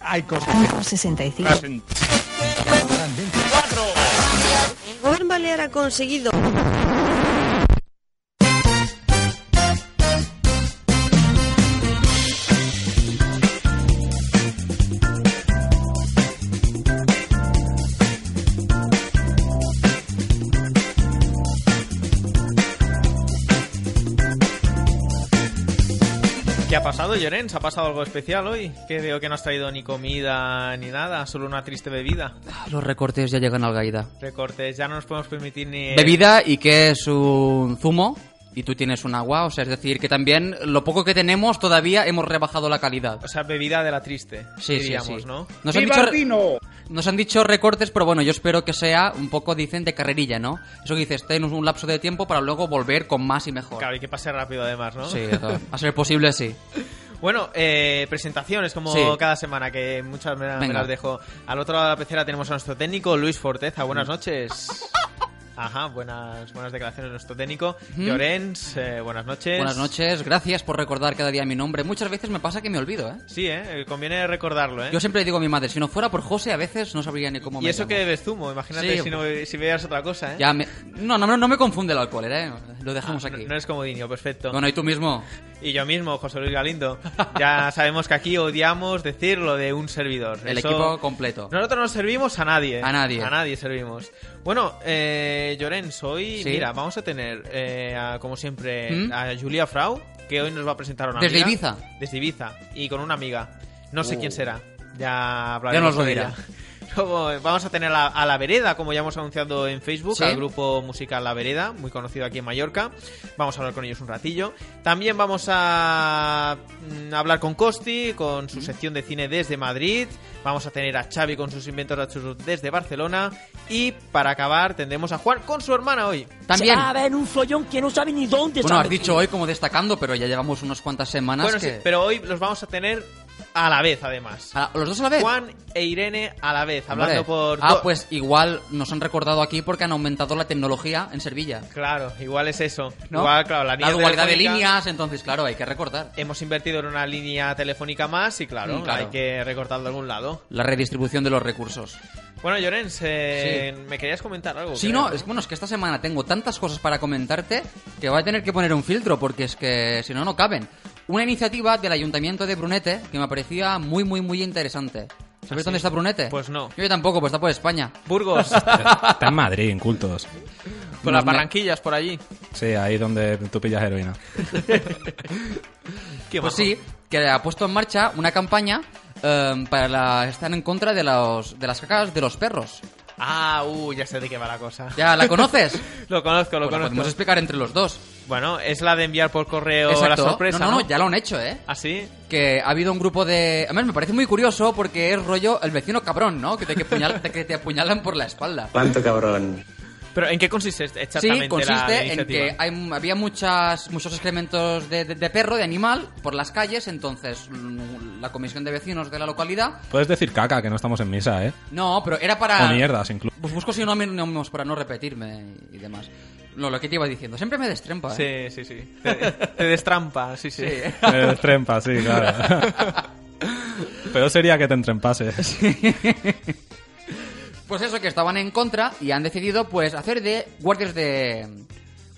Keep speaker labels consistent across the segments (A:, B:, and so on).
A: hay cosas.
B: 65. El gobierno balear ha conseguido.
C: ¿Qué ha pasado, Llorens? ¿Ha pasado algo especial hoy? Que veo que no has traído ni comida ni nada, solo una triste bebida.
D: Los recortes ya llegan al Gaida.
C: Recortes, ya no nos podemos permitir ni...
D: Bebida y que es un zumo y tú tienes un agua, o sea, es decir, que también lo poco que tenemos todavía hemos rebajado la calidad.
C: O sea, bebida de la triste,
D: Sí, sí,
C: diríamos,
D: sí.
C: ¿no?
D: Nos han,
A: ¡Viva
D: dicho,
A: el vino!
D: nos han dicho recortes, pero bueno, yo espero que sea un poco, dicen, de carrerilla, ¿no? Eso que dices, tenemos un lapso de tiempo para luego volver con más y mejor.
C: Claro, y que pase rápido además, ¿no?
D: Sí, a ser posible, sí.
C: Bueno, eh, presentaciones como
D: Sí.
C: cada semana, que muchas me, me
D: Venga.
C: las dejo. Al otro lado de la pecera tenemos a nuestro técnico, Luis Forteza. Buenas
D: Mm.
C: noches. Ajá, buenas, buenas declaraciones de nuestro técnico.
D: Ujú.
C: Llorens, eh, buenas noches.
D: Mm. Buenas noches, gracias por recordar cada día mi nombre. Muchas veces me pasa que me olvido, ¿eh?
C: Sí, eh, conviene recordarlo, ¿eh?
D: Yo siempre le digo a mi madre, si no fuera por José, a veces no sabría ni cómo
C: Y
D: me
C: eso
D: llamo.
C: que bebes zumo, imagínate
D: Sí. pues,
C: si, no, si bebías otra cosa, ¿eh?
D: Ya me- No, no, no me confunde el alcohol, ¿eh? Lo dejamos
C: No,
D: aquí.
C: no eres comodinio, perfecto.
D: Bueno, ¿y tú mismo?
C: Y yo mismo, José Luis Galindo. Ya sabemos que aquí odiamos decir lo de un servidor.
D: El
C: Eso-
D: equipo completo.
C: Nosotros no servimos a nadie.
D: A nadie.
C: A nadie servimos. Bueno, eh, Llorens, hoy,
D: Sí.
C: mira, vamos a tener, eh, a, como siempre,
D: ¿Mm?
C: a Julia Frau, que hoy nos va a presentar a una
D: Desde
C: amiga.
D: Ibiza.
C: Desde Ibiza. Y con una amiga. No sé
D: Uh.
C: quién será. Ya
D: Ya
C: hablaremos
D: nos lo
C: con
D: dirá.
C: ella. Luego, eh, Vamos a tener a, a La Vereda, como ya hemos anunciado en Facebook,
D: Sí.
C: al grupo musical La Vereda, muy conocido aquí en Mallorca. Vamos a hablar con ellos un ratillo. También vamos a mm, hablar con Costi, con su sección de cine desde Madrid. Vamos a tener a Xavi con sus inventos rachosos desde Barcelona. Y para acabar, tendremos a Juan con su hermana hoy.
D: También.
E: Se va a ver un follón que no sabe ni dónde
D: Bueno,
E: sabe.
D: has dicho hoy como destacando, pero ya llevamos unas cuantas semanas
C: Bueno,
D: que...
C: sí, pero hoy los vamos a tener a la vez, además.
D: ¿A ¿Los dos a la vez?
C: Juan e Irene a la vez,
D: Hombre.
C: hablando por...
D: Ah,
C: do-
D: pues igual nos han recordado aquí porque han aumentado la tecnología en Sevilla.
C: Claro, igual es eso.
D: ¿no?
C: Igual, claro, la, línea
D: dualidad de
C: telefónica-
D: líneas, entonces, claro, hay que recordar.
C: Hemos invertido en una línea telefónica más y claro,
D: Mm, claro.
C: hay que recortar de algún lado.
D: La redistribución de los recursos.
C: Bueno, Llorens, eh, me querías comentar algo.
D: Sí,
C: creo,
D: no, es, bueno, es que esta semana tengo tantas cosas para comentarte que voy a tener que poner un filtro porque es que si no, no caben. Una iniciativa del Ayuntamiento de Brunete que me parecía muy, muy, muy interesante. ¿Sabes dónde está Brunete?
C: Pues no.
D: Yo tampoco, pues está por España.
C: Burgos,
F: Está en Madrid, en cultos.
C: con las
D: Me-
C: barranquillas por allí.
F: Sí, ahí donde tú pillas heroína.
C: Qué
D: Pues
C: majo.
D: sí, que ha puesto en marcha una campaña eh, para la, estar en contra de, los, de las cacas de los perros.
C: Ah, uh, ya sé de qué va la cosa.
D: ¿Ya la conoces?
C: Lo conozco, lo
D: Pues la podemos
C: conozco.
D: explicar entre los dos.
C: Bueno, es la de enviar por correo la
D: Exacto.
C: sorpresa.
D: no, no, no, ya lo han hecho, ¿eh?
C: ¿Ah, sí?
D: que ha habido un grupo de... Además, me parece muy curioso porque es rollo el vecino cabrón, ¿no? Que te, que puñal- que te apuñalan por la espalda.
G: ¿Cuánto cabrón?
C: ¿Pero en qué consiste exactamente
D: Sí,
C: la
D: consiste en
C: iniciativa?
D: que hay- había muchas, muchos excrementos de, de- de perro, de animal, por las calles, entonces mm, la comisión de vecinos de la localidad...
F: Puedes decir caca, que no estamos en misa, ¿eh?
D: No, pero era para...
F: O mierdas, incluso.
D: Pues busco sinónimos para no repetirme y demás. No, lo que te iba diciendo. Siempre me destrempa, ¿eh?
C: Sí, sí, sí. Te, te destrampa, sí, sí.
F: Eh, trempa, sí, claro. Pero sería que te entrempases.
D: Pues eso, que estaban en contra y han decidido pues hacer de guardias de...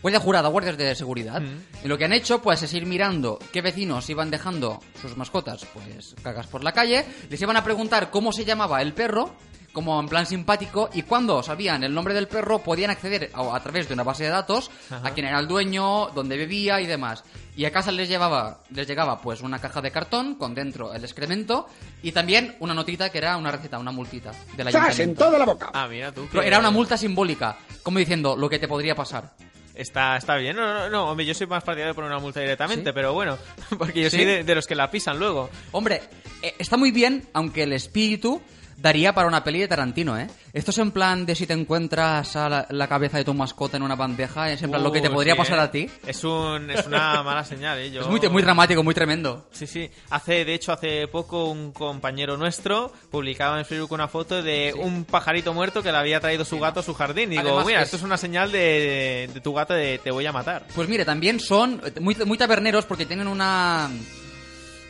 D: Guardia jurada, guardias de seguridad. Y lo que han hecho pues es ir mirando qué vecinos iban dejando sus mascotas pues cagas por la calle. Les iban a preguntar cómo se llamaba el perro, como en plan simpático, y cuando sabían el nombre del perro podían acceder a, a través de una base de datos a quién era el dueño, dónde vivía y demás. Y a casa les llevaba, les llegaba pues una caja de cartón con dentro el excremento y también una notita que era una receta, una multita del
A: ¡Zas en
D: ayuntamiento.
A: toda la boca!
C: Ah, mira tú.
D: Pero
C: que-
D: Era una multa simbólica, como diciendo lo que te podría pasar.
C: Está, está bien. No, no, no, hombre, yo soy más partidario de poner una multa directamente,
D: ¿Sí?
C: pero bueno, porque yo
D: ¿Sí?
C: soy de, de los que la pisan luego.
D: Hombre, eh, está muy bien, aunque el espíritu daría para una peli de Tarantino, ¿eh? Esto es en plan de si te encuentras a la, la cabeza de tu mascota en una bandeja, es en plan lo que te
C: Uh,
D: podría
C: sí,
D: pasar
C: eh.
D: a ti.
C: Es, un, es una mala señal, ¿eh? Yo-
D: Es muy, muy dramático, muy tremendo.
C: Sí, sí. Hace, de hecho, hace poco un compañero nuestro publicaba en Facebook una foto de un pajarito muerto que le había traído su gato a su jardín. Y digo,
D: Además,
C: mira,
D: es-
C: esto es una señal de, de tu gato de te voy a matar.
D: Pues mire, también son muy, muy taberneros porque tienen una...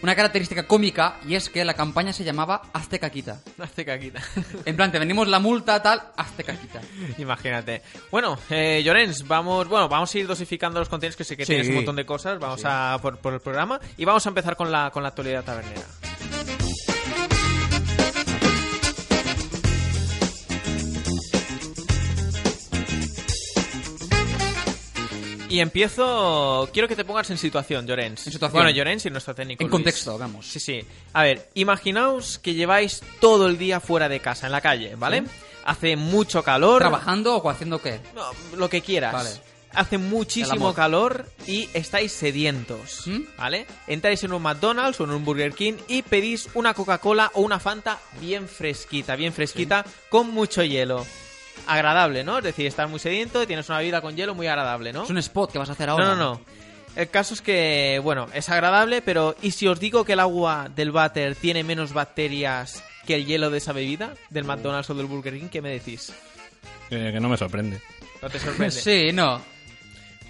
D: una característica cómica y es que la campaña se llamaba Hazte caquita.
C: Hazte caquita.
D: En plan, te venimos la multa, tal, hazte caquita.
C: Imagínate. Bueno, eh, Llorens, vamos, bueno, vamos a ir dosificando los contenidos que sé que
A: Sí.
C: tienes un montón de cosas. Vamos
A: Sí.
C: a por, por el programa y vamos a empezar con la con la actualidad tabernera. Y empiezo. Quiero que te pongas en situación, Llorens.
D: En situación.
C: Bueno, Llorens y nuestro técnico.
D: En
C: Luis.
D: contexto, vamos.
C: Sí, sí. A ver, imaginaos que lleváis todo el día fuera de casa, en la calle, ¿vale? Hace mucho calor.
D: ¿Trabajando o haciendo qué?
C: No, lo que quieras.
D: Vale.
C: Hace
D: El
C: muchísimo
D: amor.
C: calor y estáis sedientos,
D: ¿Mm?
C: ¿vale? Entráis en un McDonald's o en un Burger King y pedís una Coca-Cola o una Fanta bien fresquita, bien fresquita, con mucho hielo. Agradable, ¿no? Es decir, estás muy sediento y tienes una bebida con hielo muy agradable, ¿no?
D: Es un spot que vas a hacer ahora.
C: No, no, no. El caso es que, bueno, es agradable, pero ¿y si os digo que el agua del váter tiene menos bacterias que el hielo de esa bebida? Del McDonald's o del Burger King, ¿qué me decís?
F: Eh, que no me sorprende.
C: No te sorprende.
D: Sí, no.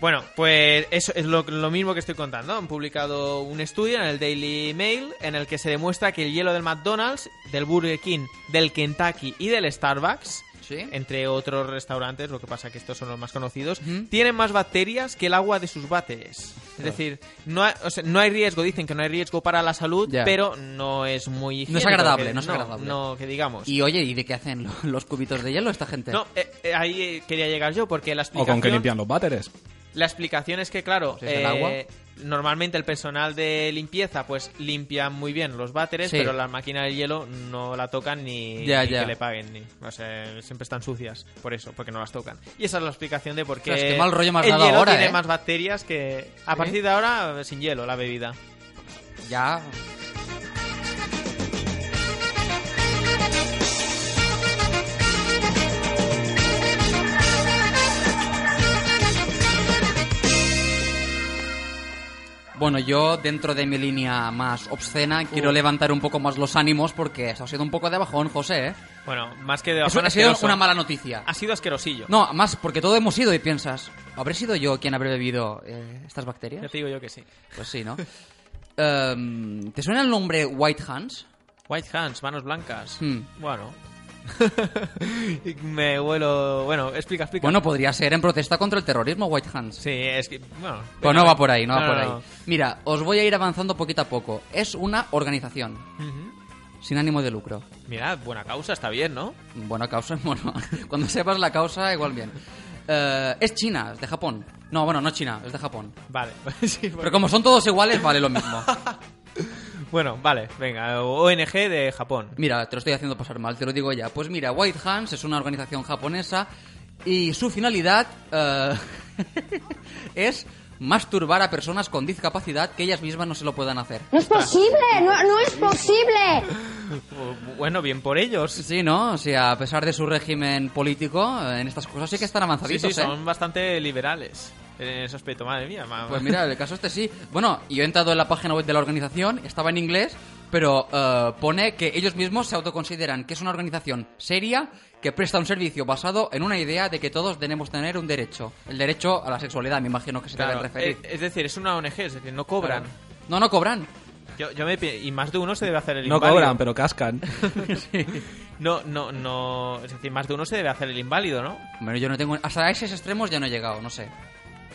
C: Bueno, pues eso es lo, lo mismo que estoy contando. Han publicado un estudio en el Daily Mail en el que se demuestra que el hielo del McDonald's, del Burger King, del Kentucky y del Starbucks,
D: Sí.
C: entre otros restaurantes, lo que pasa que estos son los más conocidos,
D: Ujú.
C: tienen más bacterias que el agua de sus váteres. Es decir, no hay, o sea, no hay riesgo, dicen que no hay riesgo para la salud,
D: Ya.
C: pero no es muy
D: No es
C: higiénico,
D: agradable,
C: que-
D: no es agradable.
C: No, que digamos.
D: Y oye, ¿y de qué hacen lo- los cubitos de hielo esta gente?
C: No, eh, eh, ahí eh, quería llegar yo porque la
F: O con que
C: explicación-
F: limpian los váteres.
C: la explicación es que, claro,
D: Pues es el
C: eh,
D: agua.
C: normalmente el personal de limpieza pues limpia muy bien los váteres,
D: Sí.
C: pero la máquina del hielo no la tocan ni,
D: Ya,
C: ni
D: ya.
C: que le paguen. Ni, o sea, siempre están sucias, por eso, porque no las tocan. Y esa es la explicación de por qué,
D: Ostras, qué mal rollo me has
C: el
D: dado
C: hielo
D: ahora,
C: tiene
D: ¿eh?
C: más bacterias que... A
D: ¿Sí?
C: partir de ahora, sin hielo, la bebida.
D: Ya. Bueno, yo dentro de mi línea más obscena quiero levantar un poco más los ánimos porque eso ha sido un poco de bajón, José. ¿eh?
C: Bueno, más que de...
D: Eso
C: bajón,
D: ha sido
C: asqueroso.
D: una mala noticia.
C: Ha sido asquerosillo.
D: No, más porque todo hemos ido y piensas, ¿habré sido yo quien habré bebido eh, estas
C: Ya
D: bacterias?
C: te digo yo que sí.
D: Pues sí, ¿no? Em, ¿Te suena el nombre White Hands?
C: White hands, manos blancas.
D: Hmm.
C: Bueno. Me vuelo... Bueno, explica, explica.
D: Bueno, podría ser en protesta contra el terrorismo White Hands.
C: Sí, es que... Bueno,
D: Pero no va por ahí, no,
C: No,
D: va por
C: no,
D: ahí.
C: no.
D: Mira, os voy a ir avanzando poquito a poco. Es una organización sin ánimo de lucro.
C: Mira, buena causa, está bien, ¿no?
D: Buena causa, bueno. Cuando sepas la causa, igual bien. Eh, es China, es de Japón. No, bueno, no es China, es de Japón.
C: Vale. sí, bueno.
D: Pero como son todos iguales, vale lo mismo.
C: Bueno, vale, venga. ONG de Japón.
D: Mira, te lo estoy haciendo pasar mal, te lo digo ya. Pues mira, White Hands es una organización japonesa y su finalidad eh, es masturbar a personas con discapacidad que ellas mismas no se lo puedan hacer.
G: No es posible, no, no es posible.
C: Bu- Bueno, bien por ellos.
D: Sí, ¿no? O sea, a pesar de su régimen político, eh, en estas cosas sí que están
C: Sí,
D: avanzaditos,
C: sí,
D: ¿eh?
C: son bastante liberales en ese aspecto. Madre mía, ma-
D: Pues mira, el caso este sí. Bueno, yo he entrado en la página web de la organización, estaba en inglés, pero eh, pone que ellos mismos se autoconsideran que es una organización seria que presta un servicio basado en una idea de que todos tenemos tener un derecho. El derecho a la sexualidad, me imagino que se
C: Claro, eh,
D: debe referir.
C: Es, es decir, es una ONG, es decir, no cobran.
D: No, no cobran.
C: Yo, yo me pi- y más de uno se debe hacer el
F: No
C: inválido.
F: cobran, pero cascan.
C: No, no, no. Es decir, más de uno se debe hacer el inválido, ¿no?
D: Bueno, yo no tengo... Hasta esos extremos ya no he llegado, no sé.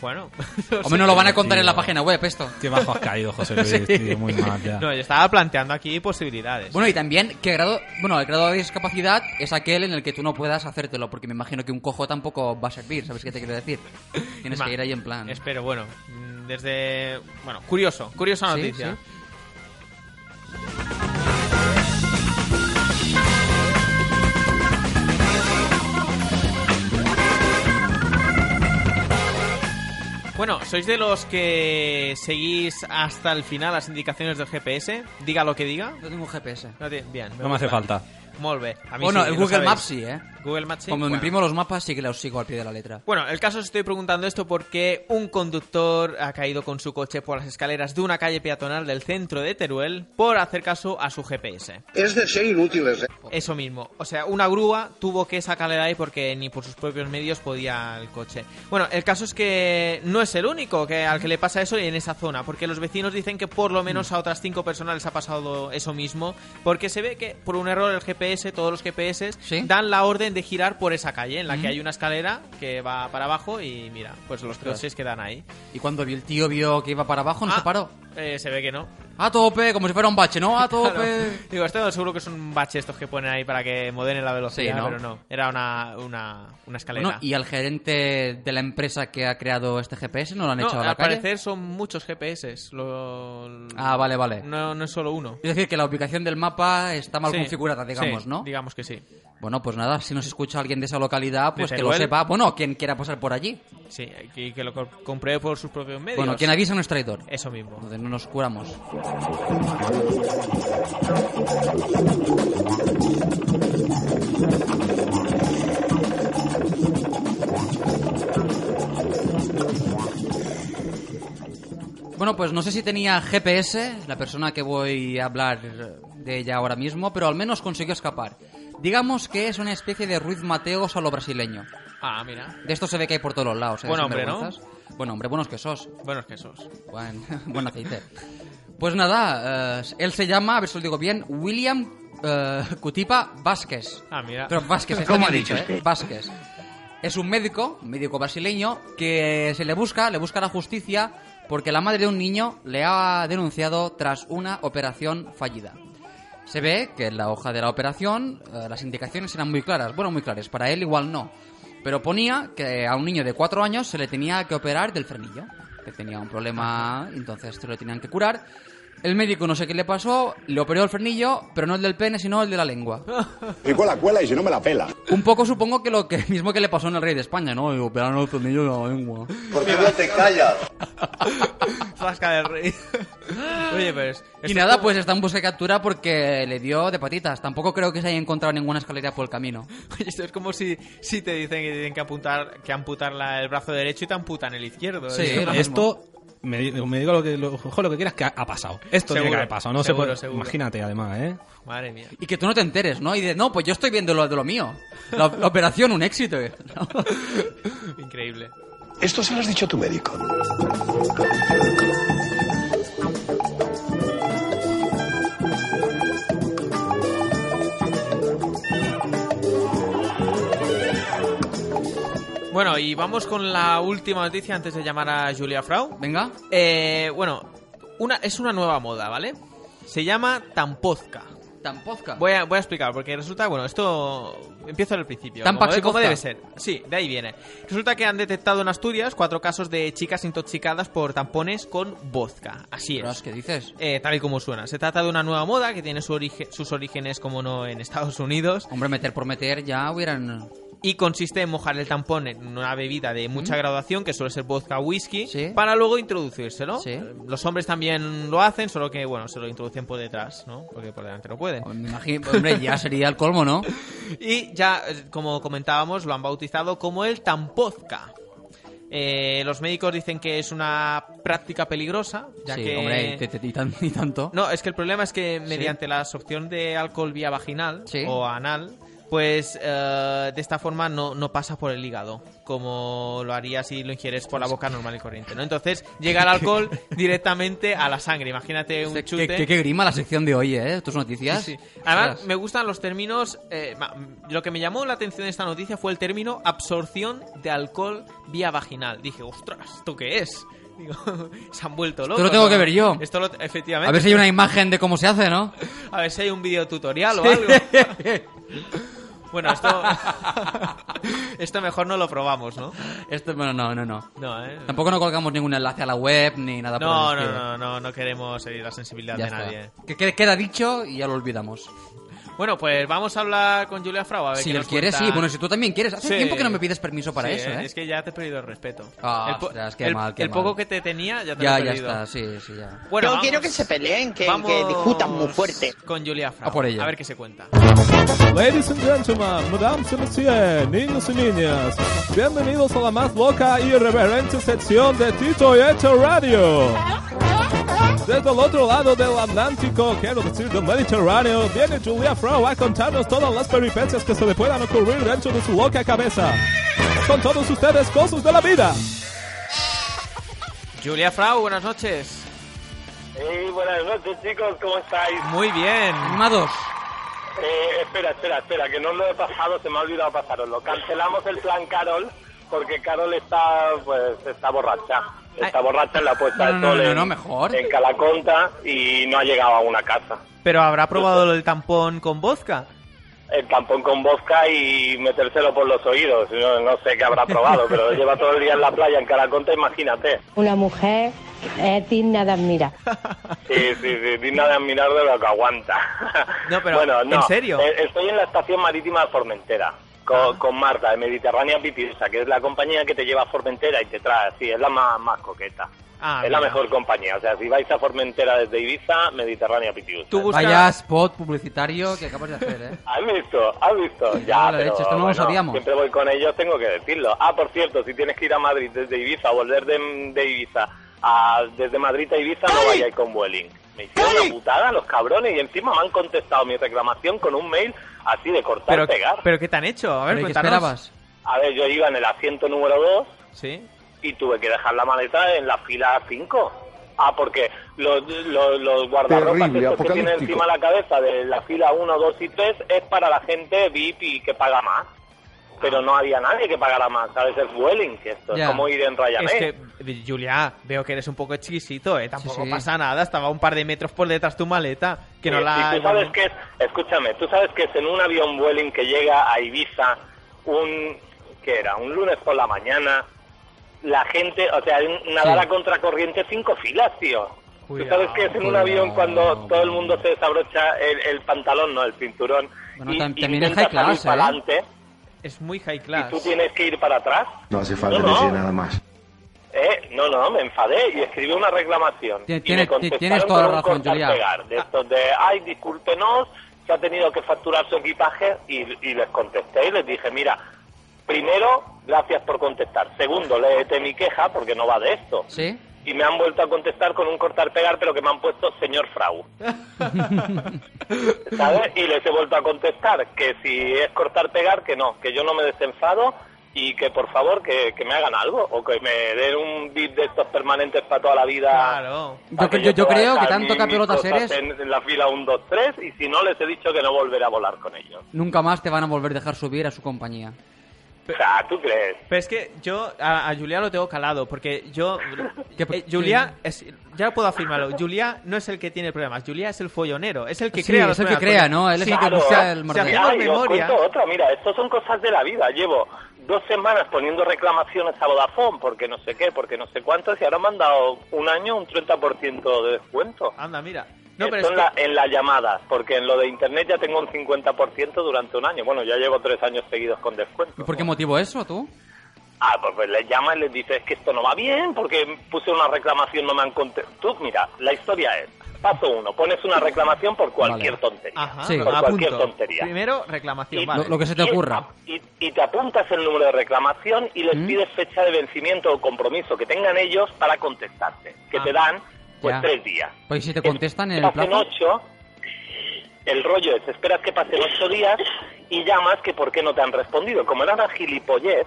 C: Bueno.
D: O menos lo van a contar en la
F: tío.
D: página web esto.
F: Qué bajo has caído, José Luis. tío, muy mal ya.
C: No, yo estaba planteando aquí posibilidades.
D: Bueno, y también, ¿qué grado? Bueno, el grado de discapacidad es aquel en el que tú no puedas hacértelo, porque me imagino que un cojo tampoco va a servir, ¿sabes qué te quiero decir? Tienes
C: Ma-
D: que ir ahí en plan.
C: Espero, bueno. mm, Desde. Bueno, curioso, curiosa
D: Sí,
C: noticia.
D: sí.
C: Bueno, ¿sois de los que seguís hasta el final las indicaciones del GPS? Diga lo que diga.
D: No tengo un GPS.
C: No te- Bien,
F: No me hace
C: gusta.
F: falta.
C: Molt bé. A mí
D: Bueno,
C: sí,
D: el
C: lo
D: Google
C: sabéis.
D: Maps sí, ¿eh?
C: Google Maps. sí.
D: Como me
C: Bueno.
D: imprimo los mapas, sí que los sigo al pie de la letra.
C: Bueno, el caso os estoy preguntando esto porque un conductor ha caído con su coche por las escaleras de una calle peatonal del centro de Teruel por hacer caso a su GPS.
A: Es de ser inútiles, ¿eh?
C: Eso mismo. O sea, una grúa tuvo que sacarle de ahí porque ni por sus propios medios podía el coche. Bueno, el caso es que no es el único que, al que le pasa eso en esa zona, porque los vecinos dicen que por lo menos a otras cinco personas les ha pasado eso mismo, porque se ve que por un error el GPS, todos los GPS,
D: Sí.
C: dan la orden de girar por esa calle, en la que hay una escalera que va para abajo y mira, pues los
D: Ostras.
C: coches quedan ahí.
D: Y cuando vi el tío vio que iba para abajo, no
C: Ah,
D: se paró.
C: eh, se ve que no.
D: A tope, como si fuera un bache, ¿no? A tope.
C: Claro. Digo, esto seguro que son baches estos que ponen ahí para que moderen la velocidad,
D: Sí, ¿no?
C: pero no. Era una, una, una escalera.
D: Bueno, y al gerente de la empresa que ha creado este GPS no lo han
C: No,
D: echado a
C: al
D: la calle.
C: parecer son muchos GPS. Lo...
D: Ah, vale, vale.
C: No, no es solo uno.
D: Es decir, que la ubicación del mapa está mal
C: Sí,
D: configurada, digamos,
C: sí,
D: ¿no?
C: Digamos que sí.
D: Bueno, pues nada, si nos escucha alguien de esa localidad, pues
C: De
D: que lo
C: Teruel.
D: sepa. Bueno, quien quiera pasar por allí.
C: Sí, y que lo co- compruebe por sus propios medios.
D: Bueno, quien avisa no es traidor.
C: Eso mismo.
D: Entonces no nos curamos. Bueno, pues no sé si tenía GPS, la persona que voy a hablar de ella ahora mismo, pero al menos consiguió escapar. Digamos que es una especie de Ruiz Mateos a lo brasileño.
C: Ah, mira.
D: De esto se ve que hay por todos los lados. ¿eh?
C: Buen hombre, ¿no?
D: sinvergüenzas. Buen hombre, buenos que sos.
C: Buenos quesos.
D: Buen, buen aceite. Pues nada, eh, él se llama, a ver si lo digo bien, William eh, Cutipa Vázquez.
C: Ah, mira.
D: Pero Vázquez, está
A: ¿Cómo
D: bien
A: ha dicho este?
D: ¿eh?
A: usted?
D: Vázquez. Es un médico, un médico brasileño, que se le busca, le busca la justicia porque la madre de un niño le ha denunciado tras una operación fallida. Se ve que en la hoja de la operación eh, las indicaciones eran muy claras, bueno, muy claras, para él igual no. Pero ponía que a un niño de cuatro años se le tenía que operar del frenillo, que tenía un problema, entonces se lo tenían que curar. El médico no sé qué le pasó, le operó el frenillo, pero no el del pene, sino el de la lengua.
H: Y cuela, cuela, y si no me la pela.
D: Un poco supongo que lo que mismo que le pasó en el Rey de España, ¿no? Y operaron el tornillo de la lengua.
H: ¿Por qué no te callas?
C: Zasca del rey. Oye, pues.
D: Y nada, pues está en busca y captura porque le dio de patitas. Tampoco creo que se haya encontrado ninguna escalera por el camino.
C: Oye, esto es como si, si te dicen que tienen que apuntar que amputar la- el brazo derecho y te amputan el izquierdo.
D: Sí,
C: Es-
D: lo mismo.
F: Esto, me, di- me digo lo que, lo, ojo, lo que quieras, que ha, ha pasado. Esto tiene
C: Seguro,
F: que haber pasado. No
C: seguro,
F: se puede,
C: seguro.
F: Imagínate, además, ¿eh?
C: Madre mía.
D: Y que tú no te enteres, ¿no? Y de, no, pues yo estoy viendo lo de lo mío. La, la operación, un éxito. ¿no?
C: Increíble.
H: Esto se lo has dicho tu médico.
C: Bueno, y vamos con la última noticia antes de llamar a Julia Frau.
D: Venga.
C: Eh, bueno, una, es una nueva moda, ¿vale? Se llama tampozca.
D: Tan pozca.
C: Voy a, voy a explicar, porque resulta, bueno, esto empiezo al principio.
D: Tan
C: como, de-
D: paxicozca.
C: como debe ser. Sí, de ahí viene. Resulta que han detectado en Asturias cuatro casos de chicas intoxicadas por tampones con vodka. Así
D: Ostras,
C: es.
D: ¿Qué dices?
C: Eh, tal y como suena. Se trata de una nueva moda que tiene su origen- sus orígenes, como no, en Estados Unidos.
D: Hombre, meter por meter ya hubieran...
C: y consiste en mojar el tampón en una bebida de mucha graduación, que suele ser vodka o whisky,
D: Sí.
C: para luego introducírselo.
D: Sí.
C: Los hombres también lo hacen, solo que, bueno, se lo introducen por detrás, ¿no? Porque por delante no pueden.
D: Me imagino, hombre, ya sería el colmo, ¿no?
C: Y ya, eh, como comentábamos, lo han bautizado como el tampozca. Eh, los médicos dicen que es una práctica peligrosa, ya
D: sí,
C: que...
D: hombre, y, te- te- y tan- y tanto.
C: No, es que el problema es que mediante la absorción de alcohol vía vaginal
D: Sí.
C: o anal, pues eh, de esta forma no, no pasa por el hígado, como lo haría si lo ingieres por la boca normal y corriente, ¿no? Entonces llega el alcohol directamente a la sangre. Imagínate un
D: Qué-
C: chute.
D: Qué, qué grima la sección de hoy, ¿eh? Tus noticias.
C: Sí, sí. Además,
D: Ostras.
C: me gustan los términos. eh, ma- lo que me llamó la atención de esta noticia fue el término absorción de alcohol vía vaginal. Dije, ostras, ¿esto qué es? Digo, se han vuelto locos.
D: lo tengo
C: ¿no?
D: que ver yo.
C: Esto lo- efectivamente.
D: A ver si hay una imagen de cómo se hace, ¿no?
C: A ver si hay un video tutorial o algo. bueno, esto. esto mejor no lo probamos, ¿no?
D: Esto, bueno, no, no, no.
C: No, ¿eh?
D: Tampoco no colgamos ningún enlace a la web ni nada
C: No,
D: por el
C: no,
D: estilo.
C: no, no, no queremos herir la sensibilidad
D: Ya
C: de
D: está.
C: nadie.
D: Que quede- queda dicho y ya lo olvidamos.
C: Bueno, pues vamos a hablar con Julia Frau. A ver
D: Si
C: qué
D: él
C: nos
D: quiere,
C: cuenta.
D: sí. Bueno, si tú también quieres. Hace
C: Sí.
D: tiempo que no me pides permiso para
C: Sí,
D: eso, ¿eh?
C: Es que ya te he perdido el respeto.
D: Ah,
C: el po-
D: ostras, qué
C: el-
D: mal, qué
C: el poco
D: mal.
C: que te tenía, ya te
D: ya,
C: lo he
D: ya
C: perdido.
D: está, sí, sí, ya.
C: Bueno,
A: Yo
C: vamos-
A: quiero que se peleen, que,
C: vamos
A: que discutan muy fuerte.
C: Con Julia Frau.
D: A por ella.
C: a ver qué se cuenta.
F: Ladies and gentlemen, madame y monsieur, niños y niñas, bienvenidos a la más loca y irreverente sección de Tito y Hecho Radio. Desde el otro lado del Atlántico, quiero decir del Mediterráneo, viene Julia Frau a contarnos todas las peripecias que se le puedan ocurrir dentro de su loca cabeza. Con todos ustedes, cosas de la vida.
C: Julia Frau, buenas noches.
I: Hey, buenas noches, chicos, ¿cómo estáis?
C: Muy bien.
D: Animados.
I: Eh, espera, espera, espera, que no os lo he pasado, se me ha olvidado pasaroslo. Cancelamos el plan Carol porque Carol está, pues, está borracha. Está
D: Ay.
I: borracha en la puesta
D: No,
I: de
D: no,
I: sol
D: no,
I: en,
D: no, mejor.
I: en Calaconta y no ha llegado aún a una casa.
C: Pero habrá probado el tampón con vodka.
I: El tampón con vodka y metérselo por los oídos. No, no sé qué habrá probado, pero lleva todo el día en la playa en Calaconta, imagínate.
G: Una mujer es digna de admirar.
I: Sí, sí, sí, digna de admirar de lo que aguanta.
C: No, pero,
I: bueno,
C: ¿en
I: no,
C: serio? Ah.
I: eh, Estoy en la estación marítima de Formentera, con, con Marta, de Mediterránea Pipirsa, que es la compañía que te lleva a Formentera y te trae, sí, es la más, más coqueta.
C: Ah,
I: es
C: mira.
I: la mejor compañía, o sea, si vais a Formentera desde Ibiza, Mediterránea Pitiusa.
C: Tú buscas...
D: Vaya spot publicitario que acabas de hacer, ¿eh?
I: ¿Has visto? ¿Has visto?
D: Ya,
I: Ya,
D: la
I: pero,
D: leche, esto no lo
I: bueno,
D: sabíamos.
I: Siempre voy con ellos, tengo que decirlo. Ah, por cierto, si tienes que ir a Madrid desde Ibiza, volver de, de Ibiza, a- desde Madrid a Ibiza, no vayáis con Vueling. Me hicieron una putada los cabrones y encima me han contestado mi reclamación con un mail así de cortar
C: Pero,
I: pegar.
C: pero ¿qué te han hecho? A ver,
D: Pero, ¿y ¿Qué
C: cuéntanos.
D: esperabas?
I: A ver, yo iba en el asiento número 2
C: Sí.
I: y tuve que dejar la maleta en la fila 5. Ah, porque los, los, los guardarropas
H: Terrible,
I: estos que tiene
H: apocalíptico.
I: encima la cabeza de la fila 1, 2 y 3 es para la gente VIP y que paga más. Pero no había nadie que pagara más, ¿sabes? Es Vueling, que esto
D: Ya.
I: es como ir en Ryanair.
C: Es que, Julia, veo que eres un poco exquisito, ¿eh? Tampoco
D: Sí, sí.
C: pasa nada. Estaba un par de metros por detrás tu maleta. Que no
I: Sí,
C: la...
I: Eh, y tú sabes que es, escúchame, tú sabes que es en un avión Vueling que llega a Ibiza un, ¿qué era? Un lunes por la mañana, la gente, o sea, hay un- nadar
D: Sí.
I: a contracorriente cinco filas, tío.
C: Cuidado,
I: tú sabes que es en un
D: Pues cuidado.
I: avión cuando todo el mundo se desabrocha el, el pantalón, no, el cinturón.
D: Bueno,
I: y,
D: tam-
I: y
D: también es high
I: intenta
D: class,
I: salir para
D: ¿eh?
I: adelante,
C: Es muy high
I: Y
C: class.
I: tú tienes que ir para atrás.
H: No hace falta
I: No, no.
H: que sea nada más.
I: Eh, no, no, me enfadé y escribí una reclamación.
D: Tien-
I: Y me
D: tienes-
I: contestaron
D: tienes toda
I: con
D: la
I: un
D: razón,
I: cortar
D: Julián.
I: pegar, De estos de, ay, discúlpenos, se ha tenido que facturar su equipaje y, y les contesté y les dije, mira, primero, gracias por contestar. Segundo, léete mi queja porque no va de esto.
D: ¿Sí?
I: Y me han vuelto a contestar con un cortar pegar, pero que me han puesto señor Frau. ¿Sabes? Y les he vuelto a contestar que si es cortar pegar, que no, que yo no me desenfado y que por favor que, que me hagan algo o que me den un bit de estos permanentes para toda la vida.
C: Claro.
D: Yo
I: Para
D: cre- yo- yo
I: pueda
D: creo que
I: dejar
D: tanto
I: mis- mis
D: capelotas
I: cosas
D: eres.
I: En, en la fila 1, 2, 3 y si no les he dicho que no volveré a volar con ellos.
D: Nunca más te van a volver a dejar subir a su compañía.
I: O sea, ¿tú crees?
C: Pero es que yo a, a Julia lo tengo calado, porque yo...
D: ¿Qué-
C: eh, Julia, es- ya puedo afirmarlo, Julia no es el que tiene problemas, Julia es el follonero, es el que
D: Sí,
C: crea
D: es
C: los
D: el que
C: problemas.
D: crea, ¿no? Él es el que
I: Claro,
D: busca el
I: se
C: Mira,
D: mordedor.
C: hacía-
I: Mira,
C: por
I: y os
C: memoria.
I: cuento otra, mira, esto son cosas de la vida. Llevo dos semanas poniendo reclamaciones a Vodafone porque no sé qué, porque no sé cuántos, y ahora me han dado un año un 30% de descuento.
C: Anda, mira. No,
I: Esto
C: pero es
I: en,
C: que-
I: la, en las llamadas, porque en lo de internet ya tengo un 50% durante un año. Bueno, ya llevo tres años seguidos con
D: ¿Y
I: descuento.
D: por qué motivo eso, tú?
I: Ah, pues, pues les llama y les dice, es que esto no va bien, porque puse una reclamación, no me han contestado. Tú, mira, la historia es, paso uno, pones una reclamación por cualquier
D: Vale.
I: tontería.
C: Ajá,
D: Sí.
I: por
C: a
I: cualquier
C: punto.
I: tontería.
C: Primero, reclamación,
I: Y-
C: vale.
D: Lo- lo que se te
I: y-
D: ocurra. Mm.
I: Y, y te apuntas el número de reclamación y les pides fecha de vencimiento o compromiso que tengan ellos para contestarte, que
C: Ah.
I: te dan pues
D: Ya.
I: tres días.
D: Pues ¿y si te contestan en el
I: Pasen
D: plazo.
I: ocho, el rollo es, esperas que pasen ocho días y llamas que por qué no te han respondido. Como era una gilipollez,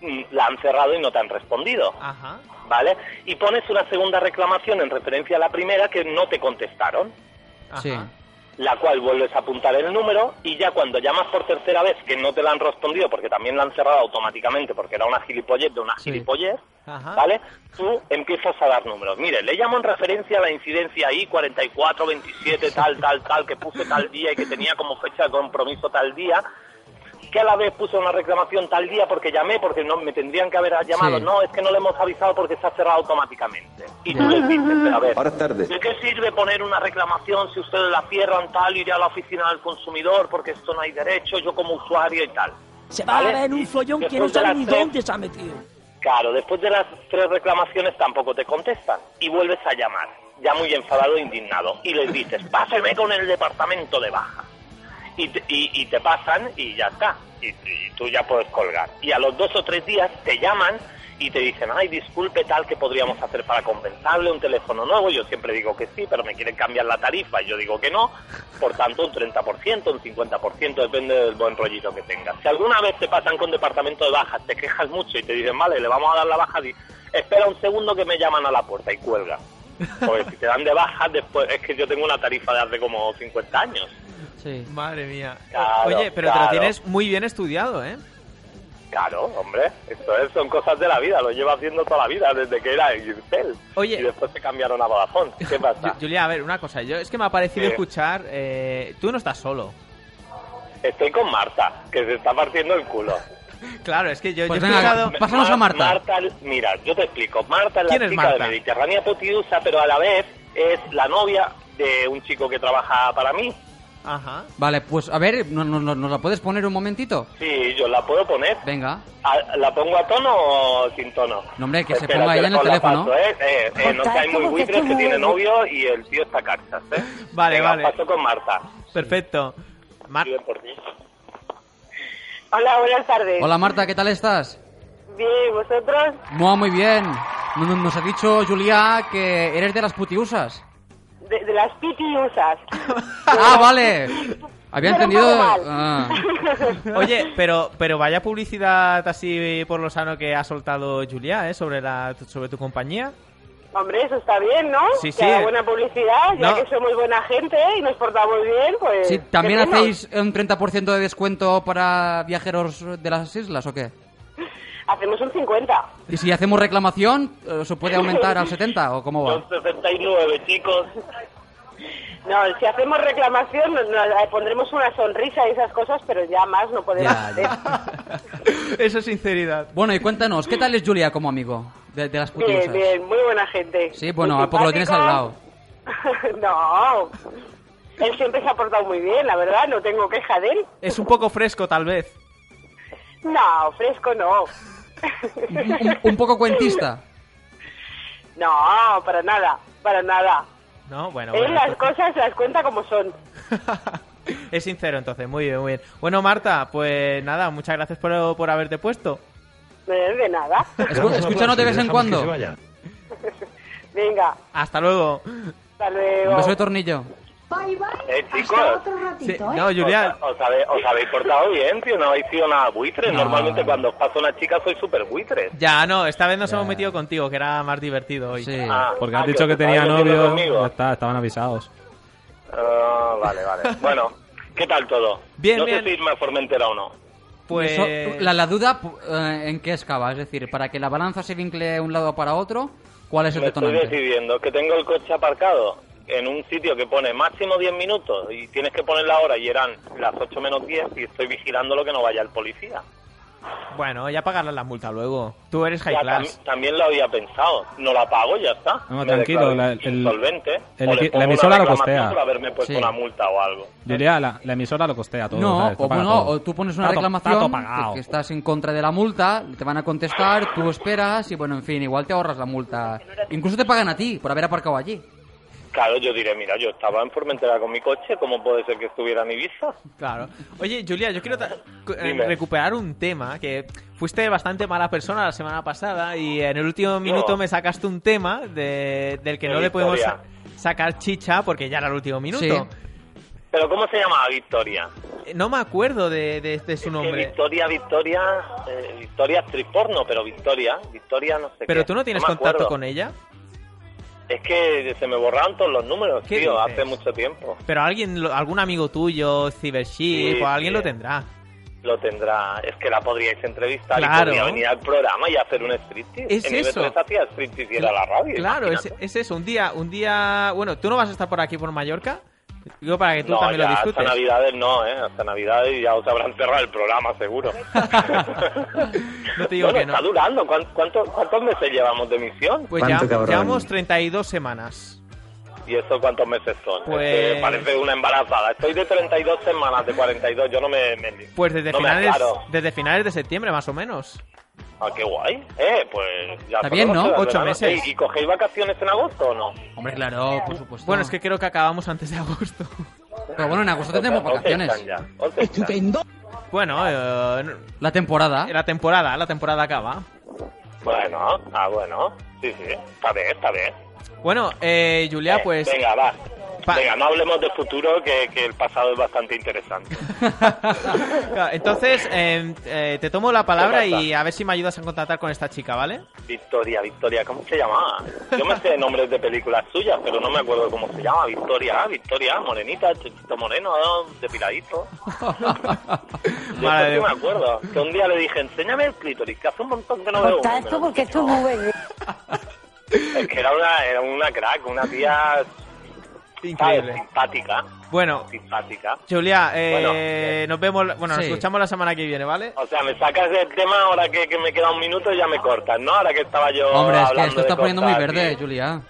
I: mm, la han cerrado y no te han respondido.
C: Ajá.
I: ¿Vale? Y pones una segunda reclamación en referencia a la primera que no te contestaron
C: ajá.
D: Sí.
I: la cual vuelves a apuntar el número y ya cuando llamas por tercera vez que no te la han respondido porque también la han cerrado automáticamente porque era una gilipollez de una
D: Sí.
I: gilipollez,
C: Ajá.
I: ¿vale? Tú empiezas a dar números. Mire, le llamo en referencia a la incidencia I-4427 tal, tal, tal, que puse tal día y que tenía como fecha de compromiso tal día. que a la vez puso una reclamación tal día porque llamé, porque no me tendrían que haber llamado.
D: Sí.
I: No, es que no le hemos avisado porque se ha cerrado automáticamente. Y tú les dices, pero a ver,
H: Ahora es tarde.
I: ¿de qué sirve poner una reclamación si ustedes la cierran tal, iré a la oficina del consumidor porque esto no hay derecho, yo como usuario y tal?
E: Se va
I: ¿Vale?
E: a ver un follón que no
I: Después de
E: sabe
I: las
E: ni
I: tres-
E: dónde se ha metido.
I: Claro, después de las tres reclamaciones tampoco te contestan y vuelves a llamar, ya muy enfadado e indignado, y les dices, páseme con el departamento de baja. Y te, y- y te pasan y ya está, y, y tú ya puedes colgar. Y a los dos o tres días te llaman y te dicen, ay, disculpe tal, ¿qué podríamos hacer para compensarle un teléfono nuevo? Yo siempre digo que sí, pero me quieren cambiar la tarifa y yo digo que no. Por tanto, un 30%, un 50%, depende del buen rollito que tengas. Si alguna vez te pasan con departamento de bajas, te quejas mucho y te dicen, vale, le vamos a dar la baja, di, espera un segundo que me llaman a la puerta y cuelga. Porque si te dan de baja, después es que yo tengo una tarifa de hace como 50 años.
D: Sí.
C: Madre mía.
I: Claro,
C: Oye, pero te
I: claro.
C: lo tienes muy bien estudiado, ¿eh?
I: Claro, hombre, esto es, son cosas de la vida, lo lleva haciendo toda la vida, desde que era Yurcel.
C: Oye.
I: Y después se cambiaron a Vodafone. ¿Qué pasa?
C: Ju- Julia, a ver, una cosa. Yo, es que me ha parecido
I: Sí.
C: escuchar... eh, tú no estás solo.
I: Estoy con Marta, que se está partiendo el culo.
C: Claro, es que yo,
D: Pues
C: yo he
D: venga,
C: escuchado...
D: Pasamos a Marta.
I: Mira, yo te explico. Marta es la
C: ¿Quién
I: chica
C: es Marta?
I: de Mediterránea Potidusa, pero a la vez es la novia de un chico que trabaja para mí.
C: Ajá.
D: Vale, pues a ver, ¿no- no- no- ¿nos la puedes poner un momentito?
I: Sí, yo la puedo poner.
D: Venga.
I: ¿A- ¿La pongo a tono o sin tono?
D: No, hombre, que se
I: Espera,
D: ponga
I: que
D: ella en el
I: os la
D: teléfono.
I: paso, ¿eh? Eh, eh, no seáis muy
G: Como que
I: buitres
G: tú
I: que
G: no
I: tiene
G: eres.
I: novio y el tío está caxas, ¿eh?
C: Vale,
I: Venga,
C: vale.
I: paso con Marta.
C: Perfecto. Mar-
I: Bien por ti.
J: Hola, buenas tardes.
D: Hola Marta, ¿qué tal estás?
J: Bien, ¿vosotros?
D: Mua, muy bien. No- no- Nos ha dicho Julia que eres de las putiusas.
J: De, de las pitiusas.
D: Ah, vale. Había
J: Pero
D: entendido.
J: mal.
D: Ah.
C: Oye, pero, pero vaya publicidad así por lo sano que ha soltado Julia, ¿eh? Sobre, la, sobre tu compañía.
J: Hombre, eso está bien, ¿no?
C: Sí,
J: Que
C: sí.
J: haga buena publicidad, ya
C: No.
J: que somos buena gente y nos portamos bien, pues...
D: Sí, ¿También
J: ¿qué menos?
D: hacéis un 30% de descuento para viajeros de las islas o qué?
J: Hacemos un 50.
D: ¿Y si hacemos reclamación, eh, se puede aumentar al 70 o cómo
I: Son
D: va?
I: 69, chicos.
J: No, si hacemos reclamación nos, nos- eh, pondremos una sonrisa y esas cosas, pero ya más no podemos
D: Ya,
J: hacer.
D: ya.
C: Eso es sinceridad.
D: Bueno, y cuéntanos, ¿qué tal es Julia como amigo de, de las
J: Bien,
D: putiusas?
J: bien, muy buena gente.
D: Sí, bueno,
J: Muy
D: porque lo tienes al lado.
J: simpático. no, él siempre se ha portado muy bien, la verdad, no tengo queja de él.
C: Es un poco fresco, tal vez.
J: No, fresco no.
D: Un, un- un poco cuentista.
J: No, para nada, para nada.
C: ¿No? Bueno,
J: Él
C: bueno,
J: las
C: entonces-
J: cosas las cuenta como son.
C: es sincero, entonces. Muy bien, muy bien. Bueno, Marta, pues nada, muchas gracias por, por haberte puesto.
J: Eh, De nada.
D: Escu- Escúchanos de vez en cuando. Un
J: Venga,
C: Hasta luego.
J: hasta luego.
D: beso de tornillo.
I: Eh, chicos.
C: Sí,
G: ¿eh?
J: eh?
C: no, Julia,
I: Os, os habe- os habéis portado bien, tío. No habéis sido nada buitres.
D: No.
I: Normalmente cuando os pasa una chica soy súper buitre.
C: ya no, esta vez nos
F: Ya.
C: hemos metido contigo, que era más divertido hoy.
D: Sí.
I: Ah,
F: Porque
C: ah,
F: has dicho que tenía novio. Ya está, estaban avisados.
I: Ah, vale, vale. Bueno, ¿qué tal todo?
C: Bien,
I: no
C: bien.
I: sé si irme a Formentera o no.
C: Pues
D: Eso- la, la duda pu- eh, en qué excava, es decir, para que la balanza se vincle de un lado para otro, ¿cuál es el
I: Me estoy
D: detonante?
I: decidiendo que tengo el coche aparcado en un sitio que pone máximo 10 minutos y tienes que poner la hora y eran las 8 menos 10 y estoy vigilando lo que no vaya el policía.
C: bueno, ya pagarás la multa luego. Tú eres high
I: Ya,
C: class.
I: tam- también lo había pensado. No la pago, ya está.
F: No,
I: Me
F: tranquilo,
I: declaro
F: la- el-
I: insolvente.
F: el-
I: O le
F: la
I: pongo una
F: emisora lo
I: reclamación
F: costea.
I: Por haberme puesto
D: Sí.
I: una multa o algo.
F: Julia, la, la emisora lo costea todo.
D: No,
F: ¿sabes? Está
D: o,
F: para
D: bueno,
F: todo.
D: o tú pones una
F: Está to-
D: reclamación
F: Está todo
D: que-
F: pagado.
D: que estás en contra de la multa, te van a contestar, tú esperas y bueno, en fin, igual te ahorras la multa. Incluso te pagan a ti por haber aparcado allí.
I: Claro, yo diré, mira, yo estaba en Formentera con mi coche, ¿cómo puede ser que estuviera en Ibiza?
C: Claro. Oye, Julia, yo quiero ta- cu- eh,
I: Dime.
C: recuperar un tema que fuiste bastante mala persona la semana pasada y en el último minuto me sacaste un tema de- del que
I: De
C: no le podemos
I: Victoria.
C: sa- sacar chicha porque ya era el último minuto.
I: Pero ¿cómo se llamaba Victoria?
C: Eh, No me acuerdo de, de- de su
I: Que
C: nombre.
I: Victoria, Victoria, eh, Victoria actriz porno, pero Victoria, Victoria no sé
C: Pero tú no tienes contacto con ella.
I: Es que se me borraron todos los números,
C: ¿Qué
I: tío,
C: dices?
I: hace mucho tiempo.
C: Pero alguien, lo- algún amigo tuyo, Cybership,
I: Sí,
C: o alguien
I: sí.
C: lo tendrá.
I: Lo tendrá, es que la podríais entrevistar
C: Claro.
I: y podría venir al programa y hacer un striptease.
C: Es
I: en IB3
C: eso.
I: hacía striptease y era la radio.
C: Claro, es,
I: imagínate.
C: es eso. Un día, un día. Bueno, tú no vas a estar por aquí por Mallorca, Digo para que tú
I: no,
C: también
I: ya
C: lo
I: hasta
C: disfrutes.
I: Navidades no, ¿eh? Hasta Navidades ya os habrán cerrado el programa, seguro.
C: No te digo
I: Bueno,
C: que no.
I: está durando. ¿Cuán- cuánto- ¿Cuántos meses llevamos de misión?
C: Pues ya, llevamos 32 semanas.
I: ¿Y eso cuántos meses son?
C: Pues-
I: Es que parece una embarazada. Estoy de 32 semanas, de 42. Yo no me... me
C: Pues desde,
I: no me
C: finales,
I: aclaro.
C: desde finales de septiembre, más o menos.
I: Ah, qué guay. Eh, pues... Ya
C: Está bien, ¿no?
I: podemos quedar
C: Ocho
I: verano.
C: meses.
I: Ey, ¿eh? ¿Y cogéis vacaciones en agosto o no?
D: Hombre, claro, por supuesto.
C: Bueno, es que creo que acabamos antes de agosto.
D: Pero bueno, en agosto tendremos
I: ¿Dónde están
D: vacaciones.
I: ya? ¿Dónde están?
C: Bueno, eh, no-
D: La temporada.
C: la temporada, la temporada acaba.
I: Bueno, ah, bueno. Sí, sí. Está bien, está bien.
C: Bueno, eh, Julia,
I: Eh,
C: pues...
I: Venga, va.
C: Pa-
I: Venga, no hablemos del futuro, que, que el pasado es bastante interesante.
C: Entonces, eh, eh, te tomo la palabra
I: Venga,
C: y a ver si me ayudas a contactar con esta chica, ¿vale?
I: Victoria, Victoria, ¿cómo se llamaba? Yo me sé nombres de películas suyas, pero no me acuerdo cómo se llama. Victoria, ah, Victoria, morenita, chiquito moreno, ah, depiladito. Yo
C: Vale.
I: eso sí me acuerdo. Que un día le dije, enséñame el clítoris, que hace un montón que no veo. uno", y me lo enseñó.
G: juvenil.
I: Es que era una, era una crack, una tía ¿sabes?
C: Increíble.
I: simpática,
C: Bueno,
I: simpática.
C: Julia, eh,
I: Bueno, eh.
C: nos vemos, bueno, nos
D: Sí.
C: escuchamos la semana que viene, ¿vale?
I: O sea, me sacas del tema ahora que, que me queda un minuto y ya me cortas, ¿no? Ahora que estaba yo
D: Hombre, es que
I: hablando
D: esto
I: de
D: está poniendo muy
I: cosas
D: verde,
I: así.
D: Julia.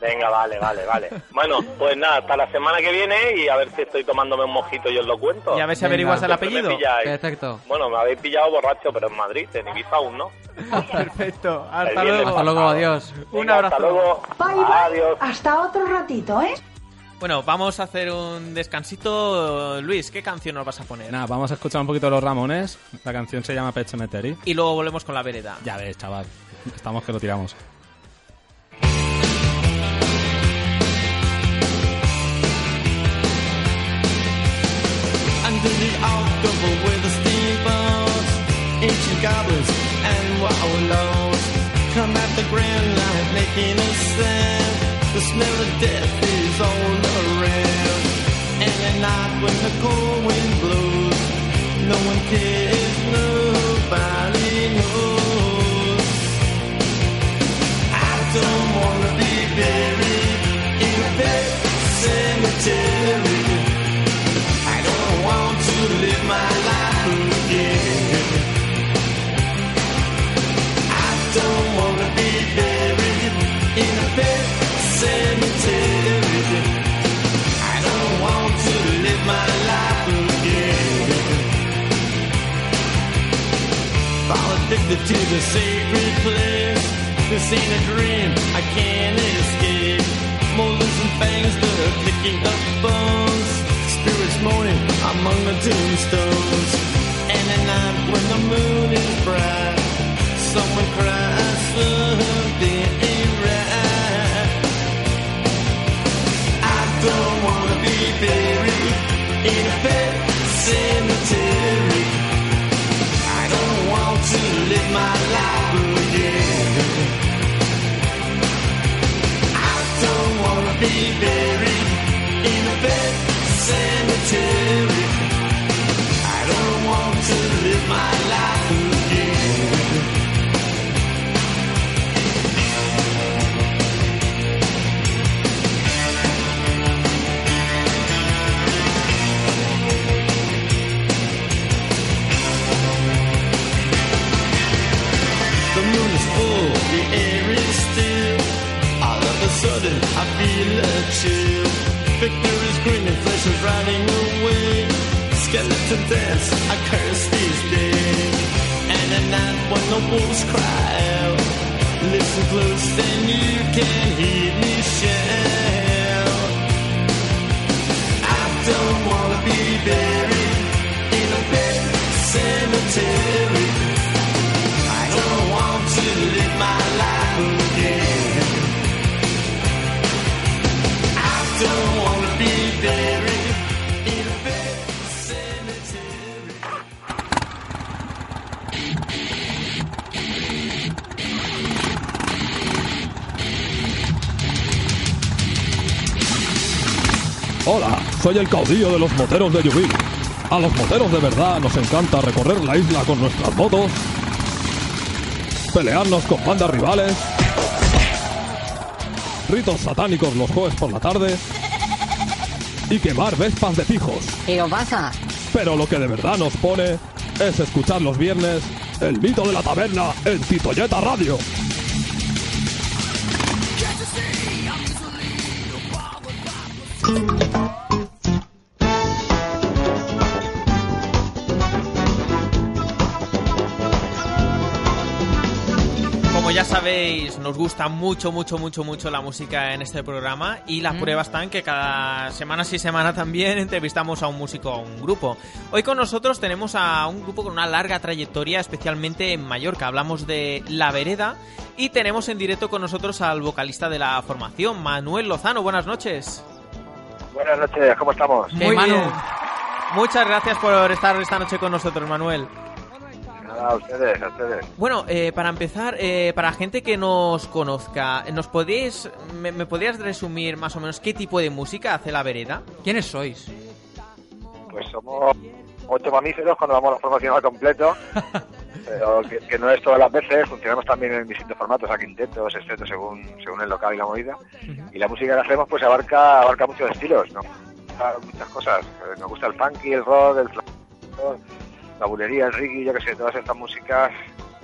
I: Venga, vale, vale, vale. Bueno, pues nada, hasta la semana que viene y a ver si estoy tomándome un mojito y os lo cuento.
C: Y a ver si
D: Venga.
C: averiguas el
I: Siempre me
C: apellido.
I: pilláis.
D: Perfecto.
I: Bueno, me habéis pillado borracho, pero en Madrid, en Ibiza aún no.
C: Perfecto, hasta
I: El viernes
C: luego.
D: Hasta luego, adiós.
C: Un
I: Venga,
C: abrazo.
I: Hasta luego. Adiós.
G: Hasta otro ratito, ¿eh?
C: Bueno, vamos a hacer un descansito. Luis, ¿qué canción nos vas a poner?
K: Nada, vamos a escuchar un poquito a los Ramones. La canción se llama Pet Cemetery.
C: Y luego volvemos con la vereda.
K: Ya ves, chaval. Estamos que lo tiramos.
E: Under the October with the steamboats, ancient goblins and wallows come at the grand line making a sound. The smell of death is all around, and at night when the cold wind blows, no one cares, nobody knows. I don't wanna be buried in a pet cemetery. I don't want to live my life again. I don't want to be buried in a pet cemetery. I don't want to live my life again. Fall addicted to the sacred place. This ain't a dream I can't escape. Molars and fangs, the picking up bones. Spirits moaning among the tombstones. And at night when the moon is bright, someone cries something ain't right. I don't wanna be buried in a pet cemetery. I don't want to live my life again. I don't wanna be buried in a bed cemetery. I don't want to live my life again. The moon is full, the air is still. All of a sudden, I feel a chill. Victor is green and flesh is rotting away. Skeleton dance, I curse these days. And at night when the wolves cry out, listen close, then you can hear me shout. I don't wanna be buried in a pet cemetery. I don't want to live my life again. I don't want to be buried in a big cemetery.
F: Hola, soy el caudillo de los moteros de Yubil. A los moteros de verdad nos encanta recorrer la isla con nuestras motos, pelearnos con bandas rivales, ritos satánicos los jueves por la tarde, y quemar vespas de fijos.
L: Pero pasa.
F: Pero lo que de verdad nos pone es escuchar los viernes el mito de la taberna en Titoyeta Radio.
C: Como ya sabéis, nos gusta mucho, mucho, mucho, mucho la música en este programa y las
D: Mm.
C: pruebas están que cada semana sí semana también entrevistamos a un músico, a un grupo. Hoy con nosotros tenemos a un grupo con una larga trayectoria, especialmente en Mallorca. Hablamos de La Vereda y tenemos en directo con nosotros al vocalista de la formación, Manuel Lozano. Buenas noches.
M: Buenas noches, ¿cómo estamos?
C: Muy bien. Muchas gracias por estar esta noche con nosotros, Manuel.
M: Nada, a ustedes, a ustedes.
C: Bueno, eh, para empezar, eh, para gente que nos conozca, ¿nos podéis, me, me podrías resumir más o menos qué tipo de música hace La Vereda?
D: ¿Quiénes sois?
M: Pues somos ocho mamíferos cuando vamos a la formación al completo, pero que, que no es todas las veces, funcionamos también en distintos formatos, a quintetos, excepto según, según el local y la movida. Y la música que hacemos pues abarca, abarca muchos estilos, ¿no? Gusta Muchas cosas. Eh, Nos gusta el funky, el rock, el flamenco, la bulería, el reggae, yo que sé, todas estas músicas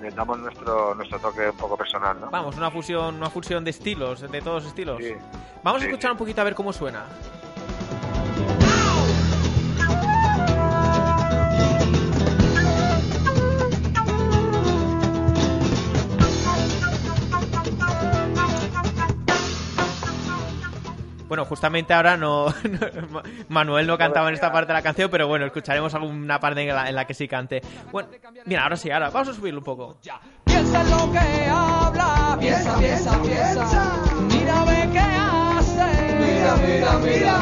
M: le damos nuestro, nuestro toque un poco personal, ¿no?
C: Vamos, una fusión, una fusión de estilos, de todos los estilos. Vamos a
M: Sí,
C: escuchar un poquito a ver cómo suena. Bueno, justamente ahora no, no- Manuel no cantaba en esta parte de la canción, pero bueno, escucharemos alguna parte en la, en la que sí cante. Bueno, mira, ahora sí, ahora vamos a subirlo un poco.
N: Piensa en lo que habla, piensa, piensa, piensa. Mira, ve qué hace. Mira, mira, mira.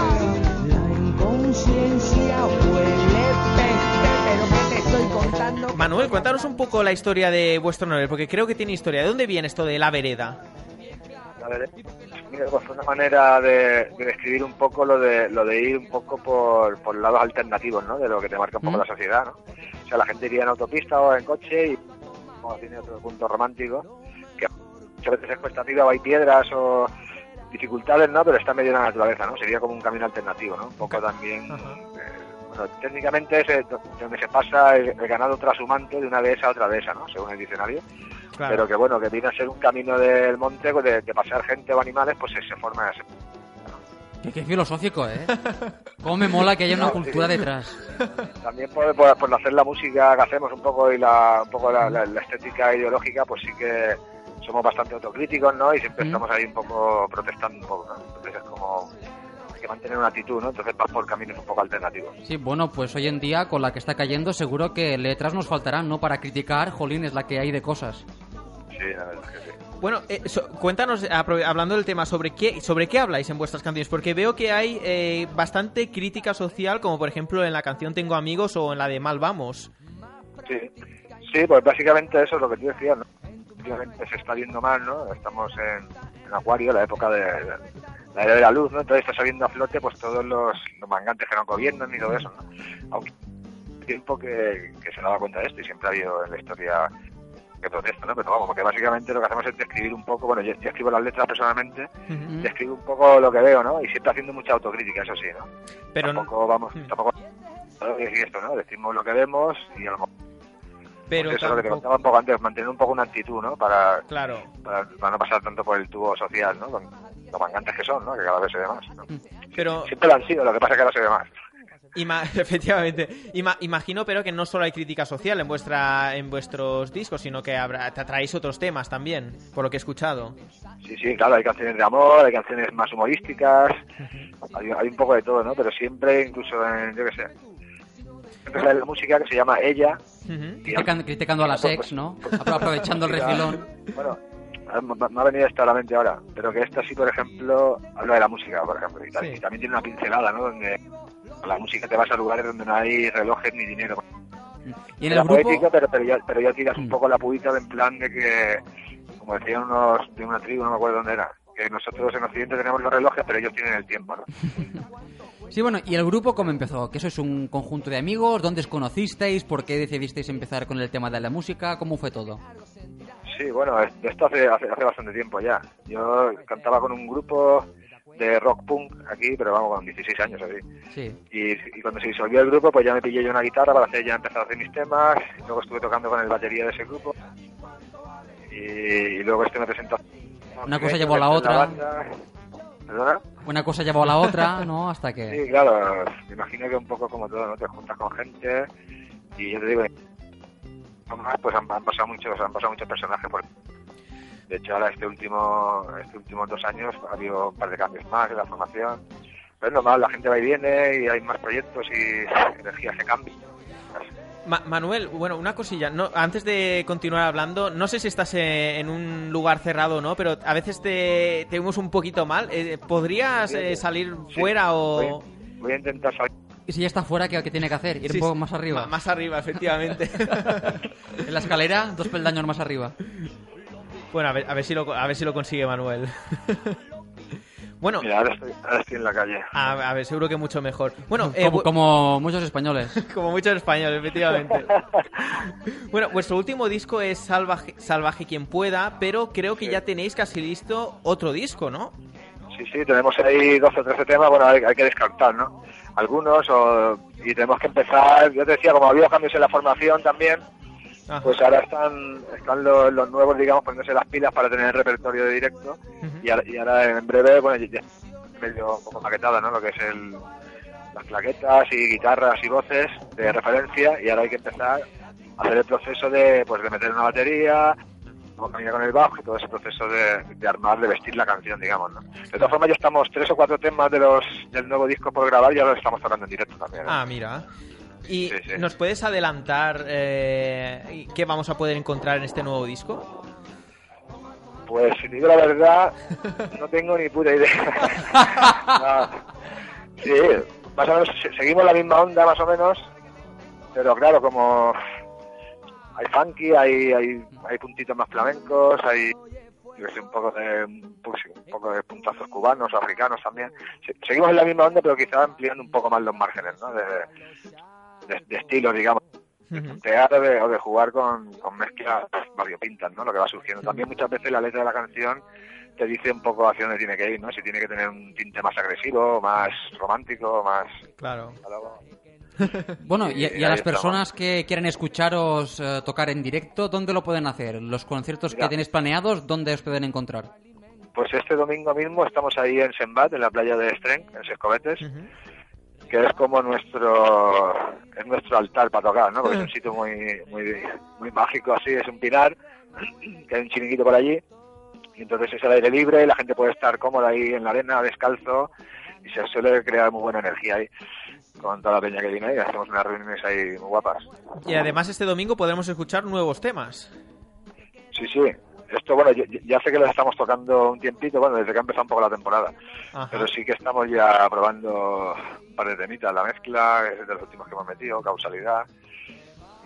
N: La inconsciencia huele peste, pero ¿qué te estoy contando?
C: Manuel, cuéntanos un poco la historia de vuestro nombre, porque creo que tiene historia. ¿De dónde viene esto de la vereda?
M: A ver, mira, pues una manera de, de describir un poco lo de, lo de ir un poco por, por lados alternativos, ¿no? De lo que te marca un poco
O: Mm.
M: la sociedad, ¿no? O sea, la gente iría en autopista o en coche y como tiene otro punto romántico, que muchas veces es cuesta arriba, o hay piedras o dificultades, ¿no? Pero está en medio de la naturaleza, ¿no? Sería como un camino alternativo, ¿no? Un poco también... eh, bueno, técnicamente es eh, do- donde se pasa el, el ganado trashumante de una dehesa a otra dehesa, ¿no? Según el diccionario pero que bueno, que viene a ser un camino del monte pues, de, de pasar gente o animales, pues se, se forma ese.
D: Qué, qué filosófico, ¿eh? Cómo me mola que haya una
M: No,
D: cultura
M: sí.
D: detrás.
M: También por, por, por hacer la música que hacemos un poco y la, un poco la, la- la estética ideológica, pues sí que somos bastante autocríticos, ¿no? Y siempre estamos ahí un poco protestando un poco, ¿no? Entonces es como hay que mantener una actitud, ¿no? Entonces vas por caminos un poco alternativos.
D: Sí, bueno, pues hoy en día, con la que está cayendo, seguro que letras nos faltarán, ¿no? Para criticar, jolín, es la que hay de cosas.
M: Sí, la verdad es que sí.
C: Bueno, eh, so- cuéntanos, apro- hablando del tema, sobre qué, sobre qué habláis en vuestras canciones, porque veo que hay eh, bastante crítica social, como por ejemplo en la canción Tengo Amigos o en la de Mal Vamos.
M: Sí, sí, pues básicamente eso es lo que tú decías, ¿no? Últimamente se está viendo mal, ¿no? Estamos en, en Acuario, la época de de- la era de la luz, ¿no? Entonces está saliendo a flote pues todos los, los mangantes que no gobiernan y todo eso, ¿no? Aunque hay tiempo que, que se daba cuenta de esto y siempre ha habido en la historia que protesta, ¿no? Pero vamos, porque básicamente lo que hacemos es describir un poco, bueno, yo, yo escribo las letras personalmente,
C: Mm.
M: describo un poco lo que veo, ¿no? Y siempre haciendo mucha autocrítica, eso sí, ¿no?
C: Pero
M: tampoco vamos, tampoco es esto, ¿no? Decimos lo que vemos y a lo mejor
C: Pero
M: pues eso es lo que te
C: tampoco-
M: contaba un poco antes, mantener un poco una actitud, ¿no? Para,
C: Claro.
M: para, para no pasar tanto por el tubo social, ¿no? Con los mangantes que son, ¿no? Que cada vez se ve más. ¿no?
C: Pero
M: Siempre lo han sido, lo que pasa es que ahora se ve más.
C: Ima- efectivamente. Ima- imagino, pero que no solo hay crítica social en vuestra en vuestros discos, sino que habrá, te traéis otros temas también, por lo que he escuchado.
M: Sí, sí, claro, hay canciones de amor, hay canciones más humorísticas, hay, hay un poco de todo, ¿no? Pero siempre, incluso en, yo qué sé, siempre sale la música que se llama Ella,
D: Critican- criticando a las
M: Pues,
D: ex, ¿no? Apro- Aprovechando el
M: Mira,
D: refilón.
M: Bueno, a- me me ha venido esta a la mente ahora, pero que esta sí, por ejemplo, habla de la música, por ejemplo, y, tal, y también tiene una pincelada, ¿no? Donde con la música te vas a lugares donde no hay relojes ni dinero.
D: Y en
M: Era
D: el grupo- Mm.
M: poético, pero, pero, ya, pero ya tiras un poco la pubita de en plan de que, como decían unos de una tribu, no me acuerdo dónde era, que nosotros en Occidente tenemos los relojes, pero ellos tienen el tiempo, ¿no?
D: Sí, bueno, ¿y el grupo cómo empezó? ¿Que sois un conjunto de amigos? ¿Dónde os conocisteis? ¿Por qué decidisteis empezar con el tema de la música? ¿Cómo fue todo?
M: Sí, bueno, es- esto hace, hace, hace bastante tiempo ya. Yo cantaba con un grupo de rock punk aquí, pero vamos, con 16 años así.
D: Sí.
M: Y, y cuando se disolvió el grupo, pues ya me pillé yo una guitarra para hacer, ya empezar a hacer mis temas. Luego estuve tocando con el batería de ese grupo. Y, y luego este me presentó.
D: Una cosa llevó a la otra.
M: banda. ¿Perdona?
D: Una cosa llevó a la otra, ¿no? Hasta que...
M: Sí, claro, me imagino que un poco como todo, ¿no? Te juntas con gente y yo te digo, pues han, han pasado muchos, han pasado muchos personajes por de hecho ahora este último, estos últimos dos años ha habido un par de cambios más en la formación, pero es normal, la gente va y viene y hay más proyectos y la energía se cambia.
C: Ma- Manuel, bueno, una cosilla. No, antes de continuar hablando, no sé si estás eh, en un lugar cerrado o no, pero a veces te, te vemos un poquito mal. Eh, ¿Podrías
D: Sí,
C: eh,
D: sí.
C: salir fuera o...?
M: Voy a intentar salir.
D: Y si ya está fuera, ¿qué, qué tiene que hacer? Ir
C: Sí,
D: un poco
C: sí.
D: más arriba.
C: Ma- más arriba, efectivamente.
D: en la escalera, dos peldaños más arriba.
C: Bueno, a ver, a ver si, lo, a ver si lo consigue Manuel. bueno...
M: Mira, ahora estoy, ahora estoy en la calle.
C: A, a ver, seguro que mucho mejor. Bueno, eh,
D: como,
C: bu-
D: como muchos españoles.
C: Como muchos españoles, efectivamente. bueno, vuestro último disco es Salvaje, Salvaje quien pueda, pero creo que ya tenéis casi listo otro disco, ¿no?
M: Sí, sí, tenemos ahí 12 o 13 temas, bueno, hay, hay que descartar, ¿no? Algunos, o- y tenemos que empezar, yo te decía, como ha habido cambios en la formación también, pues ahora están, están los, los nuevos, digamos, poniéndose las pilas para tener el repertorio de directo, y, ahora, y ahora en breve, bueno, ya ya medio un poco maquetada, ¿no? Lo que es el, las claquetas y guitarras y voces de referencia, y ahora hay que empezar a hacer el proceso de, pues, de meter una batería, cómo caminar con el bajo y todo ese proceso de, de armar, de vestir la canción, digamos, ¿no? De todas formas, ya estamos tres o cuatro temas de los del nuevo disco por grabar y ya los estamos tocando en directo también. ¿eh?
C: Ah, mira. ¿Y nos puedes adelantar eh, qué vamos a poder encontrar en este nuevo disco?
M: Pues, si te digo la verdad, no tengo ni puta idea. No. Sí, más o menos se- seguimos la misma onda, más o menos, pero claro, como hay funky, hay, hay, hay puntitos más flamencos, hay yo qué sé, un poco de un poco- un poco de puntazos cubanos, africanos también. Se- Seguimos en la misma onda, pero quizá ampliando un poco más los márgenes, ¿no? De, de- de estilo, digamos teatro de, o de jugar con, con mezclas variopintas, ¿no? Lo que va surgiendo. También muchas veces la letra de la canción te dice un poco hacia dónde tiene que ir, ¿no? Si tiene que tener un tinte más agresivo, más romántico, más...
C: Claro.
D: Bueno, y, y
M: Sí,
D: a
M: ahí
D: las
M: estamos.
D: personas que quieren escucharos eh, tocar en directo, ¿dónde lo pueden hacer? ¿Los conciertos
M: Mira.
D: que tenéis planeados, dónde os pueden encontrar?
M: Pues este domingo mismo estamos ahí en Sembat, en la playa de Estreng, en Sescobetes, que es como nuestro es nuestro altar para tocar, ¿no? Porque es un sitio muy, muy, muy mágico así, es un pinar, que hay un chiringuito por allí, y entonces es al aire libre, la gente puede estar cómoda ahí en la arena, descalzo, y se suele crear muy buena energía ahí, con toda la peña que viene ahí, hacemos unas reuniones ahí muy guapas.
C: Y además este domingo podremos escuchar nuevos temas.
M: Sí, sí. Esto, bueno, ya, ya sé que lo estamos tocando un tiempito, bueno, desde que ha empezado un poco la temporada.
C: Ajá.
M: Pero sí que estamos ya probando un par de temitas. La mezcla es de los últimos que hemos metido, causalidad.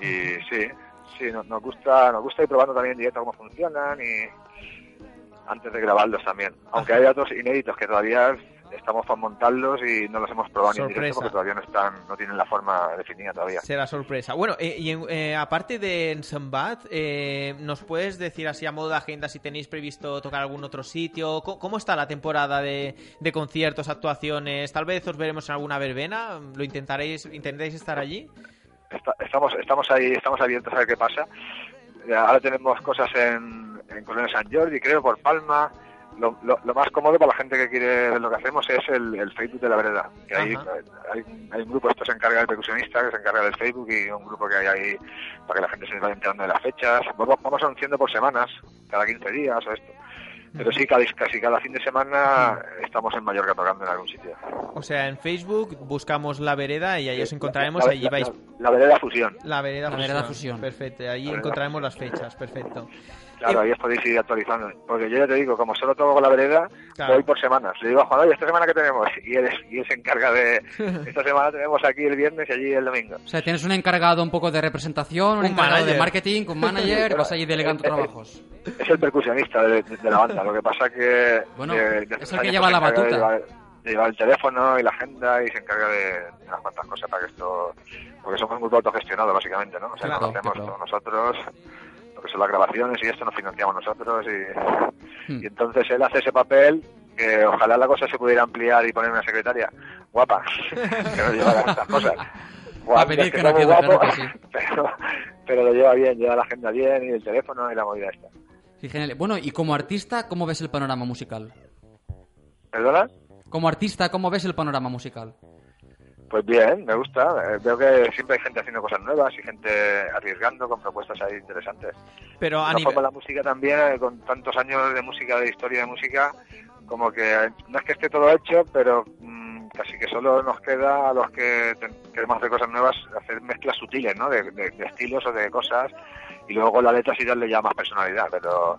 M: Y sí, sí, nos, nos gusta nos gusta ir probando también en directo cómo funcionan y antes de grabarlos también. Aunque hay otros inéditos que todavía estamos para montarlos y no los hemos probado ni en
C: Sorpresa.
M: directo porque todavía no están no tienen la forma definida todavía.
C: Será sorpresa. Bueno, eh, y en- eh, aparte de en Sambat, eh, ¿nos puedes decir así a modo de agenda si tenéis previsto tocar algún otro sitio? Co- ¿Cómo, está la temporada de, de conciertos, actuaciones? Tal vez os veremos en alguna verbena. ¿Lo intentaréis, intentaréis estar allí?
M: Está- estamos estamos ahí estamos abiertos a ver qué pasa Eh, ahora tenemos cosas en, en Coronel San Jordi creo por Palma lo, lo- lo más cómodo para la gente que quiere ver lo que hacemos es el, el Facebook de la vereda que ahí
L: Ajá.
M: eh, hay, hay un grupo esto se encarga del percusionista que se encarga del Facebook y un grupo que hay ahí para que la gente se vaya enterando de las fechas vamos, vamos anunciando por semanas cada 15 días o esto pero sí, cada- casi cada fin de semana estamos en Mallorca tocando en algún sitio.
C: O sea, en Facebook buscamos La Vereda y ahí os encontraremos.
M: La-
C: allí
M: la-
C: vais.
M: la vereda fusión.
C: La Vereda
M: La
C: Fusión.
M: Vereda
D: Fusión.
C: Perfecto, ahí
M: La Vereda
C: encontraremos las fechas, perfecto.
D: Eh,
M: Claro, ahí os podéis ir actualizando. Porque yo ya te digo, como solo toco con la vereda,
C: Claro.
M: voy por semanas. Le digo a Juan, oye, esta semana que tenemos. Y él, es- y él se encarga de. Esta semana tenemos aquí el viernes y allí el domingo.
D: O sea, tienes un encargado un poco de representación, un,
M: Un
D: encargado de
M: manager.
D: marketing, un manager, vas allí delegando
M: Eh, eh,
D: trabajos.
M: Es el percusionista de, de la banda. Lo que pasa que.
D: Bueno,
M: que-
D: es el que
M: hace años
D: lleva
M: se
D: la
M: encarga de
D: batuta.
M: llevar- de llevar el teléfono y la agenda y se encarga de, de unas cuantas cosas para que esto. Porque somos un grupo autogestionado, básicamente, ¿no? O sea,
D: Claro,
M: lo hacemos
D: claro.
M: todo nosotros, lo que son las grabaciones y esto nos financiamos nosotros y.
D: Hmm.
M: Y entonces él hace ese papel que ojalá la cosa se pudiera ampliar y poner una secretaria guapa, que no lleva estas cosas.
D: Va a
M: Guapa,
D: venir
M: es que
D: que no
M: está muy
D: quede, claro
M: guapo,
D: que sí.
M: pero, pero lo lleva bien, lleva la agenda bien y el teléfono y la movida esta.
D: Sí, genial. Bueno, y como artista, ¿cómo ves el panorama musical?
M: ¿Perdona?
D: Como artista, ¿cómo ves el panorama musical?
M: Pues bien, me gusta. Eh, Veo que siempre hay gente haciendo cosas nuevas y gente arriesgando con propuestas ahí interesantes.
C: Pero a
M: De una
C: nivel-
M: forma la música también, eh, con tantos años de música, de historia de música, como que eh, no es que esté todo hecho, pero mm, casi que solo nos queda a los que te- queremos hacer cosas nuevas, hacer mezclas sutiles, ¿no? De, de- de estilos o de cosas, y luego con la letra sí darle ya más personalidad, pero,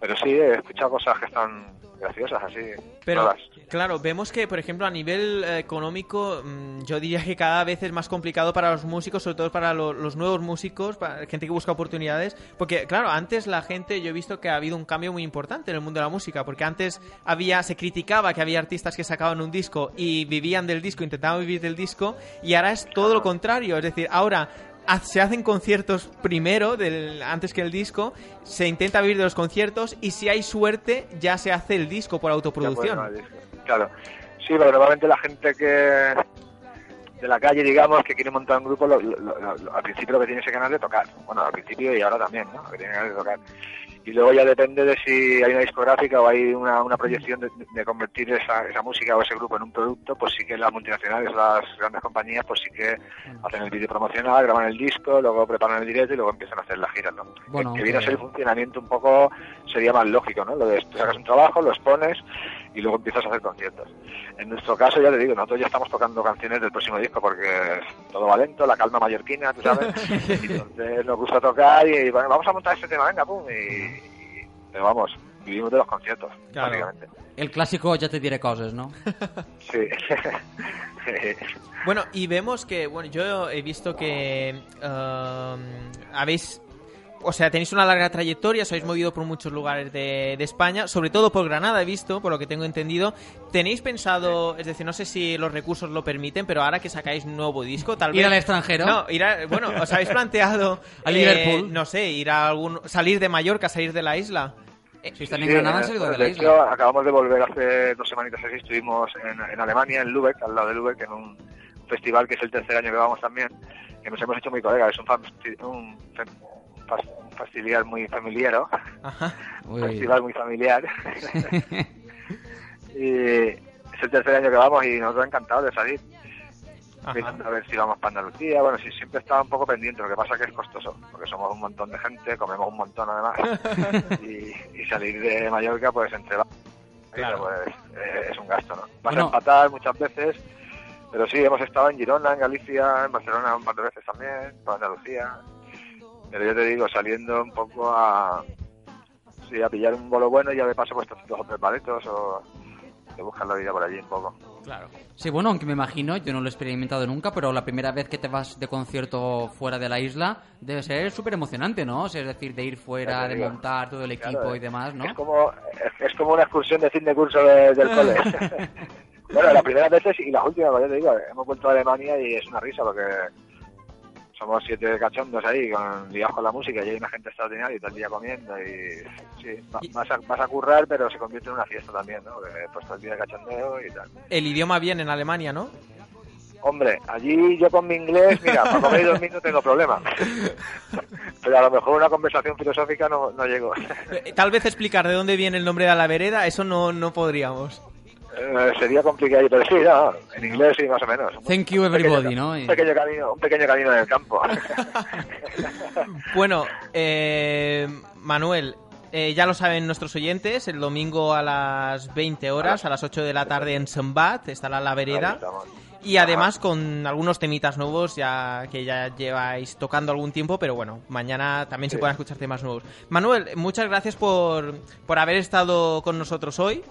M: pero sí, he escuchado cosas que están graciosas, así,
C: Pero,
M: nuevas.
C: claro, vemos que, por ejemplo, a nivel eh, económico, mm, yo diría que cada vez es más complicado para los músicos, sobre todo para lo- los nuevos músicos, para gente que busca oportunidades. Porque, claro, antes la gente, yo he visto que ha habido un cambio muy importante en el mundo de la música, porque antes había, se criticaba que había artistas que sacaban un disco y vivían del disco, intentaban vivir del disco, y ahora es todo lo contrario. Es decir, ahora haz- se hacen conciertos primero, del, antes que el disco, se intenta vivir de los conciertos y si hay suerte ya se hace el disco por autoproducción.
M: Ya pueden grabar discos. Claro. Sí, pero normalmente la gente que de la calle, digamos, que quiere montar un grupo, lo- lo- lo- lo- al principio lo que tiene es ganas de tocar. Bueno, al principio y ahora también, ¿no? Lo que tiene ganas de tocar. Y luego ya depende de si hay una discográfica o hay una, una proyección de, de convertir esa, esa música o ese grupo en un producto, pues sí que las multinacionales, las grandes compañías, pues sí que hacen el vídeo promocional, graban el disco, luego preparan el directo y luego empiezan a hacer las giras, ¿no?
D: Bueno,
M: que viene a ser el
D: aunque-
M: funcionamiento un poco, sería más lógico, ¿no? Lo de tú sacas un trabajo, lo expones y luego empiezas a hacer conciertos. En nuestro caso, ya te digo, nosotros ya estamos tocando canciones del próximo disco porque todo va lento, la calma mallorquina, tú sabes. Entonces nos gusta tocar y, bueno, vamos a montar este tema, venga, pum. Y, y- pero vamos, vivimos de los conciertos,
D: Claro.
M: básicamente.
D: El clásico ya te diré cosas, ¿no?
M: Sí.
C: Bueno, y vemos que, bueno, yo he visto que um, habéis, o sea, tenéis una larga trayectoria, os habéis movido por muchos lugares de, de España, sobre todo por Granada, he visto, por lo que tengo entendido. ¿Tenéis pensado, es decir, no sé si los recursos lo permiten, pero ahora que sacáis nuevo disco, tal
D: Ir
C: vez...
D: al extranjero.
C: No, ir a- bueno, ¿os habéis planteado...
D: A
C: eh,
D: Liverpool.
C: no sé, ir a algún... salir de Mallorca, salir de la isla.
D: Si
M: Sí, eh, de hecho, acabamos de volver hace dos semanitas así, estuvimos en, en Alemania, en Lübeck, al lado de Lübeck, en un festival que es el tercer año que vamos también, que nos hemos hecho muy colegas, es un, fam- un, fam- un fas- un fastidiar muy familiar,
D: Uy.
M: festival muy familiar. y es el tercer año que vamos y nos ha encantado de salir. Mirando a ver si vamos para Andalucía. Bueno, sí, siempre estaba un poco pendiente. Lo que pasa que es costoso, porque somos un montón de gente, comemos un montón además. y, y salir de Mallorca, pues entre la- pues, eh, es un gasto, ¿no? Vas a
D: Bueno.
M: empatar muchas veces, pero sí, hemos estado en Girona, en Galicia, en Barcelona un par de veces también, por Andalucía. Pero yo te digo, saliendo un poco a. Sí, a pillar un bolo bueno y ya de paso, pues te haces dos o tres maletos o te buscas la vida por allí un poco.
C: Claro.
D: Sí, bueno, aunque me imagino, yo no lo he experimentado nunca, pero la primera vez que te vas de concierto fuera de la isla debe ser súper emocionante, ¿no? O sea, es decir, de ir
M: Ya
D: fuera,
M: te
D: de
M: digo.
D: montar todo el equipo
M: Claro,
D: y demás, ¿no?
M: Es como, es, es como una excursión de fin de curso de- del cole. bueno, las primeras veces y las últimas, pues, ya te digo, hemos vuelto a Alemania y es una risa porque somos siete cachondos ahí, con, ligados con la música y hay una gente extraordinaria y todo el día comiendo y sí, va- vas, a, vas a currar pero se convierte en una fiesta también, ¿no? Porque, pues todo el día de cachondeo y tal.
C: El idioma bien en Alemania, ¿no?
M: Hombre, allí yo con mi inglés, mira, para comer y dormir no tengo problema. Pero a lo mejor una conversación filosófica no, no llego.
C: Eh, Tal vez explicar de dónde viene el nombre de la vereda, eso no, no podríamos.
M: Eh, sería complicado, pero sí, no, en inglés sí, más o menos.
D: Thank you everybody, ¿no?
M: Un
D: Y-
M: pequeño camino, un pequeño camino en el campo.
C: Bueno, eh, Manuel, eh, ya lo saben nuestros oyentes, el domingo a las 20 horas, a las 8 de la tarde en Sambat, estará la vereda. Y además con algunos temitas nuevos ya que ya lleváis tocando algún tiempo, pero bueno, mañana también se
M: Sí.
C: pueden escuchar temas nuevos. Manuel, muchas gracias por, por haber estado con nosotros hoy.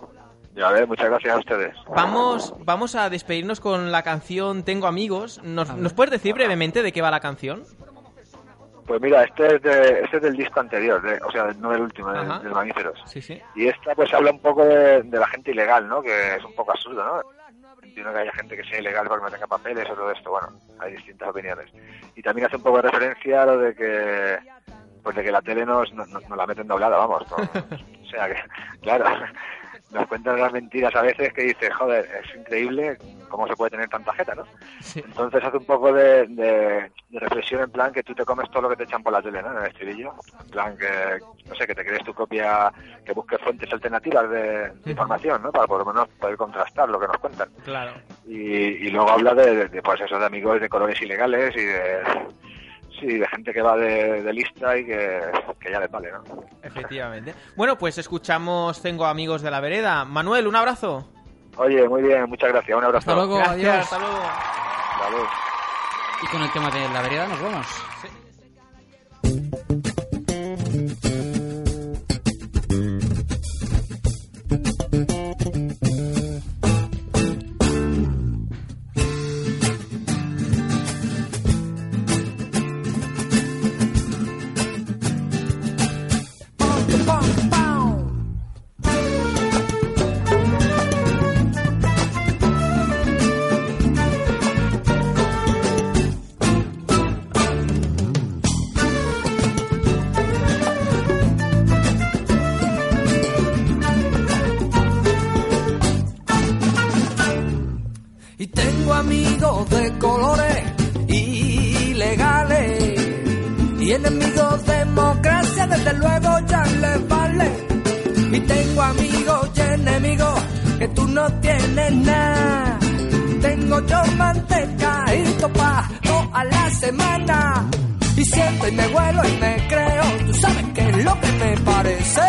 M: Ya ver, muchas gracias a ustedes.
C: Vamos, vamos a despedirnos con la canción Tengo amigos. ¿Nos, ¿nos puedes decir brevemente de qué va la canción?
M: Pues mira, este es, de- este es del disco anterior, de- o sea, no del último, del,
C: Ajá.
M: del Mamíferos.
C: Sí, sí.
M: Y esta pues habla un poco de, de la gente ilegal, ¿no? Que es un poco absurdo, ¿no? Entiendo que haya gente que sea ilegal porque no tenga papeles o todo esto, bueno, hay distintas opiniones. Y también hace un poco de referencia a lo de que, pues de que la tele nos, no- no- nos la meten doblada, vamos. con- o sea que, claro, nos cuentan unas mentiras a veces que dices, joder, es increíble cómo se puede tener tanta jeta, ¿no? Entonces hace un poco de, de- de reflexión en plan que tú te comes todo lo que te echan por la tele, ¿no? En el estribillo. En plan que, no sé, que te crees tu propia, que busques fuentes alternativas de, de información, ¿no? Para por lo menos poder contrastar lo que nos cuentan.
C: Claro.
M: Y, y luego habla de, de, pues eso, de amigos de colores ilegales y de... Sí, de gente que va de, de lista y que, que ya les vale, ¿no?
C: Efectivamente. Bueno, pues escuchamos Tengo amigos de la vereda. Manuel, un abrazo.
M: Oye, muy bien, muchas gracias. Un abrazo.
D: Hasta luego,
C: Gracias,
D: adiós.
C: hasta luego.
M: Salud.
D: Y con el tema de la vereda nos vamos.
N: Y tengo amigos de colores ilegales y enemigos de democracia, desde luego ya les vale. Y tengo amigos y enemigos que tú no tienes nada. Tengo yo manteca y topa toda la semana. Y siempre me vuelo y me creo, tú sabes que es lo que me parece.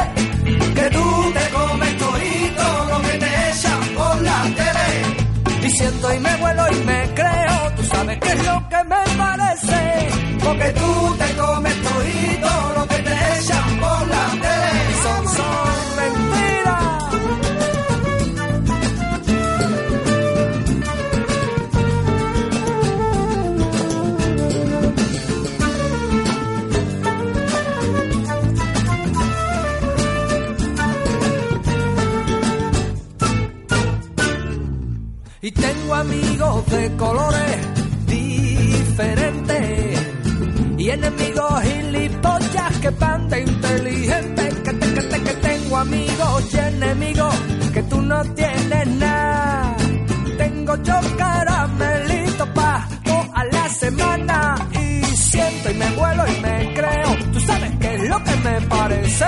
N: Que tú te comes todito lo que te echan por la tele. Y siento y me vuelo y me creo, tú sabes qué es lo que me parece. Porque tú te comes todito lo que te echan por la tele. Son, son mentiras. y tengo amigos de colores diferentes y enemigos gilipollas que pan de inteligente que, te- que te- que tengo amigos y enemigos que tú no tienes nada tengo yo caramelito pa toda la semana y siento y me vuelo y me creo tú sabes que es lo que me parece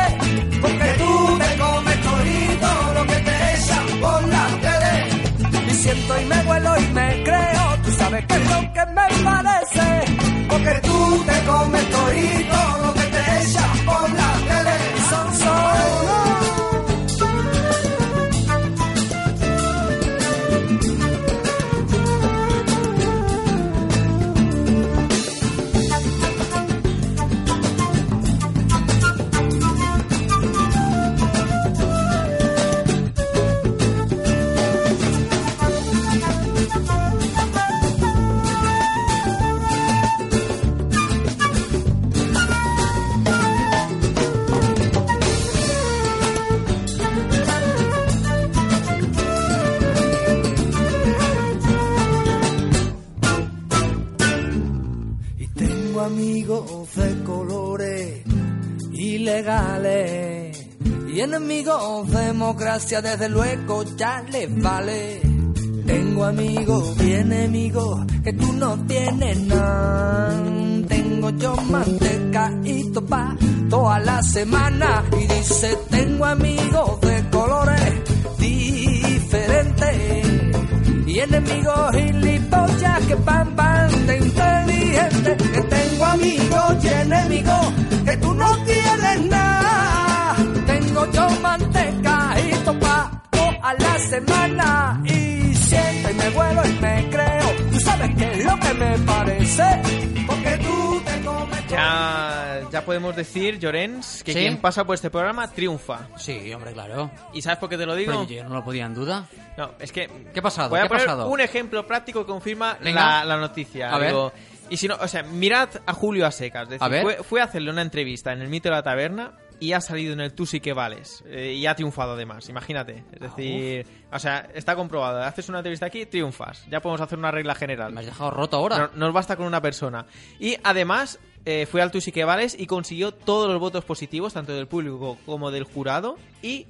N: porque tú te comes todito lo que te echan por la tele y siento y me vuelo y me creo, tú sabes que es lo que me parece, porque tú te comes todito lo que te echas por la tele y son Tengo amigos de colores ilegales y enemigos democracia, desde luego ya les vale. Tengo amigos y enemigos que tú no tienes nada. Tengo yo manteca y topa toda la semana y dice tengo amigos de colores diferentes y enemigos gilipollas que pan pan de inteligente que tengo amigos y enemigos que tú no tienes nada tengo yo manteca y topa a la semana y siempre me vuelo y me creo tú sabes que es lo que me parece porque tú te comes
C: Ya, ya podemos decir, Llorens, que
D: Sí.
C: quien pasa por este programa triunfa.
D: Sí, hombre, claro.
C: ¿Y sabes por qué te lo digo?
D: Pero yo no lo podía en duda.
C: No, es que.
D: ¿Qué ha pasado?
C: Voy a
D: ¿Qué ha
C: poner
D: pasado?
C: un ejemplo práctico que confirma
D: Venga.
C: la, la noticia.
D: A ver.
C: Digo, y si no, o sea, mirad a Julio a secas. Es decir,
D: A ver.
C: Fue, fue a hacerle una entrevista en el mito de la taberna y ha salido en el Tú sí que vales. eh, y ha triunfado además, imagínate. Es
D: Ah,
C: decir, o sea, está comprobado. Haces una entrevista aquí, triunfas. Ya podemos hacer una regla general. Me has
D: dejado roto ahora.
C: nos basta con una persona. Y además, eh, fue al Tú sí que vales y consiguió todos los votos positivos, tanto del público como del jurado. Y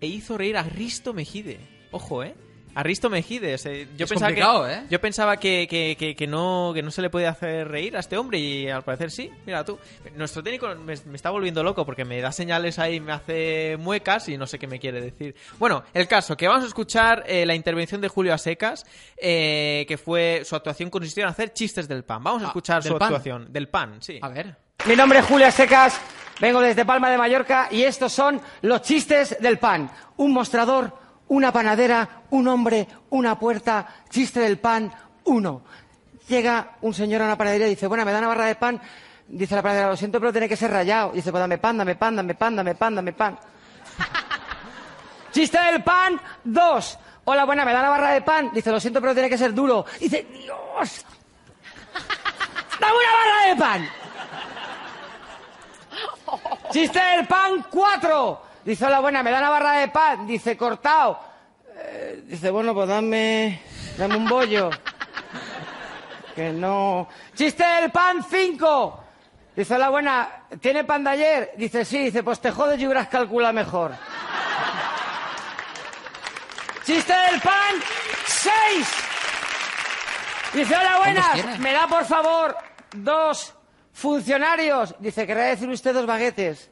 C: e hizo reír a Risto Mejide. Ojo, ¿eh? A Risto Mejide. o sea, yo,
D: Es
C: pensaba que,
D: complicado, ¿eh?
C: yo pensaba que, que- que- que no, que no se le podía hacer reír a este hombre y al parecer sí. Mira tú. Nuestro técnico me, me está volviendo loco porque me da señales ahí, me hace muecas y no sé qué me quiere decir. Bueno, el caso, que vamos a escuchar eh, la intervención de Julio Asecas, eh, que fue su actuación consistió en hacer chistes del pan.
D: Ah,
C: Vamos a escuchar
L: ¿del
C: su
L: pan?
C: actuación. Del pan, sí. A
D: ver.
L: Mi nombre es Julia Secas, vengo desde Palma de Mallorca y estos son los chistes del pan. Un mostrador, una panadera, un hombre, una puerta, chiste del pan, uno. Llega un señor a una panadería y dice, bueno, me da una barra de pan. Dice la panadera, lo siento, pero tiene que ser rayado. Y dice, pues dame pan, dame pan, dame pan, dame pan, dame pan. Chiste del pan, dos. Hola, buena, me da la barra de pan. Dice, lo siento, pero tiene que ser duro. Dice, Dios. Dame una barra de pan. Chiste del pan, cuatro. Dice, hola, buena, me da la barra de pan. Dice, cortado. Eh, dice, bueno, pues dame, dame un bollo. Que no. Chiste del pan, cinco. Dice, hola, buena, ¿tiene pan de ayer? Dice, sí. Dice, pues te jodes y hubieras calculado mejor. Chiste del pan, 6. Dice, hola,
D: tiene?
L: buenas. Me da, por favor, dos funcionarios. Dice, querrá decir usted dos baguetes.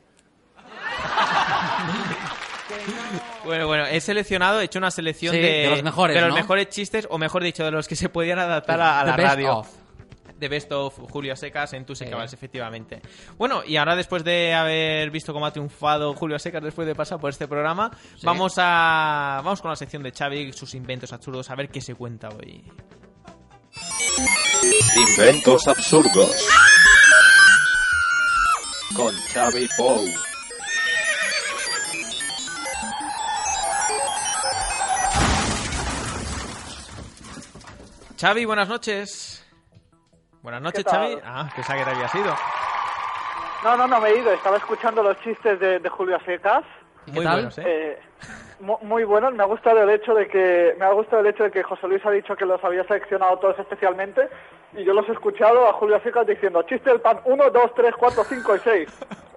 C: Bueno, bueno, he seleccionado, he hecho una selección
D: Sí,
C: de,
D: de los mejores,
C: de los
D: ¿no?
C: mejores chistes, o mejor dicho, de los que se podían adaptar a, a
D: The
C: la
D: best
C: radio.
D: of.
C: De Best of Julio Secas en tus Cabals, efectivamente. Bueno, y ahora después de haber visto cómo ha triunfado Julio Secas después de pasar por este programa,
D: Sí.
C: vamos a vamos con la sección de Xavi y sus inventos absurdos, a ver qué se cuenta hoy.
O: Inventos absurdos. Con Xavi Pou.
C: Xavi, buenas noches. Buenas noches,
P: ¿Qué tal?
C: Xavi. Ah, pensaba que te había sido.
P: No, no, no me he ido. Estaba escuchando los chistes de, de Julio Secas.
C: Muy tal? buenos, ¿eh?
P: mu- muy buenos. Me ha gustado el hecho de que me ha gustado el hecho de que José Luis ha dicho que los había seleccionado todos especialmente y yo los he escuchado a Julio Secas diciendo chiste del pan 1, 2, 3, 4, 5 y 6.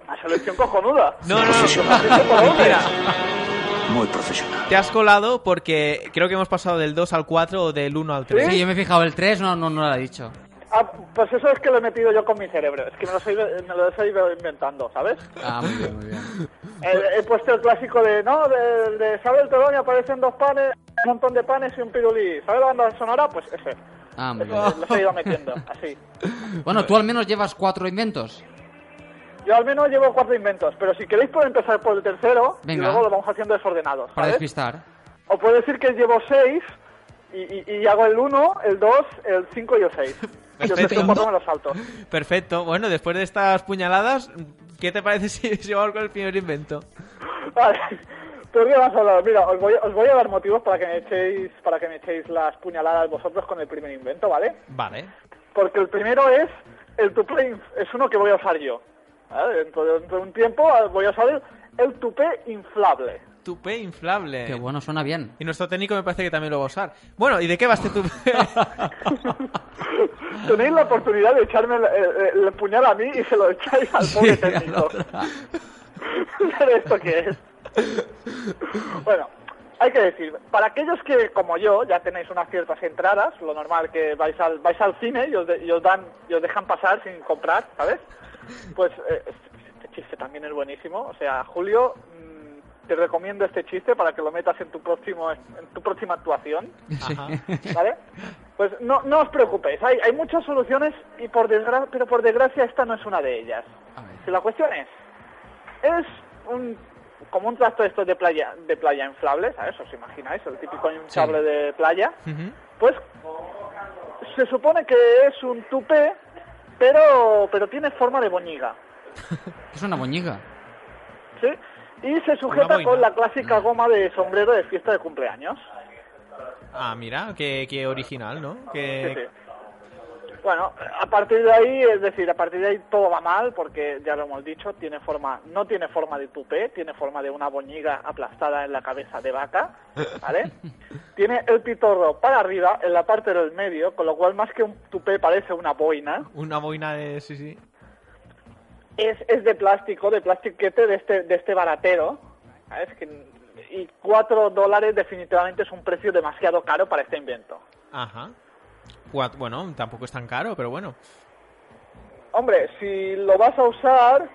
P: Una selección cojonuda.
C: No, no,
P: no. Eh,
C: Muy profesional. Te has colado porque creo que hemos pasado del 2 al 4 o del 1 al 3.
D: Sí, yo me he fijado, el 3 no, no, no lo ha dicho.
P: Ah, pues eso es que lo he metido yo con mi cerebro. Es que me lo estoy, me lo estoy inventando, ¿sabes?
D: Ah, muy bien, muy bien.
P: He, he puesto el clásico de, no, de, de Sabe el Tolón y aparecen dos panes, un montón de panes y un pirulí. ¿Sabe la banda sonora? Pues ese.
D: Ah, muy
P: Ese
D: bien.
P: lo he ido metiendo, así.
D: Bueno, tú al menos llevas cuatro inventos.
P: Yo al menos llevo cuatro inventos, pero si queréis puedo empezar por el tercero
D: Venga.
P: y luego lo vamos haciendo desordenados,
D: Para
P: ¿sabes?
D: despistar.
P: O puedo decir que llevo seis y, y- y hago el uno, el dos, el cinco y el seis. Yo
C: Perfecto.
P: sé que me los salto.
C: Perfecto. Bueno, después de estas puñaladas, ¿qué te parece si, si vamos con el primer invento?
P: Vale. Pero ¿qué vamos a hablar? Mira, os voy, os voy a dar motivos para que me echéis, para que me echéis las puñaladas vosotros con el primer invento, ¿vale?
C: Vale.
P: Porque el primero es el tupé, inf- es uno que voy a usar yo. ¿vale? Dentro, de, dentro de un tiempo ah, voy a usar el, el tupé inflable.
C: Tupé inflable.
D: Qué bueno, suena bien.
C: Y nuestro técnico me parece que también lo va a usar. Bueno, ¿y de qué va este tupé?
P: Tenéis la oportunidad de echarme el, el- el puñal a mí y se lo echáis al pobre técnico. ¿Pero esto qué es? bueno, hay que decir, para aquellos que, como yo, ya tenéis unas ciertas entradas, lo normal que vais al, vais al cine y os, de- y os dan, y os dejan pasar sin comprar, ¿sabes? Pues eh, este chiste también es buenísimo. O sea, Julio, mm, te recomiendo este chiste para que lo metas en tu, próximo, en tu próxima actuación. ¿Vale? Pues no, no os preocupéis, hay, hay muchas soluciones, y por desgra- pero por desgracia esta no es una de ellas. Si la cuestión es, es un, como un trasto de estos de playa, de playa inflable, ¿sabes? ¿Os imagináis? El típico inflable de playa. Pues se supone que es un tupé, pero, pero tiene forma de boñiga,
D: Es una moñiga.
P: ¿sí? Y se sujeta
C: boina.
P: con la clásica goma de sombrero de fiesta de cumpleaños.
C: Ah, mira, qué, qué original, ¿no? Qué-
P: Sí, Bueno, a partir de ahí, es decir, a partir de ahí todo va mal, porque ya lo hemos dicho, tiene forma, no tiene forma de tupé, tiene forma de una boñiga aplastada en la cabeza de vaca, ¿vale? tiene el pitorro para arriba, en la parte del medio, con lo cual más que un tupé parece una boina.
C: Una boina de... Sí, sí.
P: Es, es de plástico, de plastiquete de este, de este baratero, ¿sabes? Que y 4 dólares definitivamente es un precio demasiado caro para este invento.
C: Ajá. Cuat- Bueno, tampoco es tan caro, pero bueno.
P: Hombre, si lo vas a usar,